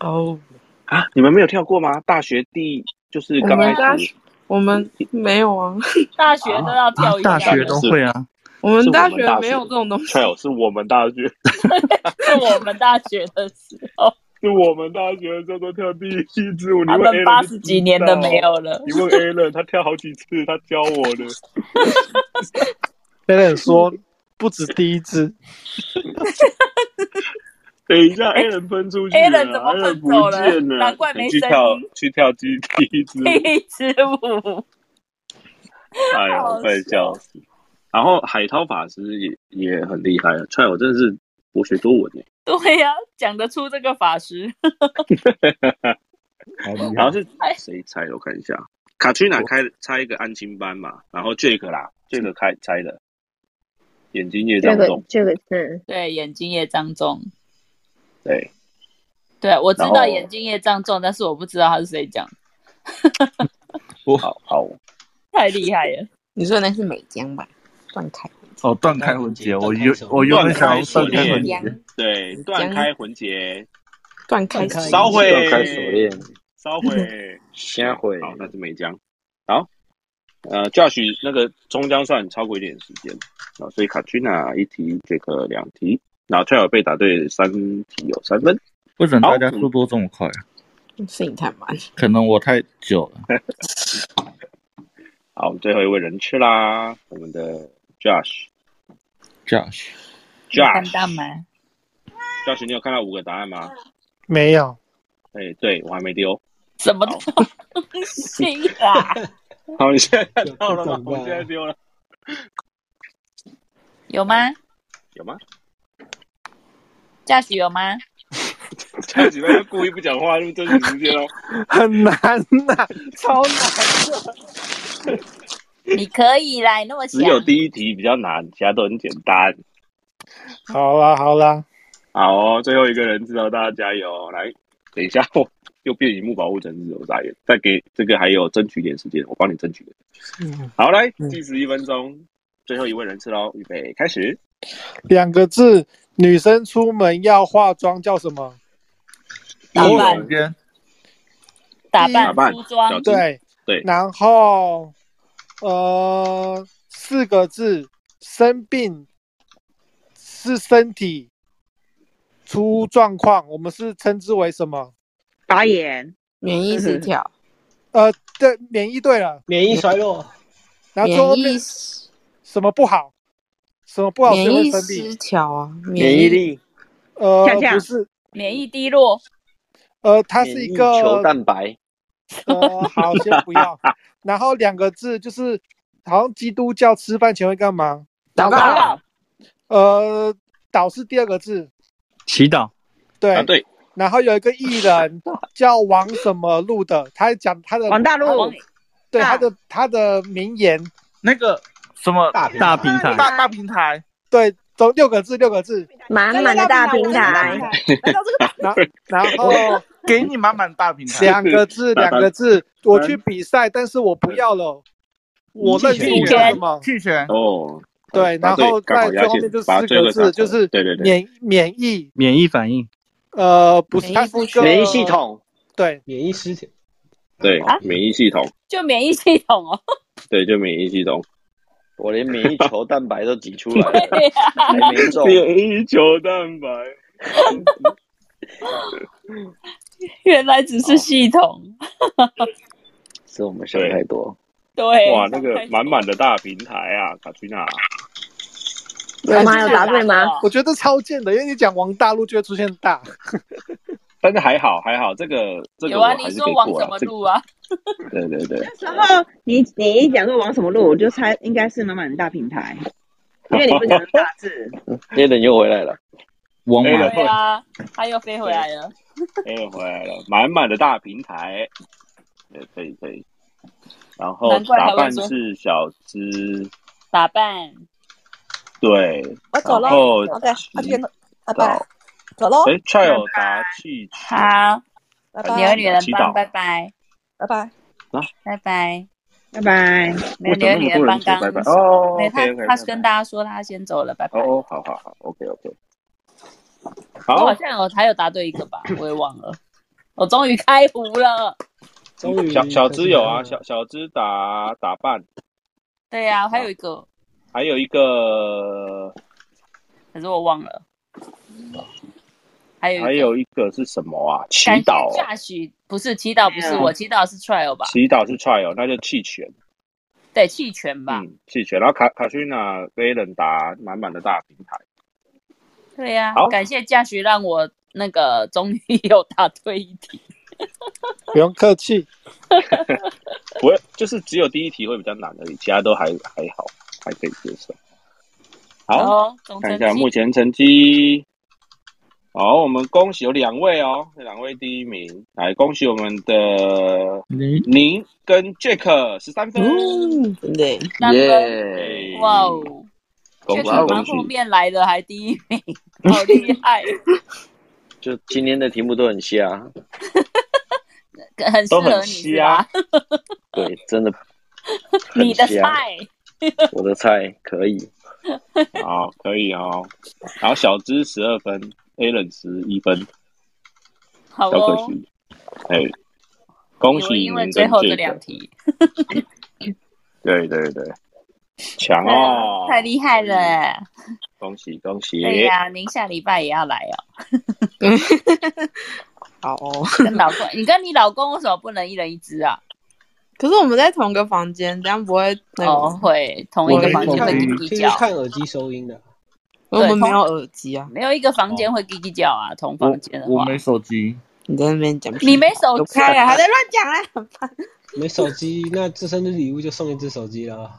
F: 哦
A: 啊，你们没有跳过吗？大学第就是
R: 我
A: 刚
R: 们大
A: 开始
R: 学，我们没有啊，
B: 大啊学都要跳一下，
I: 大学都会啊。
R: 我们
A: 是
R: 大学没有这种东西。
A: 蔡是我们大学，
B: 是我们大学的时候，
A: 是我们大学的时候都跳第一支舞。你
B: 他
A: 问
B: 们
A: A
B: 八十几年的没有了
A: 你问 A 了，他跳好几次，他教我的。
P: 有人说不止第一支，
A: 等一 下，A 人喷出去
B: A
A: 了
B: 人哎怎么
A: ，A 人
B: 分
A: 不
B: 手了
A: 见了，
B: 难怪没
A: 你去嗯
B: 声
A: 跳
B: 音
A: 去跳第第一支舞
B: 第。 一支舞，
A: 哎呀，快笑死！然后海涛法师也也很厉害，踹我真的是博学多闻耶。欸
B: 对呀、讲得出这个法师，
A: 然后是谁猜的？我看一下，卡去娜开猜一个安亲班嘛，然后 Jake 啦，Jake 开猜的，眼睛也
B: 这
A: 长
B: 个
A: 重，
N: 这个是
B: 对，眼睛也张重，
A: 对，
B: 对我知
A: 然后
B: 道眼睛也张重，但是我不知道他是谁讲的，
I: 我
A: 好好
B: 太厉害了。
F: 你说那是美江吧？断开，
I: 哦，断开魂节，我原我原本想要断开魂节，
A: 对，断开魂结，
F: 断开手链
A: 烧毁，
K: 断开手链，
A: 烧 毁，
K: 先毁。
A: 好，那是梅江，好，呃，Josh 那个中江算超过一点时间啊，所以卡去娜一题，Jake 两题，然后 t r a 被答对三题有三分，
I: 为什么大家
A: 好嗯
I: 速度这么快啊？
F: 是你太慢。
I: 可能我太久了。
A: 好，我们最后一位人吃啦，我们的 Josh。
I: Josh，
B: 看
A: Josh，Josh，
B: 到吗？
A: 你有看到五个答案吗？
P: 没有，
A: 哎、对我还没丢。
B: 什么东西啊？
A: 好，你现在看到了吗？我现在丢了，
B: 有吗？
A: 有吗？
B: 驾驶有吗？
A: 这几位故意不讲话，就真实时间哦。
P: 很难呐、超
B: 难的。你可以啦，你那么
A: 只有
B: 想。
A: 第一题比较难，其他都很简单。
P: 好啦好啦，
A: 好哦，最后一个人知道，大家加油哦！来，等一下 我又变荧幕保护城市，我眨眼。再给这个还有争取点时间，我帮你争取。
P: 嗯，
A: 好，来计时一分钟。最后一位人次喽，预备开始。
P: 两个字，女生出门要化妆叫什么？
B: 打扮
P: 间
B: 打扮梳妆
P: 对
A: 对，
P: 然后呃，四个字，生病是身体出状况，我们是称之为什么？
J: 发炎、
P: 免
J: 疫失调。
P: 呃，对，免疫对了，
E: 免疫衰弱，
P: 然后最后
E: 免
P: 变什么不好？什么不好？
F: 免疫
P: 生病
F: 失？调啊，
P: 免疫力呃，不是，
B: 免疫低落，
P: 呃，它是一个
K: 免疫球蛋白。
P: 呃，好，先不要。然后两个字就是，好像基督教吃饭前会干嘛？
B: 祷告祷告。
P: 呃，祷是第二个字，
L: 祈祷。
P: 对、
L: 啊对。
P: 然后有一个艺人叫王什么路的，他讲他的
J: 王大陆
P: 他的对他的他的名言，
I: 那个什么
P: 大
I: 大平台大大平台，
P: 对，走六个字，六个字，
N: 满满的大平台，
P: 然后
I: 我 给你满满 大平台，
P: 两个字，两个字，我去比赛，但是我不要了，我认输
I: 弃
P: 了
I: 权
P: 什么？
I: 弃权
A: 哦，
P: 对，
L: 答
P: 然
L: 对
P: 后
L: 刚好
P: 再最
L: 压
P: 后
L: 线
P: 面就
L: 把
P: 四
L: 最后
P: 个
L: 一个
P: 字，
L: 打出
P: 就
L: 来
P: 是
L: 对对对
P: 免免疫，
L: 免疫反应，
P: 呃，不是，它是一个
L: 免疫系统，
P: 对，
E: 免疫失调，
A: 对，免疫系统，
B: 就免疫系统哦。
A: 对，就免疫系统。
K: 我连免疫球蛋白都挤出来 了，还没中。
A: 免疫球蛋白，
B: 原来只是系统，
K: 是我们想太多。
B: 对，
A: 哇，那个满满的大平台啊，卡去娜，
N: 有吗？有答对吗？
P: 我觉得超贱的，因为你讲王大陆就会出现 大，
A: 但是还好还好，这个这个
B: 有
A: 我
B: 啊，
A: 还
B: 你
A: 是可
B: 说
A: 以
B: 往
A: 过
B: 什
A: 了
B: 么。路啊？
A: 这个对对对，
J: 然后你你一讲说往什么路，我就猜应该是满满的大平 台，因为你不讲大字。
K: a l 又回来了，
I: 王
A: 马
B: 对啊，它又飞回来了。
A: 哎，回来了，满满的大平台，对，可以可以。然后
B: 难怪还
A: 打
B: 会
A: 扮
B: 说
A: 是小资，
B: 打扮，
A: 对，
H: 我走
A: 然
H: 了
A: 后
H: ，OK，阿娟，阿爸
A: 到，
H: 走喽，
A: 哎，child 答气
B: 好，
H: 拜
A: 拜
H: 拜，
B: 没有女人
A: 祈
B: 帮，
A: 祷
B: 拜拜，
H: 拜拜，
B: 拜拜，
J: 拜拜。
B: 没有女人
A: 为什么那
B: 帮
A: 么多
B: 刚
A: 人说拜拜哦
B: 没有他
A: OK，OK，
B: 他
A: 拜拜
B: 跟大家说他先走了，拜拜。
A: 哦哦，好好好，OK OK，
B: 我
A: 好
B: 好，像有还有答对一个 吧，我也忘了。我终于开胡了，
A: 小小资有啊，小小资打打扮，
B: 对呀、还有一个，
A: 还有一个，
B: 可是我忘了，还有一个
A: 还有一个是什么啊？祈
B: 感谢
A: 祷哦，
B: Josh，不是祈祷，不是我，祈祷是 trial 吧？
A: 嗯祈祷是 trial，那就弃权，
B: 对，弃权吧？
A: 嗯，弃权。然后卡卡西娜被人打满满的大平台，
B: 对呀、
A: 嗯好
B: 感谢 Josh 让我那个终于有答对一题。
P: 不用客气。
A: 不会，就是只有第一题会比较难而已，其他都还还好，还可以接受。好
B: 哦，总
A: 看一
B: 成
A: 下
B: 绩
A: 目前成绩。好，我们恭喜有两位哦，有两位第一名，来恭喜我们的
I: 您
A: 您跟 Jack 十三分，
H: 真的
B: 三分
A: 耶
B: 哇哦，
K: 恭
B: 这
K: 喜
B: 个
K: 恭
B: 蛮
K: 喜
B: 后！面来的还第一名，好厉害，
K: 就今天的题目都很瞎，
B: 很适
K: 都
B: 合
K: 很
B: 你是吧
K: 瞎？，对，真的很
B: 你的
K: 瞎
B: 菜，
K: 我的菜可以。
A: 好，可以哦。然后小芝十二分，Allen 十一分，
B: 好
A: 小可
B: 哦。
A: 惜。哎，恭喜
B: 因为
A: 您
B: 最
A: 跟
B: 后这
A: Jack，
B: 两 题，
A: 对对对，强
B: 对啊
A: 哦，
B: 太厉害了。
A: 恭喜恭喜！
B: 对呀、您下礼拜也要来哦。
F: 好哦。
B: 跟老公，你跟你老公为什么不能一人一只啊？
F: 可是我们在同个房间，这样不会那个
B: 哦，会同一个房间会叽叽
E: 其实
B: 叫，
E: 看耳机收音的，
F: 我们没有耳机啊，
B: 没有一个房间会叽叽叫啊。同
I: 我
B: 房间的
I: 我
B: 话，
I: 没手机，
F: 你在那边讲
B: 你没手
F: 走
B: 机
F: 开啊，还在乱讲啊！
E: 没手机，那这生日礼物就送一只手机了。啊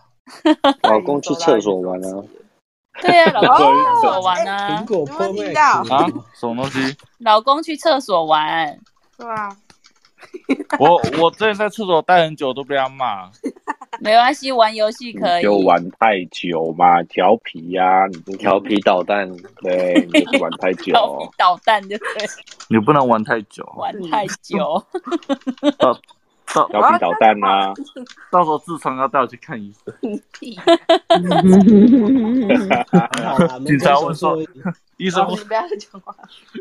K: 老公去厕所玩啊，
B: 对啊，老公去厕所
F: 哦
B: 玩啊
E: 苹，果
F: 有
E: Pro
F: 没有听到
E: Max
I: 啊，什么东西？
B: 老公去厕所玩，
F: 对啊，
I: 我我之前在厕所待很久都被他骂，
B: 没关系，玩游戏可以
A: 就。玩太久嘛，调皮呀、你就是
K: 调皮捣蛋，
A: 对，你就是玩太 久。
B: 调皮捣蛋就对，
A: 哦
I: 你不能玩太久，
B: 玩太久。
I: 到
O: 到
A: 调皮捣蛋 啊，
O: 到时候痔疮要带我去看医生。
N: 嗯
O: 警察问 说，医生
B: 哦
O: 问，
F: 不要讲 话。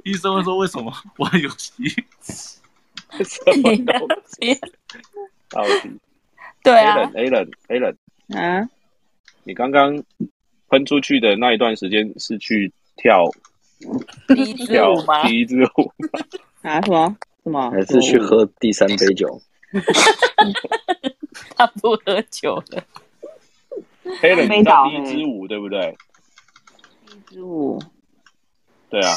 O: 医生问说为什么玩游戏？
A: 什么东西？到底？
B: 对啊
A: a l a n a l a n
D: 啊，
A: 你刚刚喷出去的那一段时间是去跳
B: 第一支
A: 跳
B: 舞吗？
A: 第一支舞，
D: 啊什么什么？
K: 还是去喝第三杯酒？
B: 他不喝酒了。
A: 黑人
D: 没倒
A: 第一支舞对不对？
D: 支舞，
A: 对啊，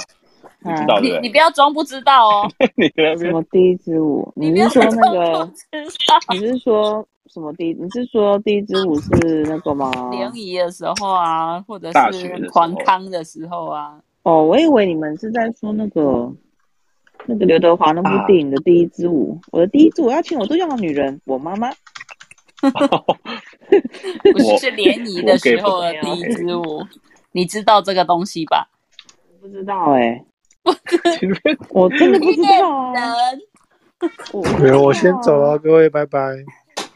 A: 你知道
B: 你
A: 对不
B: 你
A: 对？
B: 不要装不知道哦，
A: 你那
D: 什
A: 边
D: 么第一支舞？你是说那个？你是说什么第一？你是说第一支舞是那个吗？
B: 联谊的时候啊，或者
D: 大学的时
B: 是
D: 候
B: 狂康的时候啊，
D: 哦，我以为你们是在说那个那个刘德华那部
A: 啊
D: 电影的第一支舞。我的第一支舞要请我对象的女人，我妈妈。
B: 不是是联谊的时候的第一支舞，你知道这个东西吧？
D: 不知道哎、 我真的不知道啊！
P: 没有，我先走了，各位，拜拜。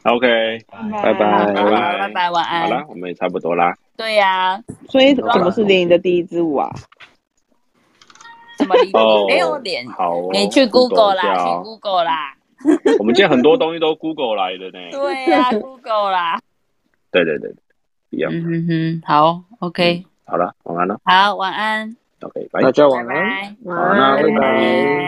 A: OK，拜拜
B: 拜拜拜拜晚安
A: 好啦，我们也差不多啦。
B: 对呀、
D: 所以怎么是联谊的第一支舞啊？
B: 怎么你
A: 哦
B: 没有脸？
A: 好哦
B: 你去
A: Google
B: Google
A: 一下
B: 啦，
A: 哦
B: 去 Google 啦，
A: 我们今天很多东西都 Google 来的呢。
B: 对 呀、g o o g l e 啦。
A: 对对对，一样。
B: 嗯哼哼，好，OK，
A: 嗯好了，晚安了。
B: 好，晚安，
A: OK，拜
K: 大家晚
B: 拜
K: 安，
B: 拜，
K: 晚安，拜拜。